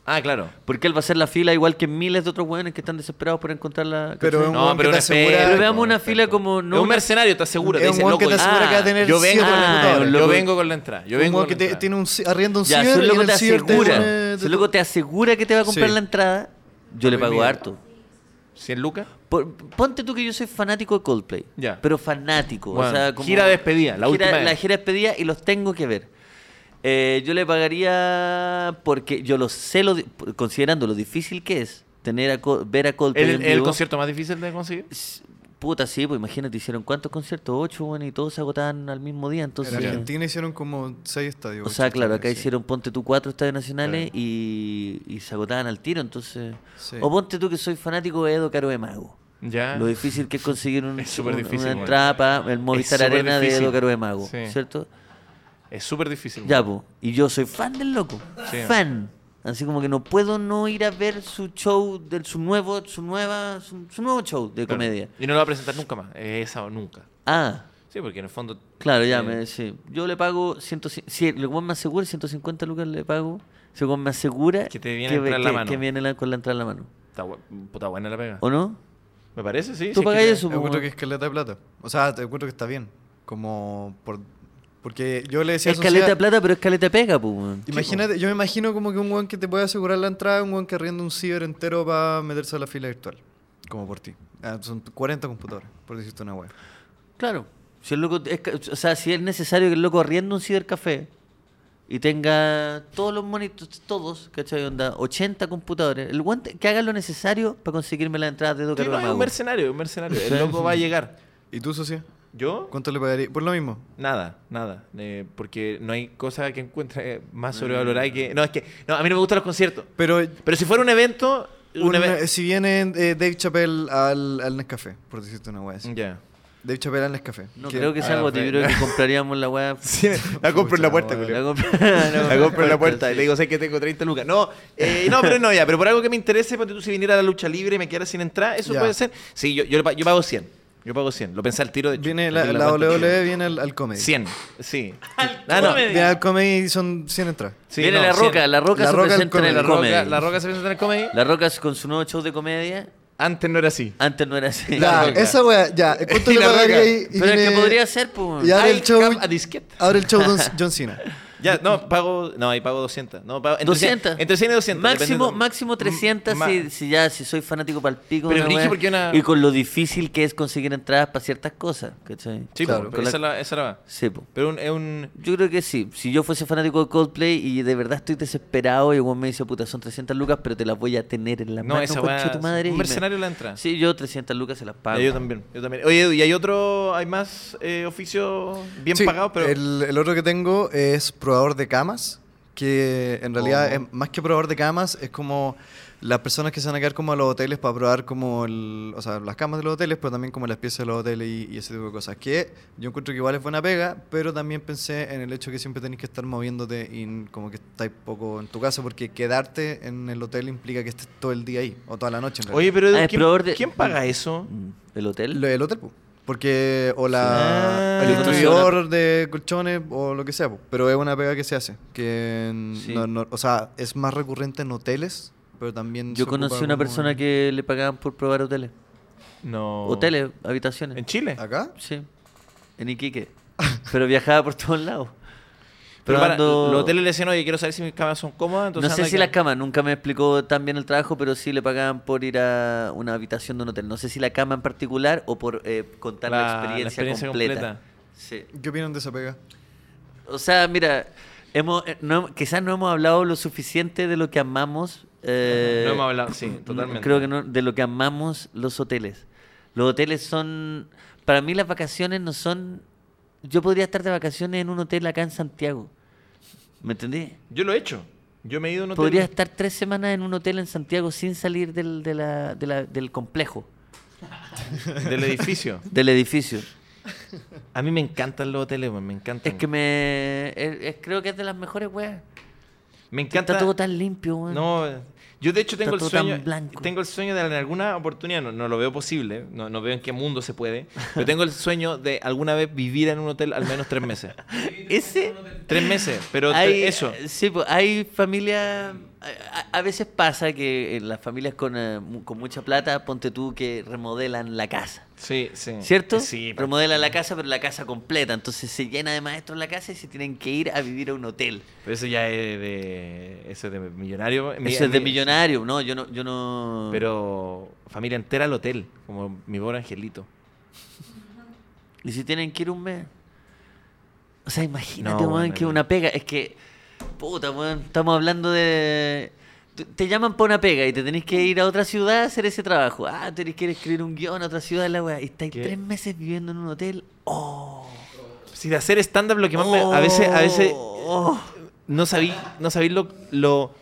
[SPEAKER 2] ah, claro.
[SPEAKER 1] Porque él va a hacer la fila igual que miles de otros weones que están desesperados por encontrar la...
[SPEAKER 3] Pero es
[SPEAKER 1] ¿cachai?
[SPEAKER 3] un
[SPEAKER 2] No,
[SPEAKER 3] weón
[SPEAKER 2] pero
[SPEAKER 3] que te
[SPEAKER 2] una espera.
[SPEAKER 3] asegura...
[SPEAKER 1] Pero veamos una
[SPEAKER 2] perfecto.
[SPEAKER 1] fila como...
[SPEAKER 2] es
[SPEAKER 1] No
[SPEAKER 2] un
[SPEAKER 1] una-
[SPEAKER 2] mercenario, te aseguro. Te
[SPEAKER 3] Es un
[SPEAKER 2] dice,
[SPEAKER 3] weón que
[SPEAKER 2] loco, ah,
[SPEAKER 3] te asegura que va a tener
[SPEAKER 2] yo vengo,
[SPEAKER 3] 100
[SPEAKER 1] con la computadora.
[SPEAKER 2] yo
[SPEAKER 1] loco.
[SPEAKER 2] vengo con la entrada. Yo vengo
[SPEAKER 3] un
[SPEAKER 2] con
[SPEAKER 3] weón que
[SPEAKER 2] la
[SPEAKER 3] te,
[SPEAKER 2] entrada.
[SPEAKER 3] tiene un, ci- arrienda un
[SPEAKER 1] Ya, si
[SPEAKER 3] ciber
[SPEAKER 1] un
[SPEAKER 3] y
[SPEAKER 1] loco
[SPEAKER 3] en
[SPEAKER 1] te
[SPEAKER 3] el ciber te
[SPEAKER 1] asegura.
[SPEAKER 3] pone-
[SPEAKER 1] Si un loco te asegura que te va a comprar
[SPEAKER 3] Sí.
[SPEAKER 1] la entrada, yo le
[SPEAKER 3] Luis
[SPEAKER 1] pago
[SPEAKER 3] Miguel.
[SPEAKER 1] harto.
[SPEAKER 2] 100 lucas.
[SPEAKER 1] Por- ponte tú que yo soy fanático de Coldplay.
[SPEAKER 2] Ya.
[SPEAKER 1] Pero fanático.
[SPEAKER 2] Bueno,
[SPEAKER 1] o sea, como-
[SPEAKER 2] gira despedida, la
[SPEAKER 1] gira-
[SPEAKER 2] última vez.
[SPEAKER 1] La gira despedida y los tengo que ver. Eh, yo le pagaría porque yo lo sé, lo, di- considerando lo difícil que es tener a Col- ver a Coldplay.
[SPEAKER 2] ¿El,
[SPEAKER 1] en
[SPEAKER 2] el
[SPEAKER 1] vivo.
[SPEAKER 2] concierto más difícil de conseguir?
[SPEAKER 1] S- Puta, sí, pues imagínate, hicieron cuántos conciertos, ocho, bueno, y todos se agotaban al mismo día. Entonces,
[SPEAKER 3] En Argentina hicieron como 6 estadios.
[SPEAKER 1] o sea,
[SPEAKER 3] ocho
[SPEAKER 1] claro, acá
[SPEAKER 3] estadios, sí.
[SPEAKER 1] hicieron ponte tú cuatro estadios nacionales y, y se agotaban al tiro, entonces...
[SPEAKER 3] Sí.
[SPEAKER 1] O ponte tú que soy fanático de Edo Caro de Mago.
[SPEAKER 2] Ya.
[SPEAKER 1] Lo difícil que es conseguir un-
[SPEAKER 2] Ah. Es súper
[SPEAKER 1] un-
[SPEAKER 2] difícil,
[SPEAKER 1] una
[SPEAKER 2] bueno.
[SPEAKER 1] entrada para el Movistar
[SPEAKER 2] súper
[SPEAKER 1] Arena
[SPEAKER 2] difícil.
[SPEAKER 1] de Edo Caro de Mago,
[SPEAKER 2] Sí.
[SPEAKER 1] ¿cierto?
[SPEAKER 2] Es súper difícil.
[SPEAKER 1] Ya, po. Y yo soy fan del loco.
[SPEAKER 2] Sí.
[SPEAKER 1] Fan. Así como que no puedo no ir a ver su show, del, su nuevo su nueva su, su nuevo show de
[SPEAKER 2] Claro.
[SPEAKER 1] comedia.
[SPEAKER 2] Y no lo va a presentar nunca más. Es Esa o nunca.
[SPEAKER 1] Ah,
[SPEAKER 2] Sí, porque en el fondo.
[SPEAKER 1] claro, ya,
[SPEAKER 2] eh,
[SPEAKER 1] me, sí. Yo le pago 150, si el weón me asegura 150 lucas le pago, si el weón me asegura
[SPEAKER 2] Que te viene a entrar
[SPEAKER 1] que-
[SPEAKER 2] la mano. Ah.
[SPEAKER 1] que viene la- con la entrada en la mano.
[SPEAKER 2] Está, bu- puta buena la pega.
[SPEAKER 1] ¿O no?
[SPEAKER 2] Me
[SPEAKER 1] ¿Tú
[SPEAKER 2] parece, sí. si es que
[SPEAKER 1] pagáis
[SPEAKER 2] te-
[SPEAKER 1] eso?
[SPEAKER 3] Yo encuentro que
[SPEAKER 1] po,
[SPEAKER 3] es caleta de plata. O sea, te encuentro que está bien. Como por... Porque yo le decía a
[SPEAKER 1] Es caleta
[SPEAKER 3] Socia-
[SPEAKER 1] de plata, pero es caleta de pega, pues, weón.
[SPEAKER 3] Imagínate, yo me imagino como que un weón que te puede asegurar la entrada, un weón que arrienda un ciber entero para meterse a la fila virtual. Como por ti. Ah, son 40 computadores, por decirte una weá.
[SPEAKER 1] Claro. Si el loco, es ca- o sea, si es necesario que el loco arriende un cibercafé y tenga todos los monitores, todos, ¿cachai? Onda, 80 computadores. El guante, que haga lo necesario para conseguirme la entrada de
[SPEAKER 2] Sí,
[SPEAKER 1] Educador
[SPEAKER 2] no, es un mercenario, es un mercenario. El loco va a llegar.
[SPEAKER 3] ¿Y tú, socia?
[SPEAKER 2] ¿Yo?
[SPEAKER 3] ¿Cuánto le pagarías? Por lo mismo.
[SPEAKER 2] Nada, nada. eh, porque no hay cosa que encuentre más sobrevalorada que. No, es que. No, a mí no me gustan los conciertos.
[SPEAKER 3] Pero
[SPEAKER 2] Pero si fuera un evento. Un,
[SPEAKER 3] un-
[SPEAKER 2] evento.
[SPEAKER 3] si viene eh, Dave Chappelle al, al Nescafé, por decirte una weá. así.
[SPEAKER 2] Ya.
[SPEAKER 3] Dave Chappelle al Nescafé.
[SPEAKER 1] No creo que
[SPEAKER 2] Ah,
[SPEAKER 1] sea gote, yo
[SPEAKER 2] bueno.
[SPEAKER 1] creo que compraríamos la weá.
[SPEAKER 4] La compro en la puerta,
[SPEAKER 3] Pucha,
[SPEAKER 1] La
[SPEAKER 4] Julio.
[SPEAKER 1] compra-
[SPEAKER 2] La compro en la puerta y le digo, sé que tengo 30 lucas. No, eh, no, pero no, ya. Pero por algo que me interese, ponte tú si viniera a la lucha libre y me quedara sin entrar, eso
[SPEAKER 3] Ya.
[SPEAKER 2] puede ser. Sí, yo, yo, le pa- yo pago 100. Yo pago 100. Lo pensé al tiro de hecho.
[SPEAKER 3] Viene
[SPEAKER 2] Aquí
[SPEAKER 3] la,
[SPEAKER 2] en
[SPEAKER 3] la
[SPEAKER 2] cuenta.
[SPEAKER 3] WWE, viene al, al comedy.
[SPEAKER 2] 100, sí.
[SPEAKER 1] Ah, no.
[SPEAKER 3] Viene al comedy y son 100 entradas.
[SPEAKER 2] Sí,
[SPEAKER 1] Viene
[SPEAKER 2] no,
[SPEAKER 1] la
[SPEAKER 2] 100.
[SPEAKER 1] roca, la roca
[SPEAKER 3] La
[SPEAKER 1] se
[SPEAKER 3] Roca en
[SPEAKER 1] presenta en el
[SPEAKER 2] La
[SPEAKER 3] comedy.
[SPEAKER 1] comedy.
[SPEAKER 2] roca, la roca se presenta en el comedy.
[SPEAKER 1] La roca es con su nuevo show de comedia.
[SPEAKER 2] Antes no era así.
[SPEAKER 1] Antes no era así.
[SPEAKER 3] Ya,
[SPEAKER 2] Roca.
[SPEAKER 3] esa weá, ya. ¿Cuánto
[SPEAKER 2] Y
[SPEAKER 3] le
[SPEAKER 2] La Roca.
[SPEAKER 3] pagarías? y- y
[SPEAKER 1] pero es que
[SPEAKER 3] viene-
[SPEAKER 1] podría ser, pues.
[SPEAKER 3] Ya. Ahora el
[SPEAKER 2] Ay,
[SPEAKER 3] show-
[SPEAKER 2] cap A disquete.
[SPEAKER 3] Ahora el show Don- John Cena.
[SPEAKER 2] Ya, no, pago. No, ahí pago 200. No, pago, entre
[SPEAKER 1] 200.
[SPEAKER 2] 100, Entre 100 y 200.
[SPEAKER 1] Máximo,
[SPEAKER 2] dependiendo- Mm,
[SPEAKER 1] máximo 300
[SPEAKER 2] Ma-
[SPEAKER 1] si, si ya si soy fanático para el pico.
[SPEAKER 2] Pero
[SPEAKER 1] una
[SPEAKER 2] brígido
[SPEAKER 1] wea,
[SPEAKER 2] porque una-
[SPEAKER 1] Y con lo difícil que es conseguir entradas para ciertas cosas. ¿Cachai?
[SPEAKER 2] Sí,
[SPEAKER 3] Claro.
[SPEAKER 2] po,
[SPEAKER 1] Con la-
[SPEAKER 2] esa, la, esa la va.
[SPEAKER 1] Sí, po.
[SPEAKER 2] Pero un- es un.
[SPEAKER 1] Yo creo que sí. Si yo fuese fanático de Coldplay y de verdad estoy desesperado y el weón me dice, puta, son 300 lucas, pero te las voy a tener en la
[SPEAKER 2] No,
[SPEAKER 1] mano,
[SPEAKER 2] esa
[SPEAKER 1] concha
[SPEAKER 2] va.
[SPEAKER 1] tu madre. y
[SPEAKER 2] Un
[SPEAKER 1] me-
[SPEAKER 2] mercenario la entra.
[SPEAKER 1] Sí, yo 300 lucas se las pago.
[SPEAKER 2] Ya, yo también, yo también. Oye, Edu, ¿y hay otro, hay más eh, oficios bien
[SPEAKER 3] Sí,
[SPEAKER 2] pagados? Pero...
[SPEAKER 3] El, el otro que tengo es probador de camas, que en realidad
[SPEAKER 2] Oh.
[SPEAKER 3] es- más que probador de camas es como las personas que se van a quedar como a los hoteles para probar como el, o sea, las camas de los hoteles, pero también como las piezas de los hoteles y, y ese tipo de cosas. Que yo encuentro que igual es buena pega, pero también pensé en el hecho que siempre tenés que estar moviéndote y n- como que estás poco en tu casa, porque quedarte en el hotel implica que estés todo el día ahí o toda la noche. En
[SPEAKER 2] Oye, pero Edu,
[SPEAKER 1] Ah, el
[SPEAKER 2] ¿quién,
[SPEAKER 1] proveedor de-
[SPEAKER 2] quién paga eso?
[SPEAKER 1] Mm, ¿El hotel?
[SPEAKER 3] realidad. Lo del hotel, po. porque o
[SPEAKER 2] Ah.
[SPEAKER 3] la, el
[SPEAKER 2] Yo conocí
[SPEAKER 1] una-
[SPEAKER 3] distribuidor de colchones o lo que sea, po. pero es una pega que se hace. Que en-
[SPEAKER 1] Sí.
[SPEAKER 3] no- no- o sea, es más recurrente en hoteles, pero también.
[SPEAKER 1] Yo
[SPEAKER 3] se
[SPEAKER 1] conocí
[SPEAKER 3] ocupa
[SPEAKER 1] una
[SPEAKER 3] como
[SPEAKER 1] persona
[SPEAKER 3] en-
[SPEAKER 1] que le pagaban por probar hoteles.
[SPEAKER 2] No.
[SPEAKER 1] Hoteles, habitaciones.
[SPEAKER 2] ¿En Chile?
[SPEAKER 3] ¿Acá?
[SPEAKER 1] Sí, en Iquique. Pero viajaba por todos lados.
[SPEAKER 2] Pero para,
[SPEAKER 1] Probando-
[SPEAKER 2] los hoteles le decían, oye, quiero saber si mis camas son cómodas. Entonces
[SPEAKER 1] no sé
[SPEAKER 2] anda
[SPEAKER 1] si
[SPEAKER 2] acá.
[SPEAKER 1] las camas, nunca me explicó tan bien el trabajo, pero sí le pagaban por ir a una habitación de un hotel. No sé si la cama en particular o por eh, contar la,
[SPEAKER 2] La- la
[SPEAKER 1] experiencia,
[SPEAKER 2] experiencia
[SPEAKER 1] completa.
[SPEAKER 2] completa.
[SPEAKER 1] Sí.
[SPEAKER 3] ¿Qué opinan de esa pega?
[SPEAKER 1] O sea, mira, hemos, eh, no- quizás no hemos hablado lo suficiente de lo que amamos. eh,
[SPEAKER 2] No hemos hablado, sí,
[SPEAKER 1] mm,
[SPEAKER 2] totalmente.
[SPEAKER 1] Creo que no, de lo que amamos los hoteles. Los hoteles son, para mí las vacaciones no son, yo podría estar de vacaciones en un hotel acá en Santiago. ¿Me entendí?
[SPEAKER 2] Yo lo he hecho. Yo me he ido a un hotel.
[SPEAKER 1] Podría estar tres semanas en un hotel en Santiago sin salir del, de la- de la- del complejo,
[SPEAKER 2] Del edificio.
[SPEAKER 1] del edificio.
[SPEAKER 2] A mí me encantan los hoteles, weón, me encantan.
[SPEAKER 1] Es que me, es- es- creo que es de las mejores weas.
[SPEAKER 2] me encanta.
[SPEAKER 1] Está todo tan limpio, weón.
[SPEAKER 2] No, yo de hecho tengo el
[SPEAKER 1] todo tan
[SPEAKER 2] sueño,
[SPEAKER 1] blanco.
[SPEAKER 2] tengo el sueño de en alguna oportunidad, no, no lo veo posible, no, no veo en qué mundo se puede, pero tengo el sueño de alguna vez vivir en un hotel al menos tres meses.
[SPEAKER 1] Ese...
[SPEAKER 2] tres meses, pero te-
[SPEAKER 1] hay,
[SPEAKER 2] eso.
[SPEAKER 1] Sí, pues, hay familias. A, a- a veces pasa que en las familias con, eh, mu- con mucha plata, ponte tú que remodelan la casa.
[SPEAKER 2] Sí, sí.
[SPEAKER 1] ¿Cierto?
[SPEAKER 2] Sí. pues. pa-
[SPEAKER 1] Remodelan la casa, pero la casa completa. Entonces se llena de maestros la casa y se tienen que ir a vivir a un hotel.
[SPEAKER 2] Pero eso ya es de, eso es de millonario. Mi-
[SPEAKER 1] Eso es de
[SPEAKER 2] mi-
[SPEAKER 1] millonario. No, yo no. Yo no...
[SPEAKER 2] Pero familia entera al hotel, como mi pobre angelito.
[SPEAKER 1] ¿Y si tienen que ir un mes? O sea, imagínate,
[SPEAKER 2] No,
[SPEAKER 1] weón,
[SPEAKER 2] bueno,
[SPEAKER 1] que
[SPEAKER 2] no.
[SPEAKER 1] una pega. Es que, puta, weón, estamos hablando de... te- Te llaman para una pega y te tenés que ir a otra ciudad a hacer ese trabajo. Ah, tenés que ir a escribir un guión a otra ciudad, la weá. Y estáis
[SPEAKER 2] ¿Qué?
[SPEAKER 1] tres meses viviendo en un hotel. ¡Oh!
[SPEAKER 2] Si de hacer stand-up lo que más me- A veces, a veces
[SPEAKER 1] Oh.
[SPEAKER 2] no sabí, no sabí lo, lo,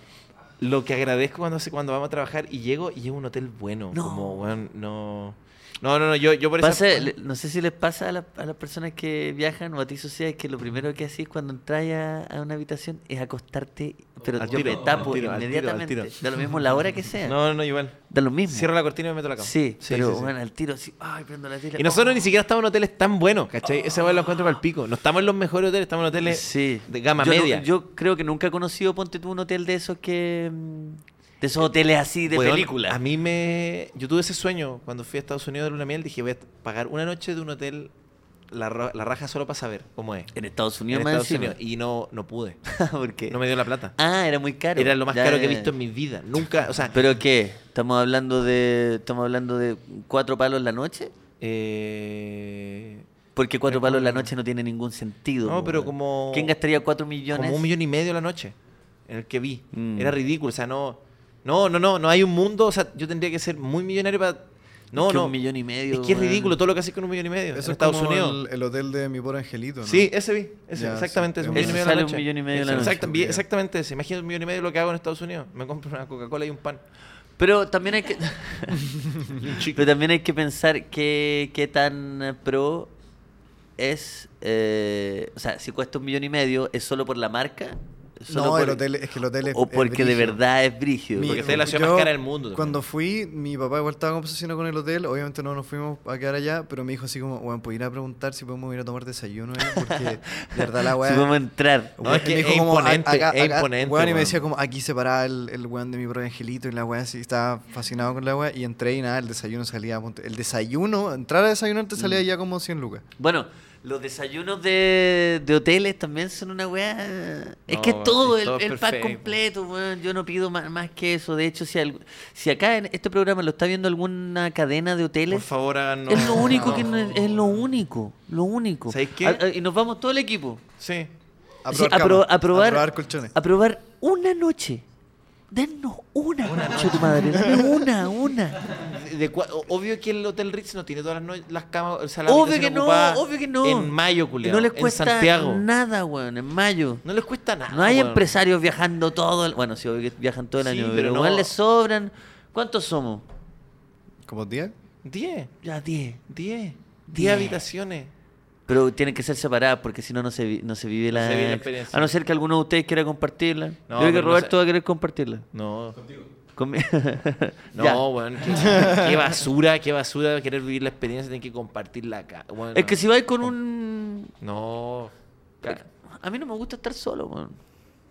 [SPEAKER 2] lo que agradezco cuando, hace- cuando vamos a trabajar y llego y llego a un hotel bueno.
[SPEAKER 1] No.
[SPEAKER 2] Como, weón, no. No, no, no, yo, yo por eso.
[SPEAKER 1] Pasa- le- no sé si les pasa a, la- a las personas que viajan o a ti Socia, es que lo primero que haces cuando entras a, a una habitación es acostarte, pero
[SPEAKER 2] Al
[SPEAKER 1] yo
[SPEAKER 2] tiro,
[SPEAKER 1] me tapo
[SPEAKER 2] al tiro, al tiro, al
[SPEAKER 1] inmediatamente.
[SPEAKER 2] tiro.
[SPEAKER 1] Da lo mismo la hora que sea.
[SPEAKER 2] No, no, no, igual.
[SPEAKER 1] Da lo mismo.
[SPEAKER 2] Cierro la cortina y me meto a la cama.
[SPEAKER 1] Sí, pero
[SPEAKER 2] sí.
[SPEAKER 1] bueno, al tiro así, ay, prendo la tele.
[SPEAKER 2] Y nosotros
[SPEAKER 1] oh.
[SPEAKER 2] ni siquiera estamos en hoteles tan buenos, ¿cachai? Ese weón lo encuentro para el pico. No estamos en los mejores hoteles, estamos en hoteles
[SPEAKER 1] Sí.
[SPEAKER 2] de gama
[SPEAKER 1] Yo no-
[SPEAKER 2] media.
[SPEAKER 1] yo creo que nunca he conocido, ponte tú, un hotel de esos que... mm, De esos hoteles así de
[SPEAKER 2] Weón,
[SPEAKER 1] película.
[SPEAKER 2] A mí me. Yo tuve ese sueño cuando fui a Estados Unidos de Luna Miel. Dije, voy a pagar una noche de un hotel, la, ra- la raja solo para saber cómo es.
[SPEAKER 1] En Estados
[SPEAKER 2] En
[SPEAKER 1] Unidos más
[SPEAKER 2] Estados
[SPEAKER 1] encima. Ah,
[SPEAKER 2] Unidos. Y no, no pude.
[SPEAKER 1] ¿Por qué?
[SPEAKER 2] No me dio la plata.
[SPEAKER 1] Ah, era muy caro.
[SPEAKER 2] Era lo más
[SPEAKER 1] Ya,
[SPEAKER 2] caro que he
[SPEAKER 1] ya, ya.
[SPEAKER 2] visto en mi vida. Nunca, o sea,
[SPEAKER 1] ¿Pero qué? ¿Estamos hablando de estamos hablando de cuatro palos la noche?
[SPEAKER 2] eh,
[SPEAKER 1] Porque cuatro
[SPEAKER 2] Es
[SPEAKER 1] palos la
[SPEAKER 2] como-
[SPEAKER 1] noche no tiene ningún sentido.
[SPEAKER 2] No,
[SPEAKER 1] po,
[SPEAKER 2] pero
[SPEAKER 1] weón.
[SPEAKER 2] como-
[SPEAKER 1] ¿Quién gastaría cuatro millones?
[SPEAKER 2] como un millón y medio la noche en el que vi.
[SPEAKER 1] Mm.
[SPEAKER 2] Era ridículo, o sea, no, no, no, no, no hay un mundo, o sea, yo tendría que ser muy millonario para... No,
[SPEAKER 1] Es que
[SPEAKER 2] no.
[SPEAKER 1] un millón y medio,
[SPEAKER 2] Es que es
[SPEAKER 1] weón.
[SPEAKER 2] ridículo todo lo que haces con un millón y medio
[SPEAKER 3] Eso
[SPEAKER 2] en
[SPEAKER 3] es
[SPEAKER 2] Estados
[SPEAKER 3] como
[SPEAKER 2] Unidos.
[SPEAKER 3] El, el hotel de mi pobre angelito. ¿no?
[SPEAKER 2] Sí, eh, ese vi, ese,
[SPEAKER 3] Ya,
[SPEAKER 2] exactamente.
[SPEAKER 3] sí,
[SPEAKER 2] es un
[SPEAKER 3] ese
[SPEAKER 2] millón y medio
[SPEAKER 1] sale
[SPEAKER 2] la
[SPEAKER 1] un
[SPEAKER 2] noche.
[SPEAKER 1] millón y medio la
[SPEAKER 2] Exacta-
[SPEAKER 1] noche,
[SPEAKER 2] exacta- vi-
[SPEAKER 3] culiao.
[SPEAKER 2] exactamente ese. Imagina un millón y medio lo que hago en Estados Unidos. Me compro una Coca-Cola y un pan.
[SPEAKER 1] Pero también hay que Pero también hay que pensar qué, qué tan eh, pro es eh, o sea, si cuesta un millón y medio, ¿es solo por la marca? ¿Solo
[SPEAKER 3] No,
[SPEAKER 1] por-
[SPEAKER 3] el hotel, es que el hotel es.
[SPEAKER 1] o
[SPEAKER 3] es
[SPEAKER 1] porque de
[SPEAKER 3] brígido.
[SPEAKER 1] verdad es brígido.
[SPEAKER 3] Mi-
[SPEAKER 1] porque-
[SPEAKER 2] porque está en la ciudad más
[SPEAKER 3] yo,
[SPEAKER 2] cara del mundo también.
[SPEAKER 3] Cuando fui, mi papá igual estaba obsesionado con el hotel. Obviamente no nos fuimos a quedar allá, pero me dijo así como, bueno, pues ir a preguntar si podemos ir a tomar desayuno ahí, porque de verdad la
[SPEAKER 1] si podemos
[SPEAKER 3] weá...
[SPEAKER 1] entrar.
[SPEAKER 2] No, es que es imponente, es imponente,
[SPEAKER 3] weón, y
[SPEAKER 2] weón.
[SPEAKER 3] me decía como, aquí se paraba el, el weón de mi propio angelito y la weá así, estaba fascinado con la weá. Y entré y nada, el desayuno salía... a punto- El desayuno, entrar a desayunar te salía ya como 100 lucas.
[SPEAKER 1] Bueno, Los desayunos de, de hoteles también son una weá. es
[SPEAKER 2] No,
[SPEAKER 1] que es
[SPEAKER 2] weón,
[SPEAKER 1] todo,
[SPEAKER 2] es
[SPEAKER 1] el,
[SPEAKER 2] todo
[SPEAKER 1] el pack
[SPEAKER 2] perfecto.
[SPEAKER 1] completo, weón. Yo no pido más, más que eso. De hecho, si, algu- si acá en este programa lo está viendo alguna cadena de
[SPEAKER 2] Por
[SPEAKER 1] hoteles,
[SPEAKER 2] favor, háganos.
[SPEAKER 1] es lo único
[SPEAKER 2] no.
[SPEAKER 1] que no es, es lo único. Lo único.
[SPEAKER 2] ¿Sabes qué?
[SPEAKER 1] Ah, ah, y nos vamos todo el equipo.
[SPEAKER 2] Sí.
[SPEAKER 3] A
[SPEAKER 1] Sí,
[SPEAKER 3] probar
[SPEAKER 1] a pro-
[SPEAKER 3] camas,
[SPEAKER 1] a probar-
[SPEAKER 3] colchones.
[SPEAKER 1] A probar una noche. Dennos una, noche, tu madre. Dame Una, una.
[SPEAKER 2] De- de cua- o- obvio que el Hotel Ritz no tiene todas las, no- las camas, o sea, la
[SPEAKER 1] Obvio
[SPEAKER 2] habitación
[SPEAKER 1] que no,
[SPEAKER 2] ocupada
[SPEAKER 1] obvio que no.
[SPEAKER 2] En mayo,
[SPEAKER 1] Y
[SPEAKER 2] culiao,
[SPEAKER 1] no les
[SPEAKER 2] en
[SPEAKER 1] cuesta
[SPEAKER 2] Santiago.
[SPEAKER 1] nada, weón, en mayo.
[SPEAKER 2] No les cuesta nada.
[SPEAKER 1] No hay
[SPEAKER 2] weón.
[SPEAKER 1] empresarios viajando todo el... Bueno, sí, obvio que viajan todo el
[SPEAKER 2] Sí,
[SPEAKER 1] año, pero,
[SPEAKER 2] pero no.
[SPEAKER 1] igual les sobran... ¿Cuántos somos?
[SPEAKER 3] ¿Como 10?
[SPEAKER 2] Diez,
[SPEAKER 1] Ya, 10.
[SPEAKER 2] diez, diez
[SPEAKER 1] Diez.
[SPEAKER 2] habitaciones.
[SPEAKER 1] Pero tienen que ser separadas porque si no, no se, vi- no se vive la...
[SPEAKER 2] se vive la experiencia.
[SPEAKER 1] A no ser que alguno de ustedes quiera compartirla.
[SPEAKER 2] No,
[SPEAKER 1] Yo creo que
[SPEAKER 2] pero no
[SPEAKER 1] Roberto
[SPEAKER 2] sé.
[SPEAKER 1] va a querer compartirla.
[SPEAKER 2] No.
[SPEAKER 1] Conmi-
[SPEAKER 2] No,
[SPEAKER 1] Ya.
[SPEAKER 2] weón. Qué, qué basura, qué basura querer vivir la experiencia, tener que compartirla acá. Bueno,
[SPEAKER 1] Es que si vais con
[SPEAKER 2] Oh.
[SPEAKER 1] un...
[SPEAKER 2] No. ca-
[SPEAKER 1] A mí no me gusta estar solo, weón.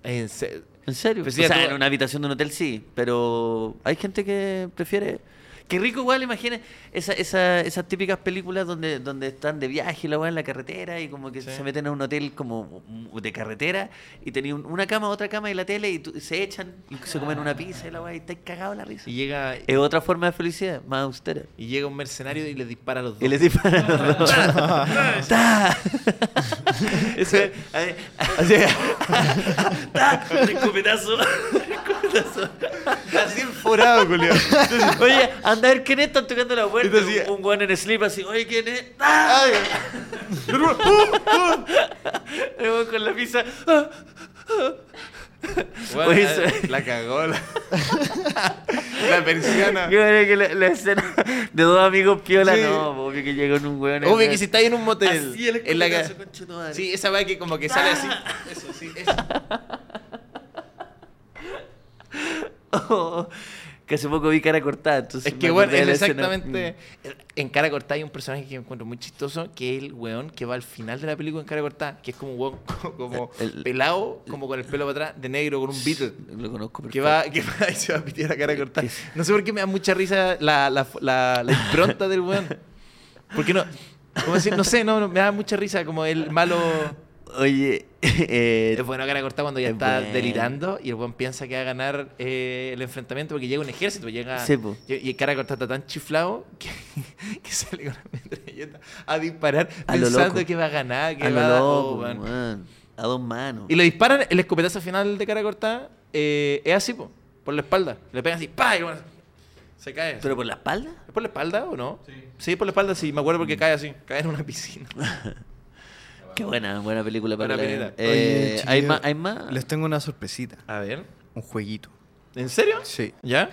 [SPEAKER 2] En serio.
[SPEAKER 1] ¿En serio?
[SPEAKER 2] Pues
[SPEAKER 1] o
[SPEAKER 2] sí,
[SPEAKER 1] sea,
[SPEAKER 2] tú-
[SPEAKER 1] en una habitación de un hotel sí, pero hay gente que prefiere... Qué rico igual, imagina esa, esa- esas típicas películas donde, donde están de viaje y la weá en la carretera y como que
[SPEAKER 2] Sí.
[SPEAKER 1] se meten a un hotel como de carretera y tenía un- una cama, otra cama y la tele y tú- se echan y se comen una pizza y la weá y estáis cagados la risa.
[SPEAKER 2] Y llega,
[SPEAKER 1] Es otra forma de felicidad, más austera.
[SPEAKER 2] y llega un mercenario y les dispara a los dos.
[SPEAKER 1] Y les disparan a los dos. ¡Ta! Eso es- a ver, así- ¡Ta! Un Ah, escopetazo. escopetazo.
[SPEAKER 2] Así enforado, culiao.
[SPEAKER 1] Oye, anda a ver quién es, están tocando la puerta.
[SPEAKER 2] Entonces,
[SPEAKER 1] Un- un weón en sleep así, oye, ¿quién es? ¡Ah! El weón con la pizza. ¡ah!
[SPEAKER 2] Bueno,
[SPEAKER 1] Oye,
[SPEAKER 2] eh,
[SPEAKER 1] se-
[SPEAKER 2] la cagó. La, la persiana.
[SPEAKER 1] Qué bueno que la, la escena de dos amigos piola,
[SPEAKER 2] Sí.
[SPEAKER 1] no, pues, obvio que llegó en un weón.
[SPEAKER 2] Obvio que si estáis en un motel.
[SPEAKER 1] Así el
[SPEAKER 2] en la ca-
[SPEAKER 1] escopetazo, conchetumadre.
[SPEAKER 2] Sí, esa weá que como que sale así. Ah, Eso, sí, eso.
[SPEAKER 1] que hace poco vi cara cortada, entonces
[SPEAKER 2] Es
[SPEAKER 1] me
[SPEAKER 2] que bueno, Mm.
[SPEAKER 1] acordé de
[SPEAKER 2] es
[SPEAKER 1] la escena. Mm.
[SPEAKER 2] exactamente. En Cara Cortada hay un personaje que encuentro muy chistoso, que es el weón que va al final de la película en Cara Cortada, que es como un weón co- como
[SPEAKER 1] El-
[SPEAKER 2] pelado, como con el pelo para atrás, de negro, con un beatle.
[SPEAKER 1] Mm, Lo conozco
[SPEAKER 2] Que
[SPEAKER 1] perfecto.
[SPEAKER 2] va, que va y se va a pitear a cara cortada.
[SPEAKER 1] Que-
[SPEAKER 2] No sé por qué me da mucha risa la, la, la- la impronta del weón. Porque no. Como decir, no sé, no, no, me da mucha risa como el malo.
[SPEAKER 1] Oye, eh,
[SPEAKER 2] Es bueno cara cortada cuando ya
[SPEAKER 1] Es
[SPEAKER 2] está
[SPEAKER 1] bueno.
[SPEAKER 2] delirando y el weón piensa que va a ganar eh, el enfrentamiento porque llega un ejército, pues llega.
[SPEAKER 1] Sí, po.
[SPEAKER 2] y y cara cortada está tan chiflado que, que sale con la metralleta a disparar
[SPEAKER 1] A lo
[SPEAKER 2] pensando
[SPEAKER 1] loco.
[SPEAKER 2] que va a ganar, que
[SPEAKER 1] a
[SPEAKER 2] va
[SPEAKER 1] lo
[SPEAKER 2] a-
[SPEAKER 1] loco,
[SPEAKER 2] oh, weón.
[SPEAKER 1] weón, a dos manos.
[SPEAKER 2] Y le disparan, el escopetazo final de cara cortada eh, es así, po, por la espalda. Le pegan así, ¡pa! Y bueno, se cae.
[SPEAKER 1] ¿Pero por la espalda?
[SPEAKER 2] ¿Es por la espalda o no? Sí. por la espalda, sí, me acuerdo porque cae así, cae en una piscina.
[SPEAKER 1] Qué buena, buena película para
[SPEAKER 2] Buena
[SPEAKER 1] la-
[SPEAKER 2] película.
[SPEAKER 1] eh,
[SPEAKER 3] Oye,
[SPEAKER 1] ¿Hay
[SPEAKER 3] chiquillo,
[SPEAKER 1] más? ¿Hay más?
[SPEAKER 3] Les tengo una sorpresita,
[SPEAKER 2] A ver,
[SPEAKER 3] un jueguito.
[SPEAKER 2] ¿en serio?
[SPEAKER 3] Sí.
[SPEAKER 2] ¿Ya?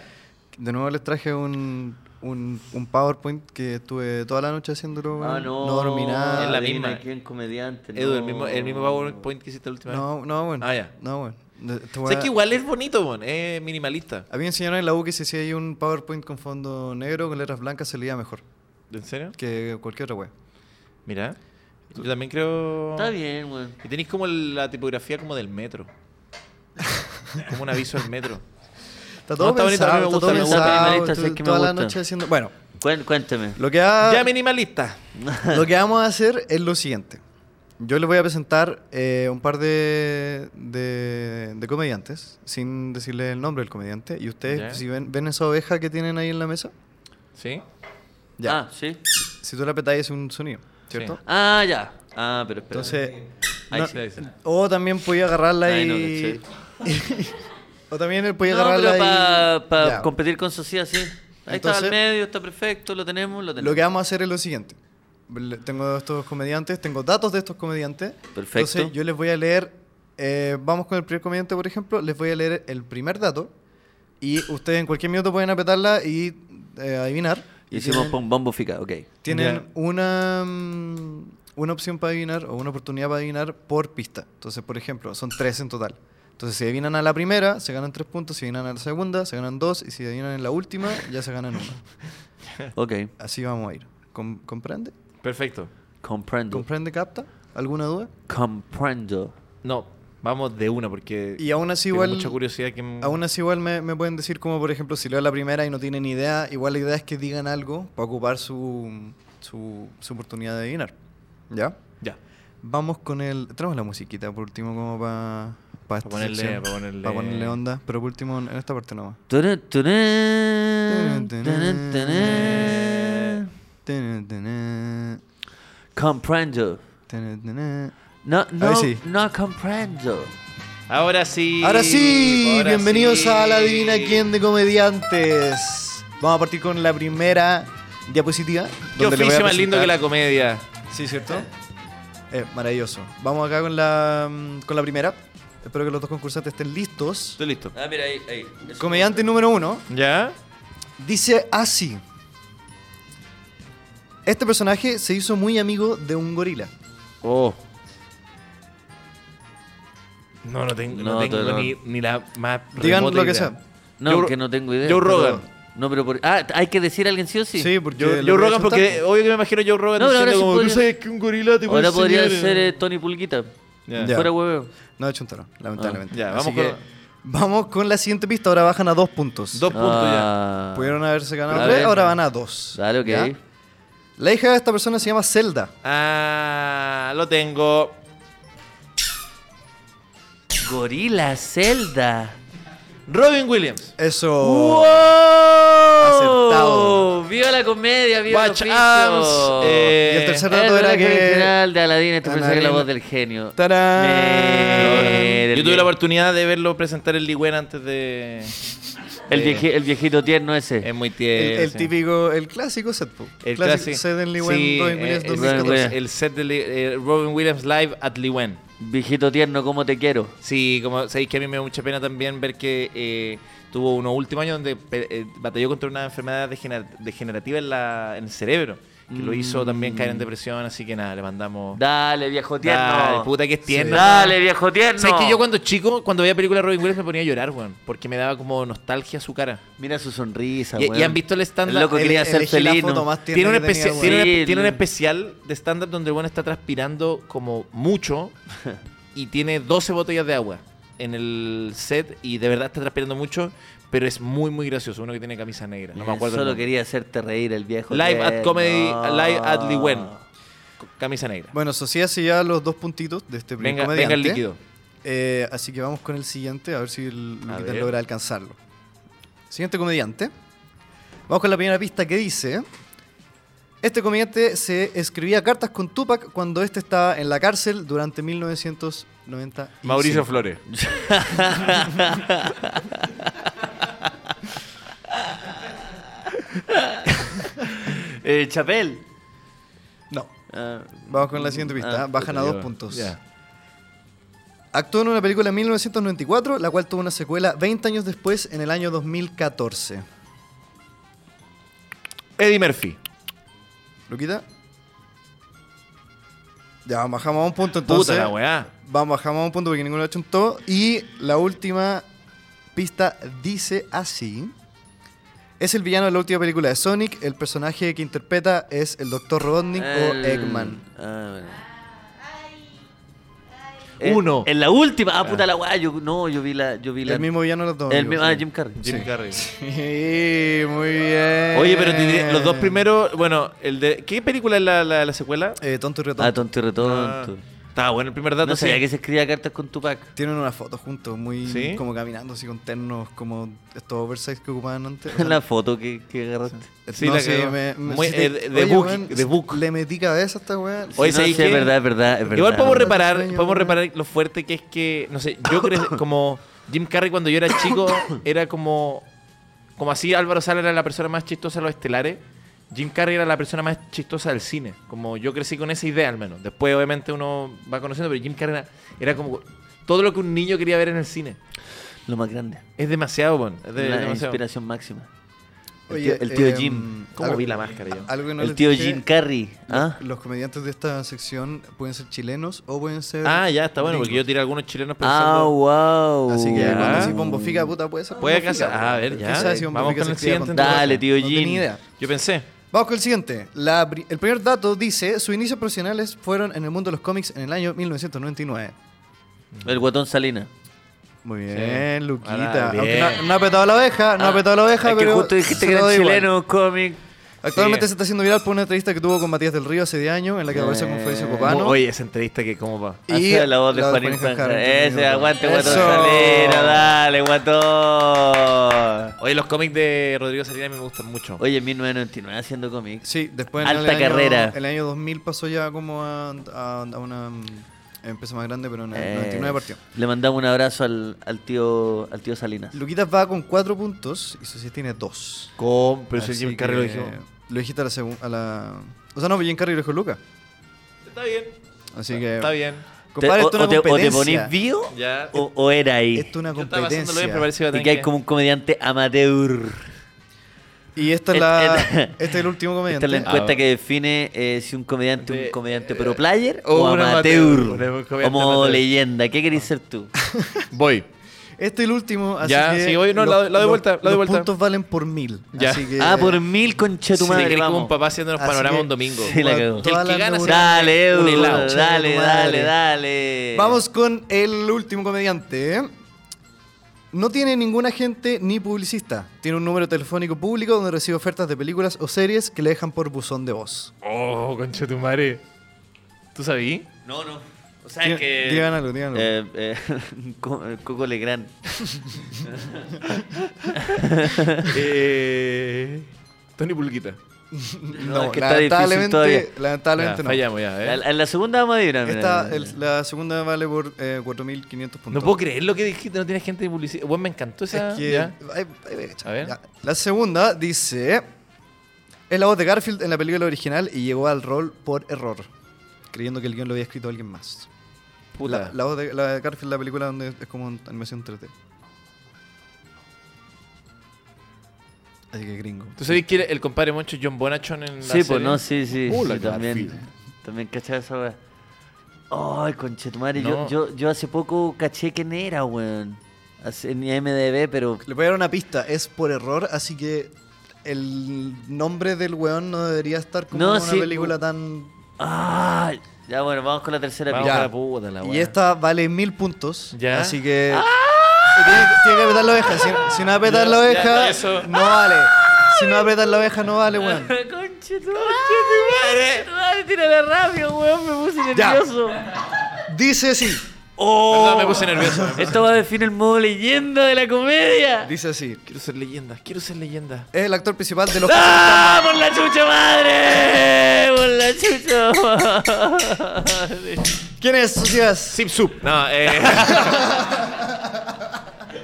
[SPEAKER 3] De nuevo les traje un, un, un PowerPoint que estuve toda la noche haciéndolo.
[SPEAKER 1] Ah,
[SPEAKER 3] weón.
[SPEAKER 1] no.
[SPEAKER 3] No dormí nada.
[SPEAKER 2] Es la
[SPEAKER 1] adivina
[SPEAKER 2] misma.
[SPEAKER 1] quién comediante.
[SPEAKER 2] Edu,
[SPEAKER 1] no.
[SPEAKER 2] el mismo, el mismo PowerPoint que hiciste la última vez.
[SPEAKER 3] No, no, bueno.
[SPEAKER 2] Ah, ya.
[SPEAKER 3] No, bueno. De- te
[SPEAKER 2] O
[SPEAKER 3] voy
[SPEAKER 2] sea,
[SPEAKER 3] a-
[SPEAKER 2] es que igual es bonito, bon, es minimalista.
[SPEAKER 3] A mí me enseñaron en la U que si hacía ahí un PowerPoint con fondo negro, con letras blancas, se leía mejor
[SPEAKER 2] ¿En serio?
[SPEAKER 3] que cualquier otra wea.
[SPEAKER 2] Mira, yo también creo...
[SPEAKER 1] Está bien, weón.
[SPEAKER 2] Y tenéis como la tipografía como del metro. como un aviso al metro.
[SPEAKER 3] Está
[SPEAKER 2] No,
[SPEAKER 3] todo
[SPEAKER 2] está bonito, a mí me
[SPEAKER 3] pensado, está
[SPEAKER 2] gusta,
[SPEAKER 3] todo
[SPEAKER 2] me gusta.
[SPEAKER 3] pensado.
[SPEAKER 1] Minimalista, sí, es que
[SPEAKER 3] tu-
[SPEAKER 1] me
[SPEAKER 3] Toda la
[SPEAKER 1] gusta.
[SPEAKER 3] noche haciendo... Bueno,
[SPEAKER 1] Cuen- Cuénteme.
[SPEAKER 3] lo que ha...
[SPEAKER 2] Ya minimalista.
[SPEAKER 3] Lo que vamos a hacer es lo siguiente. Yo les voy a presentar eh, un par de, de, de comediantes, sin decirles el nombre del comediante. Y ustedes,
[SPEAKER 2] Ya.
[SPEAKER 3] si ven, ven esa oveja que tienen ahí en la mesa,
[SPEAKER 2] ¿Sí?
[SPEAKER 3] ya.
[SPEAKER 1] Ah, sí.
[SPEAKER 3] Si tú la petáis es un sonido, ¿cierto?
[SPEAKER 2] Sí.
[SPEAKER 1] Ah, ya. Ah, pero espera.
[SPEAKER 3] Entonces,
[SPEAKER 1] Ahí
[SPEAKER 3] no-
[SPEAKER 1] sí.
[SPEAKER 2] Sí, ahí sí.
[SPEAKER 3] o también podía agarrarla
[SPEAKER 1] Ay, no,
[SPEAKER 3] y...
[SPEAKER 1] caché.
[SPEAKER 3] o también podía
[SPEAKER 1] No,
[SPEAKER 3] agarrarla
[SPEAKER 1] pero
[SPEAKER 3] y...
[SPEAKER 1] para
[SPEAKER 3] Ya.
[SPEAKER 1] competir con sociedad, sí. Ahí está al
[SPEAKER 3] Entonces-
[SPEAKER 1] medio, está perfecto, lo tenemos, lo tenemos.
[SPEAKER 3] Lo que vamos a hacer es lo siguiente. Le- Tengo estos comediantes, tengo datos de estos comediantes.
[SPEAKER 1] Perfecto.
[SPEAKER 3] Entonces yo les voy a leer, eh, vamos con el primer comediante, por ejemplo, les voy a leer el primer dato y ustedes en cualquier minuto pueden apretarla y eh, adivinar. Y
[SPEAKER 1] Hicimos
[SPEAKER 3] tienen-
[SPEAKER 1] pom- bombofica, ok.
[SPEAKER 3] Tienen
[SPEAKER 2] Ya.
[SPEAKER 3] una, mm, una opción para adivinar o una oportunidad para adivinar por pista. Entonces, por ejemplo, son tres en total. Entonces, si adivinan a la primera, se ganan tres puntos, si adivinan a la segunda, se ganan dos, y si adivinan en la última, ya se ganan uno.
[SPEAKER 1] Ok,
[SPEAKER 3] Así vamos a ir. Com- ¿Comprende?
[SPEAKER 2] Perfecto.
[SPEAKER 1] comprendo.
[SPEAKER 3] ¿Comprende, capta? ¿Alguna duda?
[SPEAKER 1] Comprendo.
[SPEAKER 2] No, vamos de una porque
[SPEAKER 3] Y aún así
[SPEAKER 2] tengo
[SPEAKER 3] igual...
[SPEAKER 2] mucha curiosidad que m-
[SPEAKER 3] Aún así igual me, me pueden decir como, por ejemplo, si leo la primera y no tienen idea, igual la idea es que digan algo para ocupar su, su, su oportunidad de adivinar. ¿Ya?
[SPEAKER 2] ya.
[SPEAKER 3] Vamos con el. Traemos la musiquita por último, como para. Para
[SPEAKER 2] Pa' ponerle- pa' ponerle-
[SPEAKER 3] ponerle onda. Pero por último, en esta parte nomás.
[SPEAKER 1] Turun, turun, turun, turun.
[SPEAKER 3] No,
[SPEAKER 1] Comprendo. No, no,
[SPEAKER 3] Ahí sí.
[SPEAKER 1] no comprendo.
[SPEAKER 2] Ahora sí.
[SPEAKER 3] Ahora sí,
[SPEAKER 2] ahora
[SPEAKER 3] bienvenidos
[SPEAKER 2] sí.
[SPEAKER 3] a La Divina Quién de Comediantes. Vamos a partir con la primera diapositiva.
[SPEAKER 2] Qué
[SPEAKER 3] donde le voy a
[SPEAKER 2] oficio más lindo que la
[SPEAKER 3] presentar-
[SPEAKER 2] comedia.
[SPEAKER 3] Sí, ¿cierto? Eh, maravilloso. Vamos acá con la, mm, con la primera. Espero que los dos concursantes estén listos.
[SPEAKER 2] Estoy listo.
[SPEAKER 1] Ah, mira, ahí, ahí.
[SPEAKER 3] Comediante número uno
[SPEAKER 2] ¿Ya?
[SPEAKER 3] dice así. Este personaje se hizo muy amigo de un gorila.
[SPEAKER 2] Oh. No, no tengo, no
[SPEAKER 1] No,
[SPEAKER 2] tengo
[SPEAKER 1] no.
[SPEAKER 2] ni, ni la más.
[SPEAKER 3] Digan
[SPEAKER 2] remota
[SPEAKER 3] lo que
[SPEAKER 2] idea.
[SPEAKER 3] sea.
[SPEAKER 1] No,
[SPEAKER 2] Joe-
[SPEAKER 1] que no tengo idea.
[SPEAKER 2] Joe
[SPEAKER 1] pero-
[SPEAKER 2] Rogan.
[SPEAKER 1] No, pero por... Ah, ¿hay que decir a alguien sí o sí?
[SPEAKER 3] Sí, porque
[SPEAKER 2] Yo,
[SPEAKER 3] lo
[SPEAKER 2] yo
[SPEAKER 3] voy a
[SPEAKER 2] Rogan,
[SPEAKER 3] chantar.
[SPEAKER 2] porque obvio que me imagino yo Rogan
[SPEAKER 1] No, pero ahora sí
[SPEAKER 2] diciendo como,
[SPEAKER 1] podría-
[SPEAKER 2] tú sabes que un gorila te puede
[SPEAKER 1] Ahora podría
[SPEAKER 2] enseñar,
[SPEAKER 1] ser
[SPEAKER 2] eh?"
[SPEAKER 1] eh, Tony Pulguita.
[SPEAKER 2] Ya.
[SPEAKER 3] Ya.
[SPEAKER 1] Fuera huevo.
[SPEAKER 3] No he hecho un toro, lamentablemente.
[SPEAKER 2] Ah, ya,
[SPEAKER 3] Así
[SPEAKER 2] vamos
[SPEAKER 3] que
[SPEAKER 2] con-
[SPEAKER 3] vamos con la siguiente pista. Ahora bajan a dos puntos.
[SPEAKER 2] Dos puntos
[SPEAKER 1] Ah,
[SPEAKER 3] Pudieron haberse ganado
[SPEAKER 1] A
[SPEAKER 3] tres,
[SPEAKER 1] ver.
[SPEAKER 3] ahora van a dos.
[SPEAKER 1] Dale, ok.
[SPEAKER 3] ¿Ya? La hija de esta persona se llama Zelda.
[SPEAKER 2] ya. Ah, lo tengo.
[SPEAKER 1] Gorila Zelda.
[SPEAKER 2] Robin Williams.
[SPEAKER 3] Eso.
[SPEAKER 2] Oh.
[SPEAKER 1] ¡Wow!
[SPEAKER 3] Acertado.
[SPEAKER 1] ¡Viva la comedia! ¡Viva
[SPEAKER 2] Watch
[SPEAKER 1] el
[SPEAKER 2] Arms.
[SPEAKER 1] oficio!
[SPEAKER 2] eh,
[SPEAKER 3] Y el tercer
[SPEAKER 1] El
[SPEAKER 3] dato era
[SPEAKER 1] rock
[SPEAKER 3] que.
[SPEAKER 1] original de Aladdin, esto pensé que era la
[SPEAKER 3] Aladdin.
[SPEAKER 1] voz del genio.
[SPEAKER 3] ¡Tarán! Eh,
[SPEAKER 1] Me- del
[SPEAKER 2] Yo tuve la
[SPEAKER 1] vie-
[SPEAKER 2] oportunidad de verlo presentar el Ligüen antes de. Eh.
[SPEAKER 1] el, vieji- el viejito tierno ese.
[SPEAKER 2] Es muy
[SPEAKER 3] El,
[SPEAKER 2] tierno.
[SPEAKER 3] el
[SPEAKER 2] sí.
[SPEAKER 3] típico, el clásico set. po.
[SPEAKER 2] El
[SPEAKER 3] clásico
[SPEAKER 2] clasi-
[SPEAKER 3] set en Lee
[SPEAKER 2] Sí,
[SPEAKER 3] Wen, Robin
[SPEAKER 2] eh,
[SPEAKER 3] Williams
[SPEAKER 2] el-
[SPEAKER 3] 2014.
[SPEAKER 1] Williams.
[SPEAKER 2] El, set de Lee- eh, Robin Williams Live at Liwen.
[SPEAKER 1] Viejito tierno, ¿cómo te quiero?
[SPEAKER 2] Sí, como sabéis que a mí me da mucha pena también ver que eh, tuvo unos últimos años donde pe- eh, batalló contra una enfermedad degener- degenerativa en, la, en el cerebro, que lo hizo también caer en
[SPEAKER 3] Mm.
[SPEAKER 2] depresión, así que nada, le mandamos...
[SPEAKER 1] Dale, viejo tierno.
[SPEAKER 2] Dale, puta que es tierno.
[SPEAKER 1] Dale, viejo tierno.
[SPEAKER 2] ¿Sabes que yo cuando chico, cuando veía películas de Robin Williams me ponía a llorar, weón? Porque me daba como nostalgia su cara.
[SPEAKER 1] Mira su sonrisa,
[SPEAKER 2] Y- y
[SPEAKER 1] weón.
[SPEAKER 2] han visto el stand-up.
[SPEAKER 1] loco
[SPEAKER 3] Ele-
[SPEAKER 1] quería ser
[SPEAKER 3] elegí la
[SPEAKER 1] felino.
[SPEAKER 3] foto más tierna
[SPEAKER 2] Tiene un,
[SPEAKER 3] que tenía,
[SPEAKER 2] especi-
[SPEAKER 3] weón.
[SPEAKER 2] tiene un-
[SPEAKER 1] Sí,
[SPEAKER 2] tiene un
[SPEAKER 1] el-
[SPEAKER 2] especial de stand-up donde el bueno está transpirando como mucho y tiene 12 botellas de agua en el set y de verdad está transpirando mucho, pero es muy, muy gracioso. Uno que tiene camisa negra. No me acuerdo.
[SPEAKER 1] Eh,
[SPEAKER 2] el
[SPEAKER 1] Solo
[SPEAKER 2] nombre.
[SPEAKER 1] quería hacerte reír el viejo.
[SPEAKER 2] Live at
[SPEAKER 1] tierno.
[SPEAKER 2] Comedy, uh, Live at Liwen. Co- Camisa negra.
[SPEAKER 3] Bueno, Socia se lleva los dos puntitos de este primer
[SPEAKER 2] Venga, venga
[SPEAKER 3] comediante.
[SPEAKER 2] el líquido.
[SPEAKER 3] Eh, así que vamos con el siguiente, a ver si el
[SPEAKER 2] A
[SPEAKER 3] Luquitas
[SPEAKER 2] ver.
[SPEAKER 3] logra alcanzarlo. Siguiente comediante. Vamos con la primera pista que dice. Este comediante se escribía cartas con Tupac cuando este estaba en la cárcel durante 1990.
[SPEAKER 2] Mauricio Flores.
[SPEAKER 1] Eh, Chapel.
[SPEAKER 3] No.
[SPEAKER 1] Ah,
[SPEAKER 3] Vamos con la siguiente pista.
[SPEAKER 1] Ah,
[SPEAKER 3] Bajan a
[SPEAKER 2] puta,
[SPEAKER 3] dos
[SPEAKER 2] ya.
[SPEAKER 3] puntos.
[SPEAKER 2] Ya.
[SPEAKER 3] Actuó en una película en 1994, la cual tuvo una secuela 20 años después, en el año 2014.
[SPEAKER 2] Eddie Murphy.
[SPEAKER 3] ¿Luquita? Ya, bajamos a un punto entonces.
[SPEAKER 2] Puta la weá.
[SPEAKER 3] Vamos, bajamos a un punto porque ninguno lo achuntó. Y la última pista dice así. Es el villano de la última película de Sonic. El personaje que interpreta es el Dr. Robotnik o
[SPEAKER 1] el-
[SPEAKER 3] Eggman.
[SPEAKER 1] ah, bueno. Eh,
[SPEAKER 2] Uno.
[SPEAKER 1] En la última. Ah, puta la weá. Yo, no, yo vi la. Yo vi la
[SPEAKER 3] El mismo villano de los dos.
[SPEAKER 1] El
[SPEAKER 3] amigos,
[SPEAKER 1] mismo- ah,
[SPEAKER 3] sí.
[SPEAKER 1] Jim Carrey.
[SPEAKER 2] Jim
[SPEAKER 3] Sí.
[SPEAKER 2] Carrey.
[SPEAKER 3] Sí, muy bien.
[SPEAKER 2] Oye, pero
[SPEAKER 3] Eh.
[SPEAKER 2] te- los dos primeros. Bueno, el de. ¿Qué película es la, la- la secuela?
[SPEAKER 3] Eh, tonto y retonto.
[SPEAKER 1] Ah, tonto y retonto.
[SPEAKER 2] Ah, Estaba bueno el primer dato.
[SPEAKER 1] No sabía
[SPEAKER 2] sí.
[SPEAKER 1] que se escribía cartas con Tupac.
[SPEAKER 3] Tienen una foto juntos, muy
[SPEAKER 2] ¿Sí?
[SPEAKER 3] como caminando así con ternos, como estos oversize que ocupaban antes. O sea,
[SPEAKER 1] la foto que, que agarraste.
[SPEAKER 2] Sí,
[SPEAKER 3] no,
[SPEAKER 2] la
[SPEAKER 3] sí,
[SPEAKER 2] cagó.
[SPEAKER 3] me- me-
[SPEAKER 2] Muy-
[SPEAKER 3] sí te-
[SPEAKER 2] eh, de- de
[SPEAKER 3] oye,
[SPEAKER 2] book,
[SPEAKER 3] weón,
[SPEAKER 2] de book.
[SPEAKER 3] Le metí cabeza a esta weá.
[SPEAKER 2] Oye,
[SPEAKER 1] Sí, no,
[SPEAKER 2] ¿sabes
[SPEAKER 1] sí, es
[SPEAKER 2] qué?
[SPEAKER 1] verdad, es verdad, es
[SPEAKER 2] Igual
[SPEAKER 1] verdad.
[SPEAKER 2] podemos reparar,
[SPEAKER 3] Extraño,
[SPEAKER 2] podemos
[SPEAKER 3] weón.
[SPEAKER 2] reparar lo fuerte que es que, no sé, yo creo como Jim Carrey cuando yo era chico era como como así Álvaro Sala era la persona más chistosa de los estelares, Jim Carrey era la persona más chistosa del cine, como yo crecí con esa idea al menos. Después obviamente uno va conociendo, pero Jim Carrey era, era como todo lo que un niño quería ver en el cine.
[SPEAKER 1] Lo más grande.
[SPEAKER 2] Es demasiado, bueno, es de-
[SPEAKER 1] la
[SPEAKER 2] demasiado.
[SPEAKER 1] inspiración máxima. El
[SPEAKER 3] Oye,
[SPEAKER 1] tío, el tío
[SPEAKER 3] em,
[SPEAKER 1] Jim.
[SPEAKER 2] ¿Cómo
[SPEAKER 3] algo-
[SPEAKER 2] vi la máscara yo?
[SPEAKER 3] Algo que no
[SPEAKER 1] el
[SPEAKER 3] les
[SPEAKER 1] tío
[SPEAKER 3] dije,
[SPEAKER 1] Jim Carrey. ¿Ah?
[SPEAKER 3] Los comediantes de esta sección pueden ser chilenos o pueden ser.
[SPEAKER 2] Ah, ya, está bueno, porque yo
[SPEAKER 3] gringos.
[SPEAKER 2] tiré a algunos chilenos
[SPEAKER 1] Ah,
[SPEAKER 2] pensando...
[SPEAKER 1] wow.
[SPEAKER 3] Así que
[SPEAKER 2] Ya.
[SPEAKER 3] cuando decís bombo fica, puta, puede ser.
[SPEAKER 2] Puede
[SPEAKER 3] bombo
[SPEAKER 2] que
[SPEAKER 3] fica,
[SPEAKER 2] sea- ah, a ver,
[SPEAKER 3] ¿Quién
[SPEAKER 2] ya,
[SPEAKER 3] sabe si
[SPEAKER 2] vamos
[SPEAKER 3] bombo fica
[SPEAKER 2] con
[SPEAKER 3] se
[SPEAKER 2] el
[SPEAKER 3] escribe
[SPEAKER 2] siguiente,
[SPEAKER 3] con todo?
[SPEAKER 1] Dale, tío
[SPEAKER 3] No
[SPEAKER 1] Jim.
[SPEAKER 3] tenía idea.
[SPEAKER 2] Yo pensé,
[SPEAKER 3] Vamos con el siguiente. La pri- el primer dato dice: sus inicios profesionales fueron en el mundo de los cómics en el año 1999.
[SPEAKER 1] El guatón Salina.
[SPEAKER 3] Muy
[SPEAKER 2] Sí.
[SPEAKER 3] bien, Luquita.
[SPEAKER 2] Ahora,
[SPEAKER 3] Aunque
[SPEAKER 2] bien.
[SPEAKER 3] no, no ha petado la oveja, no
[SPEAKER 1] Ah,
[SPEAKER 3] ha petado la oveja,
[SPEAKER 1] es
[SPEAKER 3] pero.
[SPEAKER 1] que justo dijiste
[SPEAKER 3] se
[SPEAKER 1] que
[SPEAKER 3] lo
[SPEAKER 1] era
[SPEAKER 3] doy igual.
[SPEAKER 1] chileno, cómic.
[SPEAKER 3] Actualmente
[SPEAKER 5] Sí.
[SPEAKER 3] se está haciendo viral por una entrevista que tuvo con Matías del Río hace 10 años, en la que aparece con Fabricio Copano.
[SPEAKER 2] Oye, esa entrevista que cómo va.
[SPEAKER 1] Y la voz de Juan
[SPEAKER 3] Juan
[SPEAKER 1] Infanta.
[SPEAKER 3] Infante. pues.
[SPEAKER 1] Ese, aguante, guatón
[SPEAKER 3] Eso.
[SPEAKER 1] Salera, dale, guatón.
[SPEAKER 2] Oye, los cómics de Rodrigo Salinas me gustan mucho.
[SPEAKER 1] Oye, en 1999 haciendo cómics.
[SPEAKER 3] Sí, después en
[SPEAKER 1] Alta
[SPEAKER 3] el año,
[SPEAKER 1] carrera.
[SPEAKER 3] el año 2000 pasó ya como a, a- a una mm, empresa más grande, pero en el
[SPEAKER 1] Eh,
[SPEAKER 3] 99 partió.
[SPEAKER 1] Le mandamos un abrazo al, al tío al tío Salinas.
[SPEAKER 3] Luquitas va con 4 puntos y Sociedad tiene 2.
[SPEAKER 2] Com, pero si Jim Carrey lo dijo.
[SPEAKER 3] Lo dijiste a la segunda. O sea, no, Jim Carrey lo dijo Luca.
[SPEAKER 5] Está bien,
[SPEAKER 2] Ah,
[SPEAKER 3] Así que.
[SPEAKER 5] está bien.
[SPEAKER 3] Compadre,
[SPEAKER 1] Te-
[SPEAKER 3] esto es
[SPEAKER 1] o, o
[SPEAKER 3] una
[SPEAKER 1] te, o te
[SPEAKER 3] competencia.
[SPEAKER 1] ponís vivo
[SPEAKER 5] Ya.
[SPEAKER 1] o, o era ahí.
[SPEAKER 3] Esto es una
[SPEAKER 5] Yo estaba haciéndolo bien,
[SPEAKER 3] competencia.
[SPEAKER 5] pero parece iba a
[SPEAKER 1] Oh, Y
[SPEAKER 5] tener
[SPEAKER 1] que hay como un comediante amateur.
[SPEAKER 3] Y esta
[SPEAKER 1] Et-
[SPEAKER 3] es la.
[SPEAKER 1] et-
[SPEAKER 3] este es el último
[SPEAKER 1] Esta
[SPEAKER 3] comediante.
[SPEAKER 1] es la
[SPEAKER 2] Ah,
[SPEAKER 1] encuesta
[SPEAKER 2] bueno.
[SPEAKER 1] que define eh, si un comediante es un
[SPEAKER 5] De-
[SPEAKER 1] comediante pro player
[SPEAKER 2] o
[SPEAKER 1] o,
[SPEAKER 2] un
[SPEAKER 1] amateur.
[SPEAKER 2] amateur, un comediante
[SPEAKER 1] Como
[SPEAKER 2] amateur.
[SPEAKER 1] leyenda. ¿Qué querés ser tú?
[SPEAKER 2] Voy.
[SPEAKER 3] Este es el último, así
[SPEAKER 2] Ya,
[SPEAKER 3] que
[SPEAKER 2] sí, oye, no, la- la doy
[SPEAKER 3] los-
[SPEAKER 2] vuelta, la doy
[SPEAKER 3] los
[SPEAKER 2] vuelta.
[SPEAKER 3] puntos valen por mil.
[SPEAKER 2] Ya.
[SPEAKER 3] Así que,
[SPEAKER 1] ah, por mil concha tu
[SPEAKER 2] Si te
[SPEAKER 1] madre.
[SPEAKER 2] querés como un
[SPEAKER 1] Vamos.
[SPEAKER 2] papá haciéndonos
[SPEAKER 3] Así
[SPEAKER 2] panorama
[SPEAKER 3] que-
[SPEAKER 2] un domingo.
[SPEAKER 1] Sí, la cagó.
[SPEAKER 3] todas
[SPEAKER 2] El que
[SPEAKER 3] las
[SPEAKER 2] gana se
[SPEAKER 3] neuronas-
[SPEAKER 1] Dale, Edu,
[SPEAKER 2] Un helado.
[SPEAKER 1] dale,
[SPEAKER 3] Concha de tu
[SPEAKER 1] dale,
[SPEAKER 3] madre.
[SPEAKER 1] dale.
[SPEAKER 3] Vamos con el último comediante. ¿eh? No tiene ningún agente ni publicista. Tiene un número telefónico público donde recibe ofertas de películas o series que le dejan por buzón de voz.
[SPEAKER 2] Oh, concha tu madre. ¿Tú sabí?
[SPEAKER 1] No, no. O sea,
[SPEAKER 3] Digan- Digan algo, digan algo.
[SPEAKER 1] Eh, eh, Co- eh, Coco Legrand.
[SPEAKER 2] eh, Tony Pulquita.
[SPEAKER 1] no, es que está difícil todavía.
[SPEAKER 3] lamentablemente
[SPEAKER 2] Ya,
[SPEAKER 3] no.
[SPEAKER 2] Fallamos ya, eh.
[SPEAKER 1] En la, segunda vamos a adivinar. mira.
[SPEAKER 3] Esta, el- la segunda vale por eh, 4.500 puntos.
[SPEAKER 2] No puedo creer lo que dijiste, no tienes gente de publicidad. Bueno, me encantó esa.
[SPEAKER 3] Es que-
[SPEAKER 2] ya.
[SPEAKER 3] ay, ay, ay,
[SPEAKER 2] A ver.
[SPEAKER 3] ya. La segunda dice... Es la voz de Garfield en la película original y llegó al rol por error, creyendo que el guión lo había escrito alguien más. La,
[SPEAKER 2] Puta.
[SPEAKER 3] la voz de, la de Garfield, la película donde es como un- animación 3D. Así que gringo.
[SPEAKER 2] ¿Tú sabés que el compadre Moncho es John Bonachon en la
[SPEAKER 1] Sí, pues
[SPEAKER 2] serie?
[SPEAKER 1] no, sí, sí.
[SPEAKER 3] Uh,
[SPEAKER 2] Hola,
[SPEAKER 1] sí, también,
[SPEAKER 2] Garfield.
[SPEAKER 1] también cachaba esa weá. Ay, conchetumare, yo,
[SPEAKER 2] No.
[SPEAKER 1] yo, yo hace poco caché quién era, weón. Hace- En IMDB, pero.
[SPEAKER 3] Le voy a dar una pista, es por error, así que el nombre del weón no debería estar como
[SPEAKER 1] No,
[SPEAKER 3] en una
[SPEAKER 1] sí.
[SPEAKER 3] película tan...
[SPEAKER 1] ¡Ah! Ya, bueno, vamos con la tercera
[SPEAKER 2] Vamos
[SPEAKER 1] pista.
[SPEAKER 2] a la puta, la
[SPEAKER 3] y
[SPEAKER 2] weá.
[SPEAKER 3] esta vale mil puntos,
[SPEAKER 2] Ya.
[SPEAKER 3] así que...
[SPEAKER 1] ¡Ah!
[SPEAKER 3] Tiene, tiene que apretar la oveja, si, si no apretar la
[SPEAKER 2] Ya, ya,
[SPEAKER 3] oveja,
[SPEAKER 2] eso.
[SPEAKER 3] no vale. Si no apretar la oveja, no vale, weón.
[SPEAKER 1] Conchetumare, conchetumare, tira la rabia, weón, me puse
[SPEAKER 3] Ya.
[SPEAKER 1] nervioso.
[SPEAKER 3] Dice sí.
[SPEAKER 1] ¡Oh!
[SPEAKER 2] Perdón, me puse nervioso.
[SPEAKER 1] Esto va a definir el modo leyenda de la comedia.
[SPEAKER 3] Dice así.
[SPEAKER 2] Quiero ser leyenda, quiero ser leyenda.
[SPEAKER 3] Es el actor principal de los...
[SPEAKER 1] ¡Ah! ¡Por la chucha madre! ¡Por la chucha madre!
[SPEAKER 3] ¿Quién es, Socias?
[SPEAKER 2] Zip Sup. No, eh.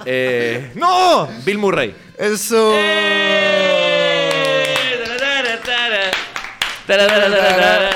[SPEAKER 2] eh. ¡No! Bill Murray.
[SPEAKER 3] Eso.
[SPEAKER 2] Eh.
[SPEAKER 1] Tararara, tara. Tararara, tarara.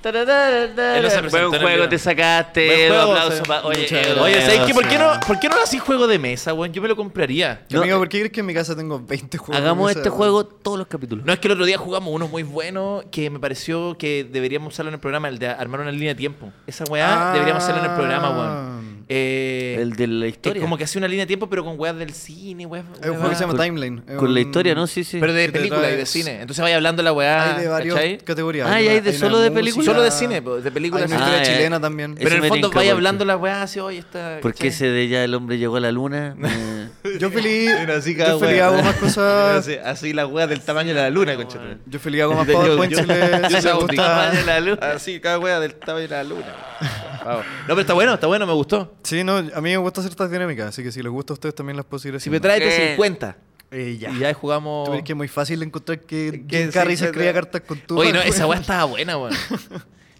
[SPEAKER 1] Tararara,
[SPEAKER 2] Él no se
[SPEAKER 1] tara. Buen
[SPEAKER 2] presentó en el
[SPEAKER 1] juego
[SPEAKER 2] video.
[SPEAKER 1] te sacaste,
[SPEAKER 2] Buen
[SPEAKER 1] Edu, Eh,
[SPEAKER 2] juego,
[SPEAKER 1] aplauso
[SPEAKER 2] sí.
[SPEAKER 1] pa- Oye, eh, Edu,
[SPEAKER 3] Muchas gracias.
[SPEAKER 2] Oye, ¿sabes qué?
[SPEAKER 1] Edu,
[SPEAKER 2] ¿Por qué no, ¿por qué no así juego de mesa, weón? Yo me lo compraría.
[SPEAKER 1] No,
[SPEAKER 3] Amigo,
[SPEAKER 1] eh,
[SPEAKER 3] ¿por qué crees que en mi casa tengo 20 juegos?
[SPEAKER 1] Hagamos
[SPEAKER 3] de mesa?
[SPEAKER 1] este juego todos los capítulos.
[SPEAKER 2] No es que el otro día jugamos uno muy bueno que me pareció que deberíamos usarlo en el programa, el de armar una línea de tiempo. Esa weá
[SPEAKER 3] Ah.
[SPEAKER 2] deberíamos hacerlo en el programa, weón. Eh,
[SPEAKER 1] El de la
[SPEAKER 2] que
[SPEAKER 1] historia.
[SPEAKER 2] como que hace una línea de tiempo, pero con weas del cine, weá.
[SPEAKER 3] Es un
[SPEAKER 2] weá.
[SPEAKER 3] juego que se llama
[SPEAKER 1] Con-
[SPEAKER 3] Timeline. es
[SPEAKER 1] Con la
[SPEAKER 3] un-
[SPEAKER 1] historia, ¿no? Sí, sí.
[SPEAKER 2] Pero
[SPEAKER 3] que
[SPEAKER 2] de
[SPEAKER 3] te
[SPEAKER 2] película y de
[SPEAKER 3] traes-
[SPEAKER 2] cine. Entonces vaya hablando la weá.
[SPEAKER 3] Hay de varias
[SPEAKER 2] ¿cachai?
[SPEAKER 3] categorías.
[SPEAKER 1] Ah, y
[SPEAKER 3] una-
[SPEAKER 1] hay de
[SPEAKER 3] una
[SPEAKER 1] solo de
[SPEAKER 3] música,
[SPEAKER 1] películas.
[SPEAKER 2] Solo de cine, po, de
[SPEAKER 3] Hay una
[SPEAKER 2] películas.
[SPEAKER 1] Ah,
[SPEAKER 3] historia
[SPEAKER 1] eh.
[SPEAKER 3] chilena también.
[SPEAKER 1] Eso
[SPEAKER 2] Pero en
[SPEAKER 1] me
[SPEAKER 2] el fondo
[SPEAKER 1] tinca,
[SPEAKER 2] vaya
[SPEAKER 1] porque-
[SPEAKER 2] hablando la weá así, oye, está.
[SPEAKER 1] Porque ese de ya el hombre llegó a la luna. eh,
[SPEAKER 3] Yo feliz.
[SPEAKER 5] Mira, así cada
[SPEAKER 3] Yo feliz
[SPEAKER 5] wea.
[SPEAKER 3] hago más cosas.
[SPEAKER 5] Así, así la wea del tamaño de la luna, conchetumare.
[SPEAKER 3] Yo feliz hago más
[SPEAKER 5] Yo- yo-
[SPEAKER 3] PowerPoint si
[SPEAKER 5] yo-
[SPEAKER 3] le- si
[SPEAKER 5] yo
[SPEAKER 3] le
[SPEAKER 5] soy
[SPEAKER 3] gusta.
[SPEAKER 1] de la luna.
[SPEAKER 5] Así, cada wea del tamaño de la luna.
[SPEAKER 2] Wow. No, pero está bueno, está bueno, me gustó.
[SPEAKER 3] Sí, no, a mí me gusta hacer estas dinámicas, así que si les gusta a ustedes también las puedo seguir
[SPEAKER 2] Si
[SPEAKER 3] haciendo.
[SPEAKER 2] me traes
[SPEAKER 1] Eh.
[SPEAKER 2] 50
[SPEAKER 3] Eh, ya.
[SPEAKER 2] y ya jugamos.
[SPEAKER 3] ¿Tú crees que es muy fácil encontrar que
[SPEAKER 5] Que
[SPEAKER 3] Jim Carrey
[SPEAKER 5] sí,
[SPEAKER 3] se
[SPEAKER 5] que-
[SPEAKER 3] escribía cartas con tu
[SPEAKER 2] Oye, no, esa weá estaba buena, weón.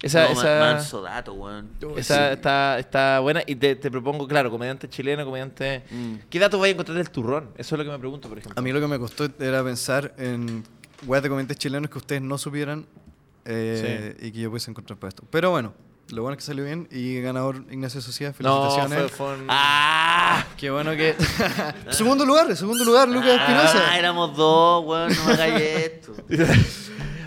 [SPEAKER 2] Esa,
[SPEAKER 1] no, ma-
[SPEAKER 2] esa,
[SPEAKER 1] Manso dato, weón.
[SPEAKER 2] esa está, está buena. Y te, te propongo, claro, comediante chileno, comediante.
[SPEAKER 1] Mm.
[SPEAKER 2] ¿Qué datos vas a encontrar del turrón? Eso es lo que me pregunto, por ejemplo.
[SPEAKER 3] A mí lo que me costó era pensar en weas de comediantes chilenos que ustedes no supieran eh, y que yo pudiese encontrar para esto. Pero bueno, lo bueno es que salió bien y ganador Ignacio Sociedad,
[SPEAKER 2] no,
[SPEAKER 3] felicitaciones.
[SPEAKER 2] fue, fue un-
[SPEAKER 1] ¡Ah!
[SPEAKER 3] Qué bueno que. segundo lugar, segundo lugar, Lucas Espinosa.
[SPEAKER 1] Ah, éramos dos, weón, no me hagáis esto.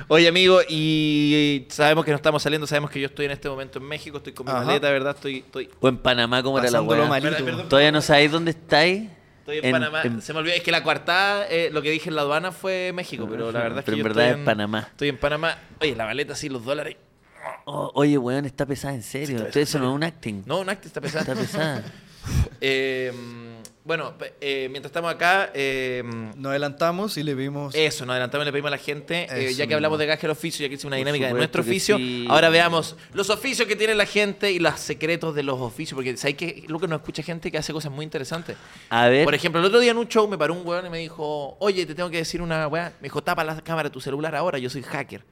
[SPEAKER 2] Oye, amigo, y sabemos que no estamos saliendo, sabemos que yo estoy en este momento en México, estoy con mi
[SPEAKER 3] Ajá.
[SPEAKER 2] maleta, ¿verdad? Estoy, estoy,
[SPEAKER 1] O en Panamá, ¿cómo era la
[SPEAKER 3] Pasándolo
[SPEAKER 1] weá?
[SPEAKER 3] malito.
[SPEAKER 2] Espera, perdón.
[SPEAKER 1] Todavía no sabéis dónde estáis.
[SPEAKER 2] estoy en, Panamá.
[SPEAKER 1] en-
[SPEAKER 2] Se me olvidó, es que la coartada, eh, lo que dije en la aduana fue México, pero la verdad es que.
[SPEAKER 1] Pero en
[SPEAKER 2] yo
[SPEAKER 1] verdad
[SPEAKER 2] estoy
[SPEAKER 1] es Panamá.
[SPEAKER 2] Estoy en Panamá. Oye, la maleta, sí, los dólares.
[SPEAKER 1] Oh, oye, weón, está pesada en serio. Entonces eso no es un acting.
[SPEAKER 2] No, un acto está pesado.
[SPEAKER 1] Está pesada.
[SPEAKER 2] Eh, Bueno, pe- eh, mientras estamos acá, eh,
[SPEAKER 3] Nos adelantamos y le vimos.
[SPEAKER 2] eso, nos adelantamos y le pedimos a la gente, eh,
[SPEAKER 3] Eso
[SPEAKER 2] ya que hablamos
[SPEAKER 3] mismo.
[SPEAKER 2] de gaje al oficio, ya que hice una
[SPEAKER 1] Por
[SPEAKER 2] dinámica de
[SPEAKER 1] supuesto
[SPEAKER 2] nuestro
[SPEAKER 1] que
[SPEAKER 2] oficio,
[SPEAKER 1] sí.
[SPEAKER 2] ahora veamos los oficios que tiene la gente y los secretos de los oficios, porque sabes que lo que nos escucha gente que hace cosas muy interesantes.
[SPEAKER 1] A ver.
[SPEAKER 2] Por ejemplo, el otro día en un show me paró un weón y me dijo, oye, te tengo que decir una weá. Me dijo, tapa la cámara de tu celular ahora, yo soy hacker.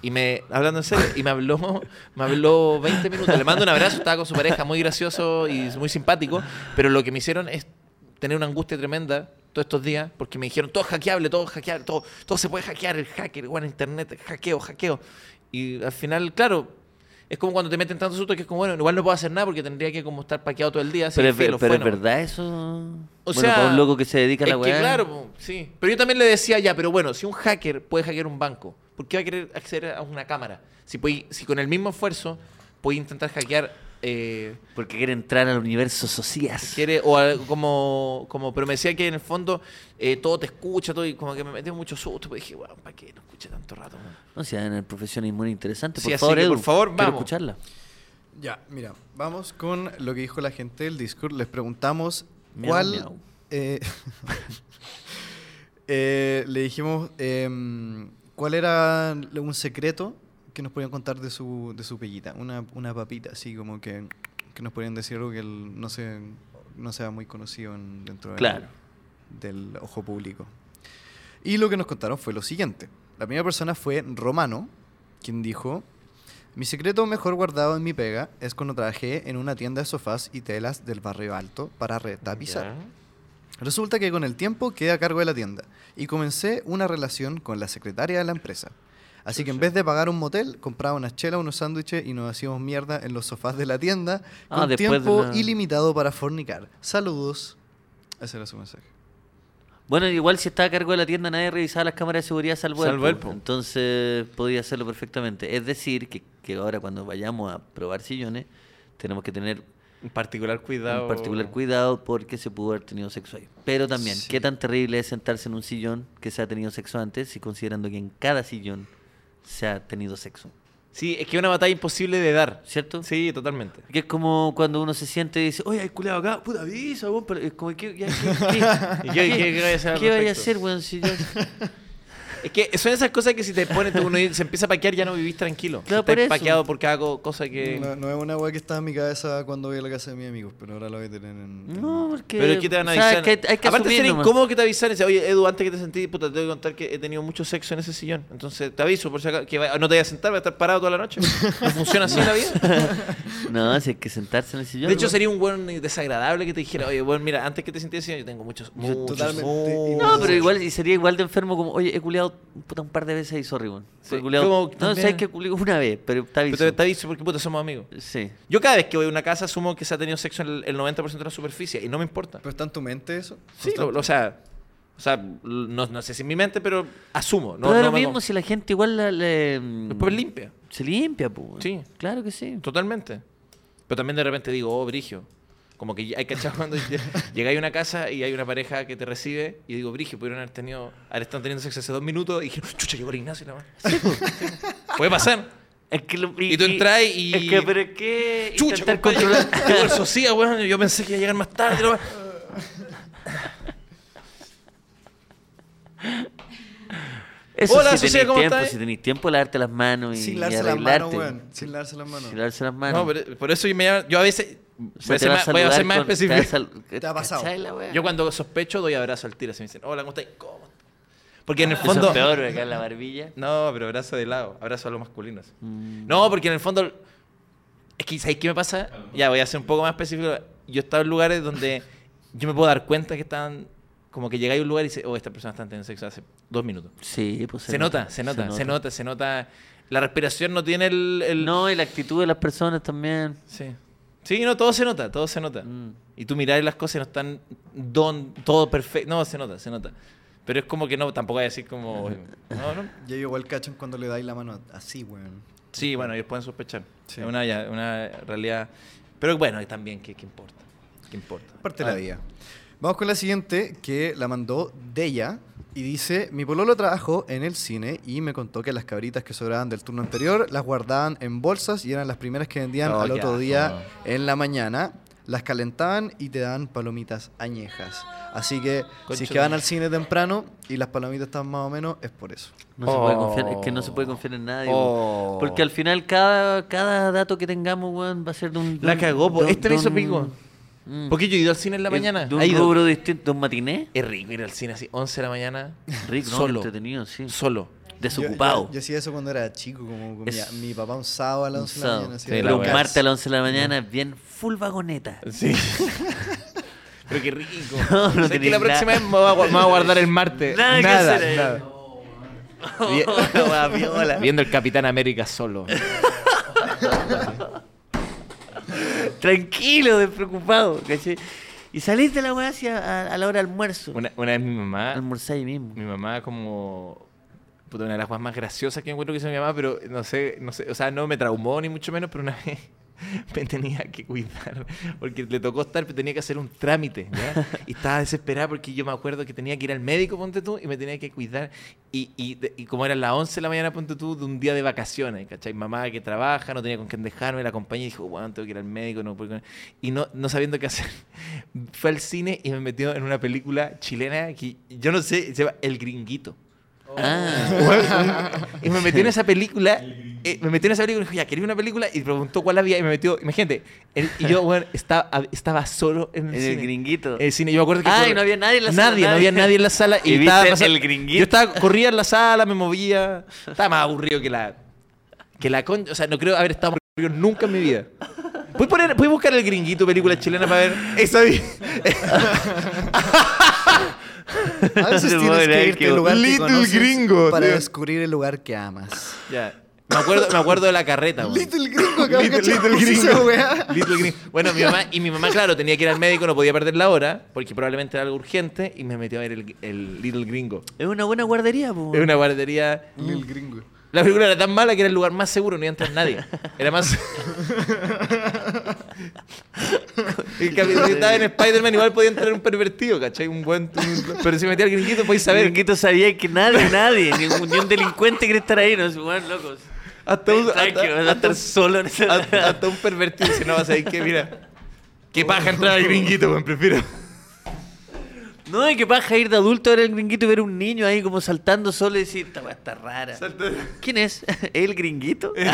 [SPEAKER 2] Y me, hablando en serio, y me habló, me habló 20 minutos. Le mando un abrazo, estaba con su pareja, muy gracioso y muy simpático. Pero lo que me hicieron es tener una angustia tremenda todos estos días, porque me dijeron, todo es hackeable, todo es hackeable, todo, todo se puede hackear, el hacker, bueno, internet, hackeo, hackeo. Y al final, claro, es como cuando te meten tanto susto que es como, bueno, igual no puedo hacer nada porque tendría que como estar paqueado todo el día. así
[SPEAKER 1] pero
[SPEAKER 2] que
[SPEAKER 1] es, ver-
[SPEAKER 2] filo,
[SPEAKER 1] pero
[SPEAKER 2] fue
[SPEAKER 1] es
[SPEAKER 2] nomás.
[SPEAKER 1] verdad eso.
[SPEAKER 2] O
[SPEAKER 1] bueno,
[SPEAKER 2] sea,
[SPEAKER 1] para un loco que se dedica a la
[SPEAKER 2] es que
[SPEAKER 1] weá.
[SPEAKER 2] claro, po, sí. Pero yo también le decía ya, pero bueno, si un hacker puede hackear un banco, ¿por qué va a querer acceder a una cámara? Si, puede- si con el mismo esfuerzo puede intentar hackear, eh,
[SPEAKER 1] Porque quiere entrar al universo socias.
[SPEAKER 2] quiere, o al- como, como, pero me decía que en el fondo eh, todo te escucha, todo, y como que me metió mucho susto, pues dije, bueno, ¿para qué no escuché tanto rato? weón?".
[SPEAKER 1] No sea en el profesionismo era interesante.
[SPEAKER 2] Sí,
[SPEAKER 1] Por
[SPEAKER 2] así
[SPEAKER 1] favor,
[SPEAKER 2] que,
[SPEAKER 1] Edu,
[SPEAKER 2] por favor,
[SPEAKER 1] quiero
[SPEAKER 2] vamos.
[SPEAKER 1] escucharla.
[SPEAKER 3] Ya, mira, vamos con lo que dijo la gente del Discord. Les preguntamos
[SPEAKER 1] Miau,
[SPEAKER 3] cuál.
[SPEAKER 1] miau.
[SPEAKER 3] eh, eh, le dijimos em, cuál era un secreto que nos podían contar de su, de su pellita. Una, una papita, así como que, que nos podían decir algo que él no, se, no sea muy conocido en- dentro del-
[SPEAKER 1] Claro.
[SPEAKER 3] del, ojo público. Y lo que nos contaron fue lo siguiente. La primera persona fue Romano, quien dijo. Mi secreto mejor guardado en mi pega es cuando trabajé en una tienda de sofás y telas del barrio alto para retapizar. Resulta que con el tiempo quedé a cargo de la tienda y comencé una relación con la secretaria de la empresa. Así que en vez de pagar un motel, compraba unas chelas, unos sándwiches y nos hacíamos mierda en los sofás de la tienda
[SPEAKER 1] Ah, después
[SPEAKER 3] con
[SPEAKER 1] de
[SPEAKER 3] tiempo
[SPEAKER 1] la-
[SPEAKER 3] ilimitado para fornicar. Saludos. Ese era su mensaje.
[SPEAKER 1] Bueno, igual si estaba a cargo de la tienda, nadie revisaba las cámaras de seguridad salvo, él,
[SPEAKER 2] Salvo
[SPEAKER 1] po.
[SPEAKER 2] él, po.
[SPEAKER 1] Entonces podía hacerlo perfectamente. Es decir, que, que ahora cuando vayamos a probar sillones, tenemos que tener
[SPEAKER 2] Un particular cuidado.
[SPEAKER 1] un particular cuidado porque se pudo haber tenido sexo ahí. Pero también,
[SPEAKER 3] Sí.
[SPEAKER 1] ¿qué tan terrible es sentarse en un sillón que se ha tenido sexo antes y considerando que en cada sillón se ha tenido sexo?
[SPEAKER 2] Sí, es que es una batalla imposible de dar.
[SPEAKER 1] ¿Cierto?
[SPEAKER 2] Sí, totalmente.
[SPEAKER 1] Que es como cuando uno se siente y dice, oye, hay culeado acá, puta avisa, weón, pero es como, ¿qué, ya, qué,
[SPEAKER 2] ¿Y qué- qué- qué vaya a hacer al
[SPEAKER 1] ¿Qué vaya a
[SPEAKER 2] respecto?
[SPEAKER 1] hacer, weón? Si ya-
[SPEAKER 2] Es que son esas cosas que si te pones, uno se empieza a paquear, ya no vivís tranquilo.
[SPEAKER 1] Claro,
[SPEAKER 2] Estás
[SPEAKER 1] por eso.
[SPEAKER 2] paqueado porque hago cosa que...
[SPEAKER 3] No, no es una weá que estaba en mi cabeza cuando voy a la casa de mis amigos, pero ahora la voy a tener en. en-
[SPEAKER 1] No, porque.
[SPEAKER 2] Pero es que te van a
[SPEAKER 1] o sea,
[SPEAKER 2] avisar.
[SPEAKER 1] es que hay que
[SPEAKER 2] Aparte de
[SPEAKER 1] asumir
[SPEAKER 2] ser
[SPEAKER 1] nomás.
[SPEAKER 2] incómodo que te avisan. y decir, Oye, Edu, antes que te sentí, puta, te tengo que contar que he tenido mucho sexo en ese sillón. Entonces te aviso, por si acaso, que vaya- no te voy a sentar, voy a estar parado toda la noche. No funciona así la vida.
[SPEAKER 1] No, si hay que sentarse en el sillón.
[SPEAKER 2] De hecho,
[SPEAKER 1] weón.
[SPEAKER 2] sería un buen desagradable que te dijera, oye, bueno, mira, antes que te sentí en ese sillón, yo tengo muchos, muchos,
[SPEAKER 3] totalmente
[SPEAKER 2] muchos.
[SPEAKER 1] No, pero igual y sería igual de enfermo como, oye, he culeado puta, un par de veces y sorry, weón.
[SPEAKER 2] Sí,
[SPEAKER 1] Fue culeado-
[SPEAKER 2] como
[SPEAKER 1] No,
[SPEAKER 2] también-
[SPEAKER 1] sabes que culeo una vez, pero está
[SPEAKER 2] Pero
[SPEAKER 1] aviso.
[SPEAKER 2] te, te aviso porque, puta, somos amigos.
[SPEAKER 1] Sí.
[SPEAKER 2] Yo cada vez que voy a una casa asumo que se ha tenido sexo en el, el 90% de la superficie y no me importa.
[SPEAKER 3] ¿Pero está en tu mente eso?
[SPEAKER 2] Sí, lo- lo- o sea, o sea no, no sé si en mi mente, pero asumo. No,
[SPEAKER 1] pero es
[SPEAKER 2] no
[SPEAKER 1] lo
[SPEAKER 2] me
[SPEAKER 1] mismo
[SPEAKER 2] con-
[SPEAKER 1] si la gente igual la, le-
[SPEAKER 2] Después limpia.
[SPEAKER 1] Se limpia, pues.
[SPEAKER 2] Sí.
[SPEAKER 1] Claro que sí.
[SPEAKER 2] Totalmente. Pero también de repente digo, oh, Brigio. Como que hay cachado cuando lle- llegáis a una casa y hay una pareja que te recibe y digo, Brigio, pudieron haber tenido, haber estado teniendo sexo hace dos minutos y dije, chucha, llegó el Ignacio y la madre. Puede pasar.
[SPEAKER 1] Es que lo-
[SPEAKER 2] Y tú entras y-
[SPEAKER 1] Es que, pero es que.
[SPEAKER 2] Chucha,
[SPEAKER 1] intentar
[SPEAKER 2] compadre,
[SPEAKER 1] controlar.
[SPEAKER 2] Llegó el Socia, weón. Yo pensé que iba a llegar más tarde. la weá.
[SPEAKER 1] Eso
[SPEAKER 2] Hola,
[SPEAKER 1] si
[SPEAKER 2] Socia,
[SPEAKER 1] tenéis
[SPEAKER 2] ¿cómo
[SPEAKER 1] tiempo,
[SPEAKER 2] estás?
[SPEAKER 1] si tenéis tiempo, lavarte las manos y,
[SPEAKER 3] Sin
[SPEAKER 1] y
[SPEAKER 3] darse las manos,
[SPEAKER 1] arreglarte.
[SPEAKER 3] weón. Sin darse las manos.
[SPEAKER 1] Sin lavarse las manos.
[SPEAKER 2] No, pero- por eso yo me llamo- Yo a veces.
[SPEAKER 1] O
[SPEAKER 2] voy
[SPEAKER 1] sea,
[SPEAKER 2] a
[SPEAKER 1] te
[SPEAKER 2] ser
[SPEAKER 1] va
[SPEAKER 2] más- voy a ser
[SPEAKER 1] saludar
[SPEAKER 2] más
[SPEAKER 1] con- te va a
[SPEAKER 2] específico.
[SPEAKER 1] sal-
[SPEAKER 3] Te ha pasado.
[SPEAKER 1] ¿Cachai la weá?
[SPEAKER 2] Yo cuando sospecho doy abrazo al tiro. Se me dicen, hola, ¿cómo estás? ¿Cómo? estás?". Porque en el
[SPEAKER 1] Eso
[SPEAKER 2] fondo.
[SPEAKER 1] es peor, eh. acá en la barbilla.
[SPEAKER 2] No, pero abrazo de lado, abrazo a los masculinos. No, porque en el fondo. Es que, ¿sabéis qué me pasa? Ya, voy a ser un poco más específico. Yo he estado en lugares donde yo me puedo dar cuenta que están. Como que llegáis a un lugar y dices, oh, esta persona está teniendo sexo hace dos minutos.
[SPEAKER 1] Sí, pues
[SPEAKER 2] Se, nota, se nota, se nota, se nota, La respiración no tiene el. el-
[SPEAKER 1] No, y la actitud de las personas también.
[SPEAKER 2] Sí. Sí, no, todo se nota, todo se nota.
[SPEAKER 1] Mm.
[SPEAKER 2] Y tú mirás las cosas y no están don, todo perfecto. No, se nota, se nota. Pero es como que no, tampoco hay así como. No, no,
[SPEAKER 3] Y ellos igual cachan cuando le dais la mano así, weón.
[SPEAKER 2] Sí, bueno, ellos pueden sospechar.
[SPEAKER 3] Sí.
[SPEAKER 2] Es una, ya- una realidad. Pero bueno, y también, ¿qué, qué importa? ¿Qué importa?
[SPEAKER 3] Parte de la
[SPEAKER 2] Ah,
[SPEAKER 3] vida. Vamos con la siguiente que la mandó Della y dice, mi pololo trabajó en el cine y me contó que las cabritas que sobraban del turno anterior las guardaban en bolsas y eran las primeras que vendían
[SPEAKER 2] Oh,
[SPEAKER 3] al
[SPEAKER 2] qué
[SPEAKER 3] otro
[SPEAKER 2] asco.
[SPEAKER 3] día en la mañana. las calentaban y te daban palomitas añejas. Así que si es
[SPEAKER 2] Concha
[SPEAKER 3] que van
[SPEAKER 2] de-
[SPEAKER 3] al cine temprano y las palomitas están más o menos, es por eso.
[SPEAKER 1] No se puede
[SPEAKER 2] Oh.
[SPEAKER 1] confiar, es que no se puede confiar en nadie.
[SPEAKER 2] Oh.
[SPEAKER 1] weón. Porque al final cada, cada dato que tengamos, weón, va a ser de un... de
[SPEAKER 2] La
[SPEAKER 1] un-
[SPEAKER 2] cagó, po.
[SPEAKER 1] de un-
[SPEAKER 2] Este me
[SPEAKER 1] de
[SPEAKER 2] hizo
[SPEAKER 1] un-
[SPEAKER 2] pico.
[SPEAKER 1] Mm.
[SPEAKER 2] Porque yo he ido al cine en la mañana.
[SPEAKER 1] De un
[SPEAKER 2] Ha ido.
[SPEAKER 1] rubro distinto, de un matiné.
[SPEAKER 2] Es rico ir al cine así, 11 de la mañana,
[SPEAKER 1] Rico, ¿no?
[SPEAKER 2] Solo.
[SPEAKER 1] entretenido, sí.
[SPEAKER 2] solo.
[SPEAKER 1] Desocupado.
[SPEAKER 3] Yo, yo hacía eso cuando era chico, como con
[SPEAKER 1] Es-
[SPEAKER 3] mi, mi papá un sábado a las 11 de la mañana. hacía
[SPEAKER 2] Sí,
[SPEAKER 1] pero
[SPEAKER 2] la
[SPEAKER 1] un
[SPEAKER 2] wea.
[SPEAKER 1] martes a las 11 de la mañana es bien full vagoneta.
[SPEAKER 2] Sí. Pero qué rico.
[SPEAKER 1] No, no
[SPEAKER 2] Sé que
[SPEAKER 1] tenéis
[SPEAKER 2] la próxima
[SPEAKER 1] nada.
[SPEAKER 2] vez me voy a, gu- me voy a guardar el martes.
[SPEAKER 1] Nada
[SPEAKER 2] Nada,
[SPEAKER 1] que
[SPEAKER 2] nada.
[SPEAKER 1] hacer ahí.
[SPEAKER 2] Bien-
[SPEAKER 1] Guau, piola.
[SPEAKER 2] Viendo el Capitán América solo.
[SPEAKER 1] Tranquilo, despreocupado, ¿cachai? Y salís de la weá hacia a, a la hora de almuerzo.
[SPEAKER 2] Una, una vez mi mamá,
[SPEAKER 1] Almorzáis mismo.
[SPEAKER 2] mi mamá como... puta, una de las cosas más graciosas que encuentro que hizo mi mamá, pero no sé, no sé, o sea, no me traumó ni mucho menos, pero una vez me tenía que cuidar, porque le tocó estar, pero tenía que hacer un trámite, ¿ya? Y estaba desesperada porque yo me acuerdo que tenía que ir al médico, ponte tú, y me tenía que cuidar. Y, y, de- y como eran las 11 de la mañana, ponte tú, de un día de vacaciones, ¿cachai? Mamá que trabaja, no tenía con quién dejarme, la compañía dijo, bueno, tengo que ir al médico, no puedo... ir con-". Y no, no sabiendo qué hacer, fue al cine y me metió en una película chilena que yo no sé, se llama El Gringuito.
[SPEAKER 1] Ah,
[SPEAKER 2] Y me metió en esa película. eh, me metió en esa película y dijo, ya, quería una película. Y preguntó cuál había. Y me metió, imagínate. el- y yo, bueno, estaba, estaba solo en el,
[SPEAKER 1] en
[SPEAKER 2] cine.
[SPEAKER 1] el gringuito.
[SPEAKER 2] En el cine. Eh, Yo me acuerdo que.
[SPEAKER 1] Ah,
[SPEAKER 2] fue-
[SPEAKER 1] y no había nadie en la sala,
[SPEAKER 2] Nadie, no
[SPEAKER 1] nadie.
[SPEAKER 2] había nadie en la sala.
[SPEAKER 1] Y
[SPEAKER 2] Y,
[SPEAKER 1] viste
[SPEAKER 2] estaba
[SPEAKER 1] El
[SPEAKER 2] pasando-
[SPEAKER 1] Gringuito.
[SPEAKER 2] Yo estaba, corría en la sala, me movía. Estaba más aburrido que la. Que la con, O sea, no creo haber estado más aburrido nunca en mi vida. ¿Puedes, poner, ¿puedes buscar el gringuito, película chilena, para ver? Esa vi-
[SPEAKER 3] A veces
[SPEAKER 1] Se
[SPEAKER 3] tienes
[SPEAKER 1] podrá
[SPEAKER 3] que irte
[SPEAKER 1] que-
[SPEAKER 3] al lugar que
[SPEAKER 2] Little
[SPEAKER 3] conoces
[SPEAKER 2] gringo,
[SPEAKER 3] para
[SPEAKER 2] tío.
[SPEAKER 3] descubrir el lugar que amas.
[SPEAKER 2] Ya. Me acuerdo, me acuerdo de la carreta. weón.
[SPEAKER 3] Little Gringo, acabo de
[SPEAKER 2] Ah, Little,
[SPEAKER 3] cachar
[SPEAKER 2] Little
[SPEAKER 3] esa
[SPEAKER 2] Gringo.
[SPEAKER 3] weá.
[SPEAKER 2] Little Gringo. Bueno, mi mamá, y mi mamá, claro, tenía que ir al médico, no podía perder la hora, porque probablemente era algo urgente, y me metió a ver el, el Little Gringo.
[SPEAKER 1] Es una buena guardería, po.
[SPEAKER 2] Es una guardería.
[SPEAKER 3] Little Gringo.
[SPEAKER 2] La película era tan mala que era el lugar más seguro, no iba a entrar nadie. Era más. El capitán estaba en Spider-Man, igual podía entrar un pervertido, ¿cachai? Un buen. un- Pero si metía al gringuito, podéis
[SPEAKER 1] El
[SPEAKER 2] saber.
[SPEAKER 1] gringuito sabía que nadie, nadie, ni un, ni un delincuente quiere estar ahí, no se weón, locos.
[SPEAKER 2] Hasta un,
[SPEAKER 1] Sabes que vas a
[SPEAKER 2] hasta, hasta
[SPEAKER 1] estar
[SPEAKER 2] un-
[SPEAKER 1] solo en esa
[SPEAKER 2] hasta- hasta un pervertido, si no vas a ir, que mira. Qué paja entrar al gringuito, weón, prefiero.
[SPEAKER 1] No, y que paja ir de adulto a ver el gringuito y ver un niño ahí como saltando solo y decir, esta weá está rara. ¿Quién es? ¿El gringuito?
[SPEAKER 2] Eh.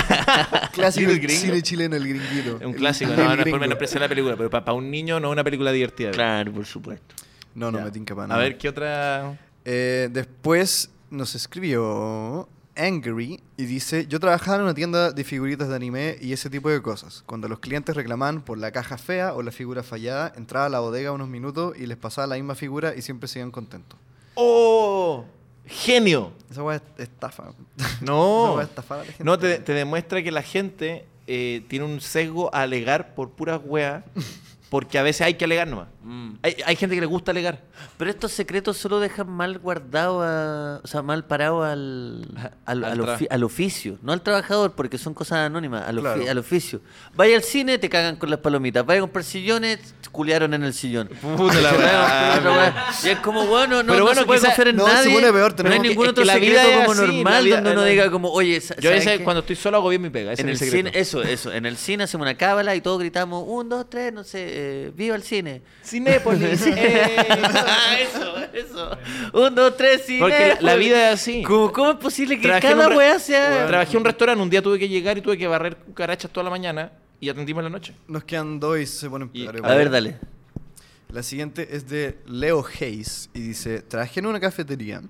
[SPEAKER 3] Clásico
[SPEAKER 2] Little Gringo.
[SPEAKER 3] cine chileno, el gringuito.
[SPEAKER 2] Es un clásico,
[SPEAKER 3] El
[SPEAKER 2] no, no,
[SPEAKER 3] Little
[SPEAKER 2] es por
[SPEAKER 3] Gringo.
[SPEAKER 2] menospreciar la película, pero para, un niño no es una película divertida.
[SPEAKER 1] claro, Ah, por supuesto.
[SPEAKER 3] No, no me tinca para
[SPEAKER 2] A
[SPEAKER 3] nada.
[SPEAKER 2] ver, ¿qué otra...?
[SPEAKER 3] Eh, después nos escribió Angry y dice, yo trabajaba en una tienda de figuritas de anime y ese tipo de cosas. Cuando los clientes reclamaban por la caja fea o la figura fallada, entraba a la bodega unos minutos y les pasaba la misma figura y siempre se iban contentos.
[SPEAKER 2] ¡Oh! ¡Genio!
[SPEAKER 3] Esa weá es estafa. Esa
[SPEAKER 2] No,
[SPEAKER 3] weá es estafar a la gente.
[SPEAKER 2] no te, te demuestra que la gente eh, tiene un sesgo a alegar por puras weas, porque a veces hay que alegar nomás. Hay, hay gente que le gusta alegar.
[SPEAKER 1] Pero estos secretos solo dejan mal guardado, a- o sea, mal parado al, al,
[SPEAKER 2] Al
[SPEAKER 1] al
[SPEAKER 2] tra-
[SPEAKER 1] ofi- al oficio, no al trabajador, porque son cosas anónimas, al, ofi-
[SPEAKER 3] Claro.
[SPEAKER 1] al oficio. Vaya al cine, te cagan con las palomitas. Vaya a comprar sillones, culearon en el sillón.
[SPEAKER 2] Puta la
[SPEAKER 1] Se
[SPEAKER 2] wea.
[SPEAKER 1] cagan con otra wea. Y es como, bueno, no,
[SPEAKER 2] Pero
[SPEAKER 1] no
[SPEAKER 2] bueno,
[SPEAKER 1] se puede
[SPEAKER 2] quizá-
[SPEAKER 1] confiar en
[SPEAKER 3] no, se
[SPEAKER 1] nadie.
[SPEAKER 3] pone peor,
[SPEAKER 1] no hay
[SPEAKER 3] tenemos que-
[SPEAKER 1] ningún
[SPEAKER 2] es
[SPEAKER 1] otro
[SPEAKER 2] que la
[SPEAKER 1] secreto
[SPEAKER 2] vida es
[SPEAKER 1] como
[SPEAKER 2] así,
[SPEAKER 1] normal
[SPEAKER 2] la vida-
[SPEAKER 1] donde uno
[SPEAKER 2] eh,
[SPEAKER 1] diga como, oye, sa-
[SPEAKER 2] Yo a
[SPEAKER 1] ¿sabes
[SPEAKER 2] veces
[SPEAKER 1] qué?
[SPEAKER 2] cuando estoy solo hago bien mi pega, ese
[SPEAKER 1] en el
[SPEAKER 2] es mi secreto.
[SPEAKER 1] cine, eso, eso. En el cine hacemos una cábala y todos gritamos, un, dos, tres, no sé, eh, viva el cine.
[SPEAKER 2] Cinépolis, eh.
[SPEAKER 1] Ah, eso, eso. Un, dos, tres, cine.
[SPEAKER 2] Porque la, la vida es así.
[SPEAKER 1] ¿Cómo, cómo es posible que
[SPEAKER 2] Trabajé en
[SPEAKER 1] cada
[SPEAKER 2] un re-
[SPEAKER 1] weá sea...?
[SPEAKER 2] Trabajé en un restaurante, un día tuve que llegar y tuve que barrer cucarachas toda la mañana y atendimos en la noche.
[SPEAKER 3] Nos quedan dos y se ponen
[SPEAKER 2] Y-
[SPEAKER 3] peor.
[SPEAKER 1] A
[SPEAKER 3] igual.
[SPEAKER 1] ver, dale.
[SPEAKER 3] La siguiente es de Leo Hayes y dice, trabajé en una cafetería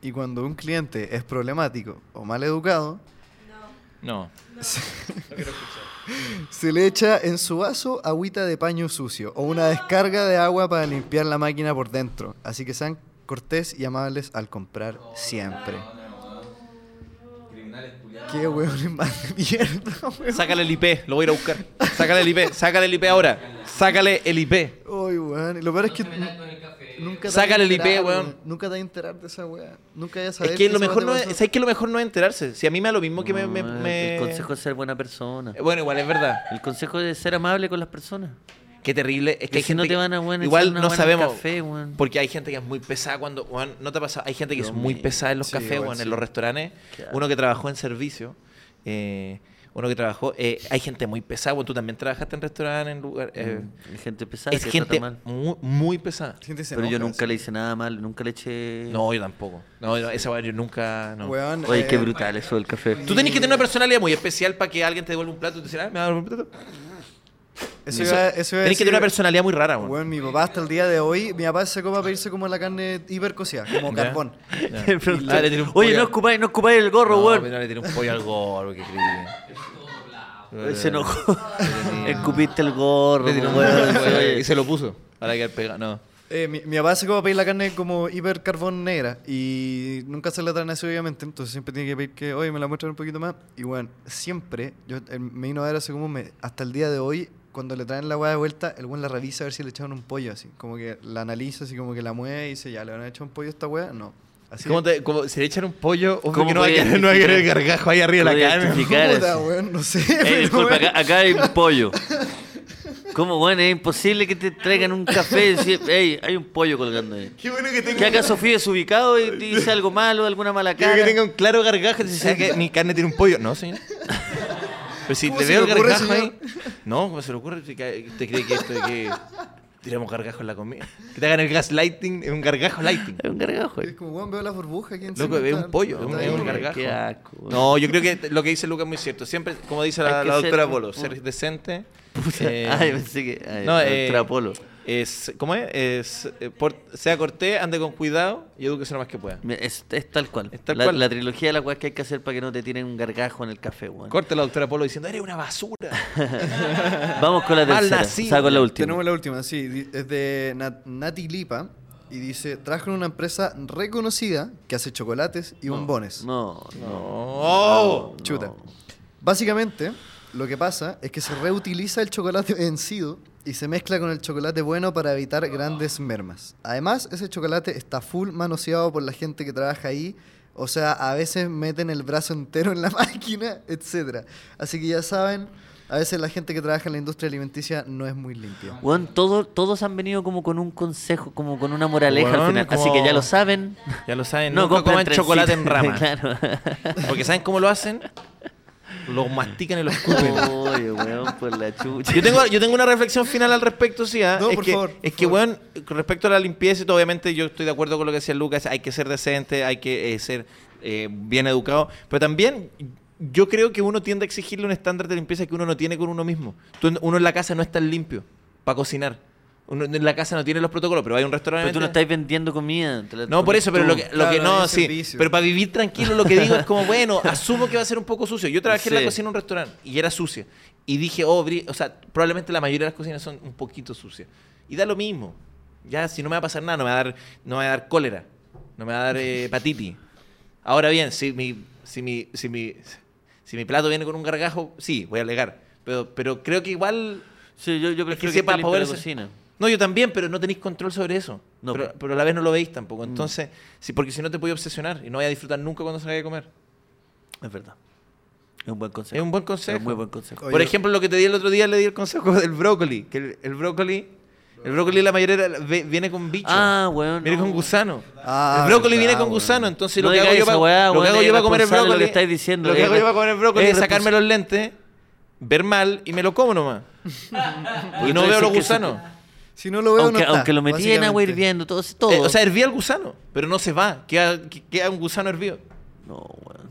[SPEAKER 3] y cuando un cliente es problemático o mal educado,
[SPEAKER 2] No.
[SPEAKER 3] Se le echa en su vaso agüita de paño sucio o una descarga de agua para limpiar la máquina por dentro. Así que sean cortés y amables al comprar siempre. Qué hueones más de mierda, weón.
[SPEAKER 2] Sácale el IP, lo voy a ir a buscar. Sácale el IP, sácale el IP ahora. Sácale el IP.
[SPEAKER 3] Ay, weón. y Lo peor es que nunca te
[SPEAKER 2] Sácale
[SPEAKER 3] vas
[SPEAKER 2] el
[SPEAKER 3] a
[SPEAKER 2] IP,
[SPEAKER 3] enterar,
[SPEAKER 2] weón.
[SPEAKER 3] Nunca te vas a enterar de esa weá. Nunca vas a saber
[SPEAKER 2] Es que lo
[SPEAKER 3] esa
[SPEAKER 2] mejor
[SPEAKER 3] weá
[SPEAKER 2] no
[SPEAKER 3] te
[SPEAKER 2] es,
[SPEAKER 3] pasó.
[SPEAKER 2] ¿sabes que lo mejor no es enterarse? Si a mí me da lo mismo que me...
[SPEAKER 1] No,
[SPEAKER 2] me-
[SPEAKER 1] el-
[SPEAKER 2] me-
[SPEAKER 1] Ah, El consejo es ser buena persona.
[SPEAKER 2] Eh, Bueno, igual es verdad.
[SPEAKER 1] El consejo es ser amable con las personas.
[SPEAKER 2] Qué terrible. Es que
[SPEAKER 1] Y
[SPEAKER 2] hay
[SPEAKER 1] si
[SPEAKER 2] gente
[SPEAKER 1] no te
[SPEAKER 2] que-
[SPEAKER 1] van a, weón, echar
[SPEAKER 2] Igual
[SPEAKER 1] una
[SPEAKER 2] no
[SPEAKER 1] buena
[SPEAKER 2] sabemos.
[SPEAKER 1] café, weón.
[SPEAKER 2] porque hay gente que es muy pesada cuando... weón, no te ha pasado. Hay gente que
[SPEAKER 1] Dios
[SPEAKER 2] es muy
[SPEAKER 1] mío.
[SPEAKER 2] pesada en los
[SPEAKER 3] Sí,
[SPEAKER 2] cafés,
[SPEAKER 3] weón,
[SPEAKER 2] weón,
[SPEAKER 3] sí.
[SPEAKER 2] en los restaurantes.
[SPEAKER 1] Qué
[SPEAKER 2] Uno que trabajó en servicio. eh, uno que trabajó. eh, hay gente muy pesada. Bueno, tú también trabajaste en restaurante, en lugar. eh,
[SPEAKER 1] Hay gente pesada
[SPEAKER 2] es
[SPEAKER 1] Mm. que
[SPEAKER 2] gente
[SPEAKER 1] trata mal.
[SPEAKER 2] muy, muy pesada.
[SPEAKER 3] Gente se
[SPEAKER 1] Pero yo
[SPEAKER 3] enoja,
[SPEAKER 1] nunca le hice nada mal, nunca le eché.
[SPEAKER 2] No, yo tampoco. No, yo- esa weá yo nunca. No.
[SPEAKER 3] Weón,
[SPEAKER 1] Oye, qué
[SPEAKER 3] eh,
[SPEAKER 1] brutal eso del café.
[SPEAKER 2] Tú tenés que tener una personalidad muy especial para que alguien te devuelva un plato y te diga, ah, me va a devolver un plato.
[SPEAKER 3] Eso iba, eso iba
[SPEAKER 2] Tenés
[SPEAKER 3] a
[SPEAKER 2] que
[SPEAKER 3] decir-
[SPEAKER 2] tener una personalidad muy rara, weón.
[SPEAKER 3] Bueno, mi papá hasta el día de hoy, mi papá se copa para irse como la carne hipercocida, como
[SPEAKER 2] Ya.
[SPEAKER 3] carbón.
[SPEAKER 1] Le pregunté,
[SPEAKER 2] Ah, le tiré un
[SPEAKER 1] Oye,
[SPEAKER 2] pollo.
[SPEAKER 1] no ocupáis, no ocupáis el gorro,
[SPEAKER 2] No,
[SPEAKER 1] weón.
[SPEAKER 2] pero no le tiene un pollo al gorro, qué creepy.
[SPEAKER 1] Se enojó. Escupiste el gorro,
[SPEAKER 2] Le tiró un
[SPEAKER 1] weón.
[SPEAKER 2] pollo al gorro
[SPEAKER 1] Oye,
[SPEAKER 2] y se lo puso. Para que pega. No.
[SPEAKER 3] Eh, mi, mi papá se copa para ir la carne como hipercarbón negra y nunca se la traen así obviamente, entonces siempre tiene que pedir que, oye, me la muestran un poquito más. Y bueno, siempre, yo eh, me vino a ver hace como un mes, hasta el día de hoy, cuando le traen la hueá de vuelta, el buen la revisa a ver si le echaron un pollo así, como que la analiza, así como que la mueve y dice, ya, ¿le van a echar un pollo a esta hueá? No. Así
[SPEAKER 2] ¿Cómo te, como, si le echan un pollo, obvio
[SPEAKER 1] ¿Cómo
[SPEAKER 2] que no va a
[SPEAKER 1] podía
[SPEAKER 2] quedar no va a quedar el
[SPEAKER 1] identificar?
[SPEAKER 2] gargajo ahí arriba de la
[SPEAKER 1] ¿Cómo
[SPEAKER 2] carne.
[SPEAKER 1] identificar
[SPEAKER 3] Puta,
[SPEAKER 1] así?
[SPEAKER 3] weón, no sé.
[SPEAKER 1] Eh,
[SPEAKER 3] pero,
[SPEAKER 1] disculpa,
[SPEAKER 3] weón.
[SPEAKER 1] acá, acá hay un pollo. ¿Cómo, weón? Es imposible que te traigan un café y decir, hey, hay un pollo colgando ahí.
[SPEAKER 2] Qué bueno que tenga,
[SPEAKER 1] ¿Qué acaso fui desubicado y dice algo malo, alguna mala
[SPEAKER 2] qué bueno que
[SPEAKER 1] cara?
[SPEAKER 2] tenga un claro gargajo. Si sabe que mi carne tiene un pollo. No, señor. Pero si
[SPEAKER 3] ¿Cómo
[SPEAKER 2] le
[SPEAKER 3] se
[SPEAKER 2] veo el
[SPEAKER 3] le ocurre,
[SPEAKER 2] gargajo
[SPEAKER 3] señor?
[SPEAKER 2] ahí. No, ¿cómo se le ocurre? Si cae- ¿Usted cree que esto de que tiramos gargajo en la comida? Que te hagan el gaslighting, es un gargajo lighting.
[SPEAKER 1] Hay un gargajo. ahí.
[SPEAKER 3] Es como, weón, veo las burbujas aquí encima.
[SPEAKER 2] Loco, es un
[SPEAKER 3] Está-
[SPEAKER 2] pollo, es un,
[SPEAKER 3] está
[SPEAKER 2] es un
[SPEAKER 3] ahí.
[SPEAKER 2] gargajo.
[SPEAKER 1] Qué asco, weón.
[SPEAKER 2] no, yo creo que te- lo que dice Lucas es muy cierto. Siempre, como dice la,
[SPEAKER 1] Hay que
[SPEAKER 2] la
[SPEAKER 1] ser
[SPEAKER 2] doctora
[SPEAKER 1] un-
[SPEAKER 2] Polo,
[SPEAKER 1] un-
[SPEAKER 2] ser decente.
[SPEAKER 1] Puta,
[SPEAKER 2] eh,
[SPEAKER 1] ay, pensé que. Ay,
[SPEAKER 2] no,
[SPEAKER 1] no,
[SPEAKER 2] eh,
[SPEAKER 1] Trapolo.
[SPEAKER 2] es, ¿Cómo es? es eh, por- sea cortés, ande con cuidado y edúquese lo más que pueda.
[SPEAKER 1] Mira, Es, es tal cual.
[SPEAKER 2] Es tal
[SPEAKER 1] la,
[SPEAKER 2] cual.
[SPEAKER 1] la trilogía de la weas que hay que hacer para que no te tiren un gargajo en el café, weón.
[SPEAKER 2] Corte la doctora Polo diciendo, eres una basura.
[SPEAKER 1] Vamos con la
[SPEAKER 2] Mal
[SPEAKER 1] tercera.
[SPEAKER 2] nacido.
[SPEAKER 1] Saco la última.
[SPEAKER 3] Tenemos la última, sí. di- Es de Nat- Nati Lipa. Y dice, trabajo en una empresa reconocida que hace chocolates y bombones.
[SPEAKER 1] No, no.
[SPEAKER 2] No.
[SPEAKER 3] Oh, Chuta. Básicamente, lo que pasa es que se reutiliza el chocolate vencido y se mezcla con el chocolate bueno para evitar grandes mermas. Además, ese chocolate está full manoseado por la gente que trabaja ahí. O sea, a veces meten el brazo entero en la máquina, etc. Así que ya saben, a veces la gente que trabaja en la industria alimenticia no es muy limpia.
[SPEAKER 1] Weón, todo- todos han venido como con un consejo, como con una moraleja al
[SPEAKER 2] Weón,
[SPEAKER 1] final. Así
[SPEAKER 2] como-
[SPEAKER 1] que ya lo saben.
[SPEAKER 2] Ya lo saben,
[SPEAKER 1] No
[SPEAKER 2] nunca
[SPEAKER 1] compren
[SPEAKER 2] coman chocolate en
[SPEAKER 1] trencita.
[SPEAKER 2] rama.
[SPEAKER 1] claro.
[SPEAKER 2] Porque ¿saben cómo lo hacen? Lo mastican y lo escupen.
[SPEAKER 1] Oye, weón, por la chucha.
[SPEAKER 2] Yo tengo, yo tengo una reflexión final al respecto, sí. ¿ah?
[SPEAKER 3] No,
[SPEAKER 2] es
[SPEAKER 3] por
[SPEAKER 2] que,
[SPEAKER 3] favor,
[SPEAKER 2] Es
[SPEAKER 3] por
[SPEAKER 2] que,
[SPEAKER 3] favor.
[SPEAKER 2] weón, con respecto a la limpieza, y todo, obviamente yo estoy de acuerdo con lo que decía Lucas. Hay que ser decente, hay que eh, ser eh, bien educado. Pero también yo creo que uno tiende a exigirle un estándar de limpieza que uno no tiene con uno mismo. Tú en- uno en la casa no es tan limpio para cocinar. Uno en la casa no tiene los protocolos, pero hay un restaurante...
[SPEAKER 1] Pero tú no estás vendiendo comida. te la
[SPEAKER 2] No, por
[SPEAKER 1] comes
[SPEAKER 2] eso, pero
[SPEAKER 1] tú.
[SPEAKER 2] lo que, lo
[SPEAKER 3] Claro,
[SPEAKER 2] que no,
[SPEAKER 3] hay
[SPEAKER 2] sí.
[SPEAKER 3] servicio.
[SPEAKER 2] Pero para vivir tranquilo, lo que digo es como, bueno, asumo que va a ser un poco sucio. Yo trabajé en
[SPEAKER 1] Sí.
[SPEAKER 2] la cocina en un restaurante y era sucia. Y dije, oh, bri- o sea, probablemente la mayoría de las cocinas son un poquito sucias. Y da lo mismo. Ya, si no me va a pasar nada, no me va a dar, no me va a dar cólera, no me va a dar eh, hepatitis. Ahora bien, si mi, si, mi, si, mi, si mi plato viene con un gargajo, sí, voy a alegar. Pero, pero creo que igual
[SPEAKER 1] Sí, yo, yo prefiero que,
[SPEAKER 2] sepa
[SPEAKER 1] esté limpia la
[SPEAKER 2] poderse-
[SPEAKER 1] cocina.
[SPEAKER 2] no, yo también, pero no tenéis control sobre eso.
[SPEAKER 1] No,
[SPEAKER 2] pero,
[SPEAKER 1] pues. Mm.
[SPEAKER 2] pero a la vez no lo veis tampoco. Entonces, sí, porque si no te puedes obsesionar y no vayas a disfrutar nunca cuando salgas a comer.
[SPEAKER 1] Es verdad. Es un buen consejo.
[SPEAKER 2] Es un buen consejo.
[SPEAKER 1] Es un muy buen consejo.
[SPEAKER 3] Oye.
[SPEAKER 2] Por ejemplo, lo que te di el otro día, le di el consejo del brócoli. Que el, el brócoli, el brócoli la mayoría de la- ve- viene con bicho.
[SPEAKER 1] Ah, weón,
[SPEAKER 2] Viene
[SPEAKER 1] no,
[SPEAKER 2] con
[SPEAKER 1] weón.
[SPEAKER 2] gusano.
[SPEAKER 3] Ah,
[SPEAKER 2] el brócoli
[SPEAKER 3] verdad,
[SPEAKER 2] viene con
[SPEAKER 3] weón.
[SPEAKER 2] gusano. Entonces,
[SPEAKER 1] No
[SPEAKER 2] lo que hago
[SPEAKER 1] digas
[SPEAKER 2] yo
[SPEAKER 1] esa
[SPEAKER 2] para,
[SPEAKER 1] weá,
[SPEAKER 2] lo que
[SPEAKER 1] weón,
[SPEAKER 2] hago
[SPEAKER 1] es
[SPEAKER 2] yo para comer el
[SPEAKER 1] irresponsable
[SPEAKER 2] brócoli.
[SPEAKER 1] lo que estáis diciendo,
[SPEAKER 2] lo que
[SPEAKER 1] es
[SPEAKER 2] hago yo para comer el brócoli
[SPEAKER 1] es
[SPEAKER 2] es sacarme los lentes, ver mal y me lo como nomás.
[SPEAKER 1] Pues Porque
[SPEAKER 2] Y no
[SPEAKER 1] tú
[SPEAKER 2] veo
[SPEAKER 1] dices
[SPEAKER 2] los
[SPEAKER 1] que se-
[SPEAKER 2] gusanos.
[SPEAKER 3] Si no lo veo,
[SPEAKER 1] aunque,
[SPEAKER 3] no está,
[SPEAKER 1] aunque lo metí en agua
[SPEAKER 3] básicamente.
[SPEAKER 1] hirviendo, todo. todo.
[SPEAKER 2] Eh, o sea, hervía el gusano, pero no se va. Queda, que- queda un gusano hervido.
[SPEAKER 1] no, weón.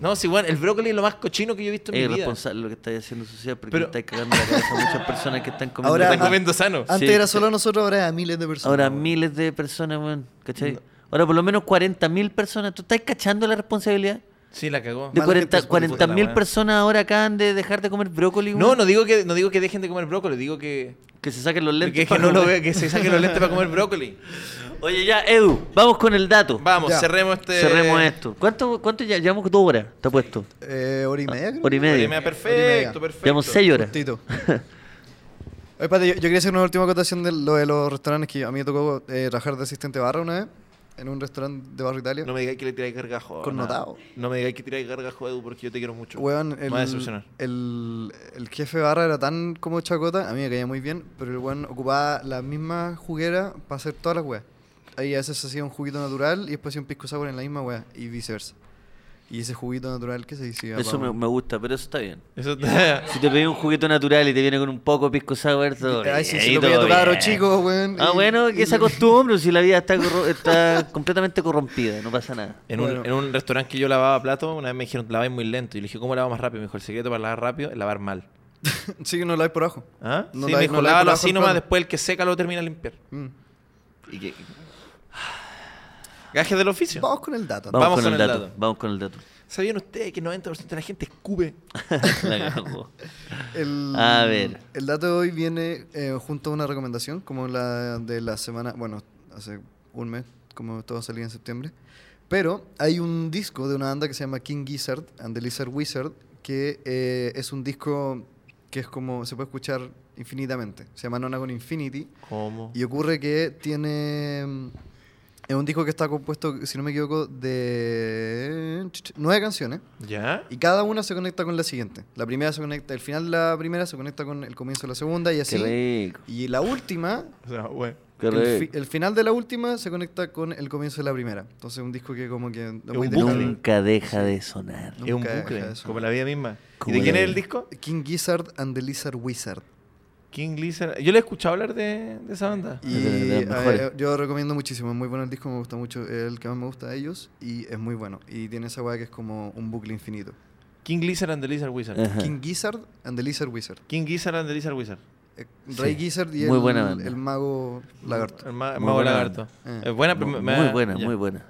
[SPEAKER 2] No, sí, bueno, el brócoli es lo más cochino que yo he visto en
[SPEAKER 1] Es
[SPEAKER 2] mi vida.
[SPEAKER 1] irresponsable lo que estáis haciendo social porque
[SPEAKER 2] Pero-
[SPEAKER 1] estáis cagando la cabeza a muchas personas que están comiendo.
[SPEAKER 3] Ahora-
[SPEAKER 1] Ahora,
[SPEAKER 2] Están comiendo sano.
[SPEAKER 3] Antes
[SPEAKER 1] Sí.
[SPEAKER 3] era solo a nosotros, ahora es a miles de personas.
[SPEAKER 1] ahora
[SPEAKER 3] weón.
[SPEAKER 1] miles de personas, weón. ¿Cachai? Ahora por lo menos 40.000 personas. ¿Tú estás cachando la responsabilidad?
[SPEAKER 2] Sí, la cagó.
[SPEAKER 1] De
[SPEAKER 3] Mala gente
[SPEAKER 1] 40
[SPEAKER 3] es por el
[SPEAKER 1] 40.000
[SPEAKER 2] puta,
[SPEAKER 1] personas ahora acaban de dejar de comer brócoli,
[SPEAKER 2] No,
[SPEAKER 1] weón.
[SPEAKER 2] no digo que no digo que dejen de comer brócoli, digo que
[SPEAKER 1] Que se saquen los lentes.
[SPEAKER 2] que, que
[SPEAKER 1] para
[SPEAKER 2] no lo
[SPEAKER 1] comer.
[SPEAKER 2] vea, que se saquen los lentes para comer brócoli.
[SPEAKER 1] Oye, ya, Edu, vamos con el dato.
[SPEAKER 2] Vamos,
[SPEAKER 3] Ya.
[SPEAKER 2] cerremos este
[SPEAKER 1] Cerremos esto. ¿Cuánto, cuánto ya llevamos? Dos horas, te ha puesto.
[SPEAKER 3] Eh, hora y media. creo.
[SPEAKER 1] Hora y
[SPEAKER 2] Oye,
[SPEAKER 1] media.
[SPEAKER 2] mira, Perfecto, perfecto.
[SPEAKER 1] Llevamos seis horas.
[SPEAKER 3] Tito. Oye, espérate, yo, yo quería hacer una última acotación de lo de los restaurantes que a mí me tocó eh, trabajar de asistente barra una vez en un restaurante de Barrio Italia.
[SPEAKER 2] No me digáis que le tiráis gargajo.
[SPEAKER 3] Connotado.
[SPEAKER 2] nada. No me digáis que tiráis gargajo, Edu, porque yo te quiero mucho.
[SPEAKER 3] Weón,
[SPEAKER 2] Me
[SPEAKER 3] el,
[SPEAKER 2] va a decepcionar.
[SPEAKER 3] el, el jefe barra era tan como chacota, a mí me caía muy bien, pero el weón ocupaba la misma juguera para hacer todas las weas. Ahí a veces se hacía un juguito natural y después hacía un pisco sour en la misma wea y viceversa. Y ese juguito natural que se hicía.
[SPEAKER 1] Eso me,
[SPEAKER 3] Pablo.
[SPEAKER 1] me gusta, pero eso está bien.
[SPEAKER 2] Eso está-
[SPEAKER 1] Si te pedí un juguito natural y te viene con un poco pisco sour, todo
[SPEAKER 3] Ay, sí,
[SPEAKER 1] bien,
[SPEAKER 3] se lo
[SPEAKER 1] todo
[SPEAKER 3] pedí a tu cabro
[SPEAKER 1] bien.
[SPEAKER 3] chico, weón.
[SPEAKER 1] Ah,
[SPEAKER 3] y-
[SPEAKER 1] bueno,
[SPEAKER 3] y-
[SPEAKER 1] que esa costumbre, si la vida está, corro- está completamente corrompida, no pasa nada.
[SPEAKER 2] En, un,
[SPEAKER 3] Bueno.
[SPEAKER 2] en un restaurante que yo lavaba plato, una vez me dijeron, laváis muy lento. Y le dije, ¿cómo lavo más rápido? Me dijo, el secreto para lavar rápido es lavar mal.
[SPEAKER 3] Sí, no la hay por abajo.
[SPEAKER 2] ¿Ah?
[SPEAKER 3] No
[SPEAKER 2] sí,
[SPEAKER 3] la-
[SPEAKER 2] me
[SPEAKER 3] no
[SPEAKER 2] dijo,
[SPEAKER 3] la-
[SPEAKER 2] lávalo
[SPEAKER 3] la-
[SPEAKER 2] así nomás,
[SPEAKER 3] la-
[SPEAKER 2] después el que seca lo termina de limpiar.
[SPEAKER 3] Mm.
[SPEAKER 2] Y que... Gajes del oficio.
[SPEAKER 3] Vamos con el dato.
[SPEAKER 1] Vamos, con, el dato. Vamos con el dato.
[SPEAKER 2] ¿Sabían ustedes que 90% de la gente escupe?
[SPEAKER 1] La cagó.
[SPEAKER 3] El,
[SPEAKER 1] A ver.
[SPEAKER 3] El dato de hoy viene eh, junto a una recomendación, como la de la semana, bueno, hace un mes, como todo salía en septiembre. Pero hay un disco de una banda que se llama King Gizzard and the Lizard Wizard, que eh, es un disco que es como, se puede escuchar infinitamente. Se llama Nona con Infinity.
[SPEAKER 2] ¿Cómo?
[SPEAKER 3] Y ocurre que tiene. mm, Es un disco que está compuesto, si no me equivoco, de ch- ch- nueve canciones.
[SPEAKER 2] ¿Ya?
[SPEAKER 3] Y cada una se conecta con la siguiente. La primera se conecta, el final de la primera se conecta con el comienzo de la segunda y
[SPEAKER 1] Qué
[SPEAKER 3] así.
[SPEAKER 1] rico.
[SPEAKER 3] Y la última,
[SPEAKER 2] O sea, bueno.
[SPEAKER 1] Qué
[SPEAKER 3] el, fi-
[SPEAKER 1] rico.
[SPEAKER 3] el final de la última se conecta con el comienzo de la primera. Entonces un disco que como que... lo voy
[SPEAKER 2] un
[SPEAKER 3] dejando-
[SPEAKER 2] bucle.
[SPEAKER 1] Nunca deja de sonar.
[SPEAKER 3] Nunca
[SPEAKER 2] es un
[SPEAKER 3] deja
[SPEAKER 2] bucle,
[SPEAKER 3] de sonar.
[SPEAKER 2] como la vida misma. ¿Y
[SPEAKER 1] Como
[SPEAKER 2] de
[SPEAKER 1] la
[SPEAKER 2] quién es
[SPEAKER 1] vida.
[SPEAKER 2] el disco?
[SPEAKER 3] King Gizzard and the Lizard Wizard.
[SPEAKER 2] King Lizard. Yo le he escuchado hablar de, de esa banda.
[SPEAKER 3] Y
[SPEAKER 1] de los
[SPEAKER 3] eh,
[SPEAKER 1] mejores.
[SPEAKER 3] yo recomiendo muchísimo, es muy bueno el disco, me gusta mucho, es el que más me gusta de ellos y es muy bueno. Y tiene esa weá que es como un bucle infinito.
[SPEAKER 2] King Lizard and the Lizard Wizard.
[SPEAKER 1] Ajá.
[SPEAKER 3] King Gizzard and the Lizard Wizard.
[SPEAKER 2] King Lizard and the Lizard Wizard.
[SPEAKER 3] Eh, Rey
[SPEAKER 1] Sí,
[SPEAKER 3] Gizzard y
[SPEAKER 1] muy
[SPEAKER 3] el,
[SPEAKER 1] buena banda.
[SPEAKER 3] el mago lagarto.
[SPEAKER 2] El, ma- el
[SPEAKER 1] Muy
[SPEAKER 2] mago
[SPEAKER 1] buena
[SPEAKER 2] lagarto.
[SPEAKER 3] banda.
[SPEAKER 2] Es Eh. buena, pero
[SPEAKER 1] Mu-
[SPEAKER 2] me- me-
[SPEAKER 1] Muy buena,
[SPEAKER 2] ya.
[SPEAKER 1] muy buena.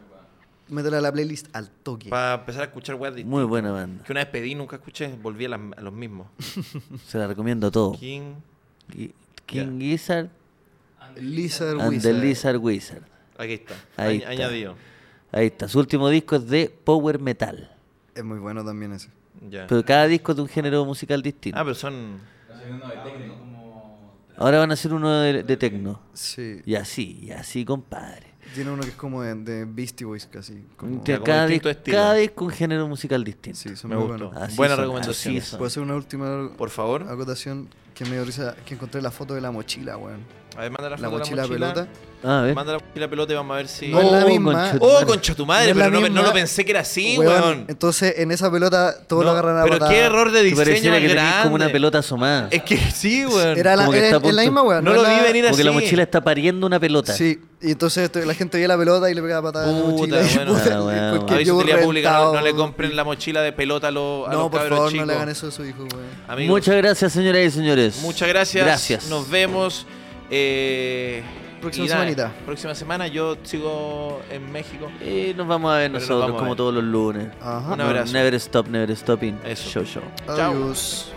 [SPEAKER 3] Métela a la playlist al toque.
[SPEAKER 2] Para empezar a escuchar weas distintas.
[SPEAKER 1] Muy buena banda.
[SPEAKER 2] Que una vez pedí, nunca escuché, volví a, las- a los mismos.
[SPEAKER 1] Se la recomiendo a todos.
[SPEAKER 2] King.
[SPEAKER 1] Ki- King Gizzard
[SPEAKER 3] Lizard
[SPEAKER 1] and the
[SPEAKER 3] Wizard.
[SPEAKER 1] Lizard Wizard.
[SPEAKER 2] Aquí está.
[SPEAKER 1] Ahí
[SPEAKER 2] Añ-
[SPEAKER 1] está.
[SPEAKER 2] Añadido.
[SPEAKER 1] Ahí está. Su último disco es de Power Metal.
[SPEAKER 3] Es muy bueno también ese.
[SPEAKER 2] Ya.
[SPEAKER 1] Pero cada disco es de un género musical distinto.
[SPEAKER 2] Ah, pero son.
[SPEAKER 1] Ahora van a hacer uno de, de techno.
[SPEAKER 3] Sí.
[SPEAKER 1] Y así, y así, compadre.
[SPEAKER 3] Tiene uno que es como de, de Beastie Boys casi. Como...
[SPEAKER 1] Que
[SPEAKER 2] como
[SPEAKER 1] cada,
[SPEAKER 2] distinto
[SPEAKER 1] dis-
[SPEAKER 2] estilo.
[SPEAKER 1] cada disco un género musical distinto.
[SPEAKER 3] Sí, son
[SPEAKER 2] Me
[SPEAKER 3] muy
[SPEAKER 2] gustó.
[SPEAKER 3] buenos.
[SPEAKER 1] Así
[SPEAKER 2] Buena
[SPEAKER 1] son,
[SPEAKER 2] recomendación.
[SPEAKER 1] así son.
[SPEAKER 3] Puedo hacer una última
[SPEAKER 2] Por favor.
[SPEAKER 3] Ah, acotación que me dio risa, que encontré la foto de la mochila, weón.
[SPEAKER 2] A ver, manda la,
[SPEAKER 3] La
[SPEAKER 2] foto de
[SPEAKER 3] mochila, pelota.
[SPEAKER 1] Ah, a ver.
[SPEAKER 2] Manda la mochila pelota y vamos a ver si.
[SPEAKER 3] No es la
[SPEAKER 1] Oh,
[SPEAKER 3] misma.
[SPEAKER 1] conchetumare.
[SPEAKER 2] ¡Oh, concha tu madre!
[SPEAKER 3] es la
[SPEAKER 2] pero no, me- no
[SPEAKER 3] misma,
[SPEAKER 2] lo pensé que era así,
[SPEAKER 3] weón.
[SPEAKER 2] weón.
[SPEAKER 3] Entonces en esa pelota todo lo
[SPEAKER 2] No,
[SPEAKER 3] agarran a
[SPEAKER 2] Pero
[SPEAKER 3] patada.
[SPEAKER 2] qué error de
[SPEAKER 1] Que pareciera
[SPEAKER 2] diseño
[SPEAKER 1] que
[SPEAKER 2] es
[SPEAKER 1] tenés
[SPEAKER 2] grande.
[SPEAKER 1] como una pelota asomada.
[SPEAKER 2] Es que sí, weón.
[SPEAKER 3] Era la,
[SPEAKER 1] Como que
[SPEAKER 3] era-
[SPEAKER 1] está a
[SPEAKER 3] es la
[SPEAKER 1] punto-
[SPEAKER 3] misma, weón.
[SPEAKER 2] No lo
[SPEAKER 3] era-
[SPEAKER 2] vi venir
[SPEAKER 1] Como que la
[SPEAKER 2] así.
[SPEAKER 1] mochila está pariendo una pelota.
[SPEAKER 3] Sí, y entonces esto- la gente veía la pelota y le pegaba patada a la
[SPEAKER 2] Puta,
[SPEAKER 3] mochila. y
[SPEAKER 2] bueno.
[SPEAKER 1] Ah, bueno,
[SPEAKER 3] porque
[SPEAKER 1] bueno.
[SPEAKER 2] Aviso
[SPEAKER 3] yo
[SPEAKER 2] utilidad pública, no,
[SPEAKER 3] rentado.
[SPEAKER 2] no le compren la mochila de pelota a los, a
[SPEAKER 3] No,
[SPEAKER 2] los
[SPEAKER 3] por
[SPEAKER 2] cabros
[SPEAKER 3] favor,
[SPEAKER 2] chicos.
[SPEAKER 3] no le hagan eso a su hijo, weón.
[SPEAKER 2] Amigos,
[SPEAKER 1] Muchas gracias, señoras y señores.
[SPEAKER 2] muchas gracias.
[SPEAKER 1] Gracias.
[SPEAKER 2] Nos vemos. eh,
[SPEAKER 3] Próxima
[SPEAKER 2] y nada,
[SPEAKER 3] semanita.
[SPEAKER 2] Próxima semana yo sigo en México.
[SPEAKER 1] Y Eh, nos vamos a ver
[SPEAKER 2] Pero nos
[SPEAKER 1] nosotros
[SPEAKER 2] vamos a
[SPEAKER 1] como
[SPEAKER 2] ver.
[SPEAKER 1] todos los lunes.
[SPEAKER 3] Ajá.
[SPEAKER 2] Un abrazo.
[SPEAKER 1] Never stop, never stopping.
[SPEAKER 2] Eso.
[SPEAKER 1] Show, show.
[SPEAKER 2] Chao.
[SPEAKER 3] Adiós.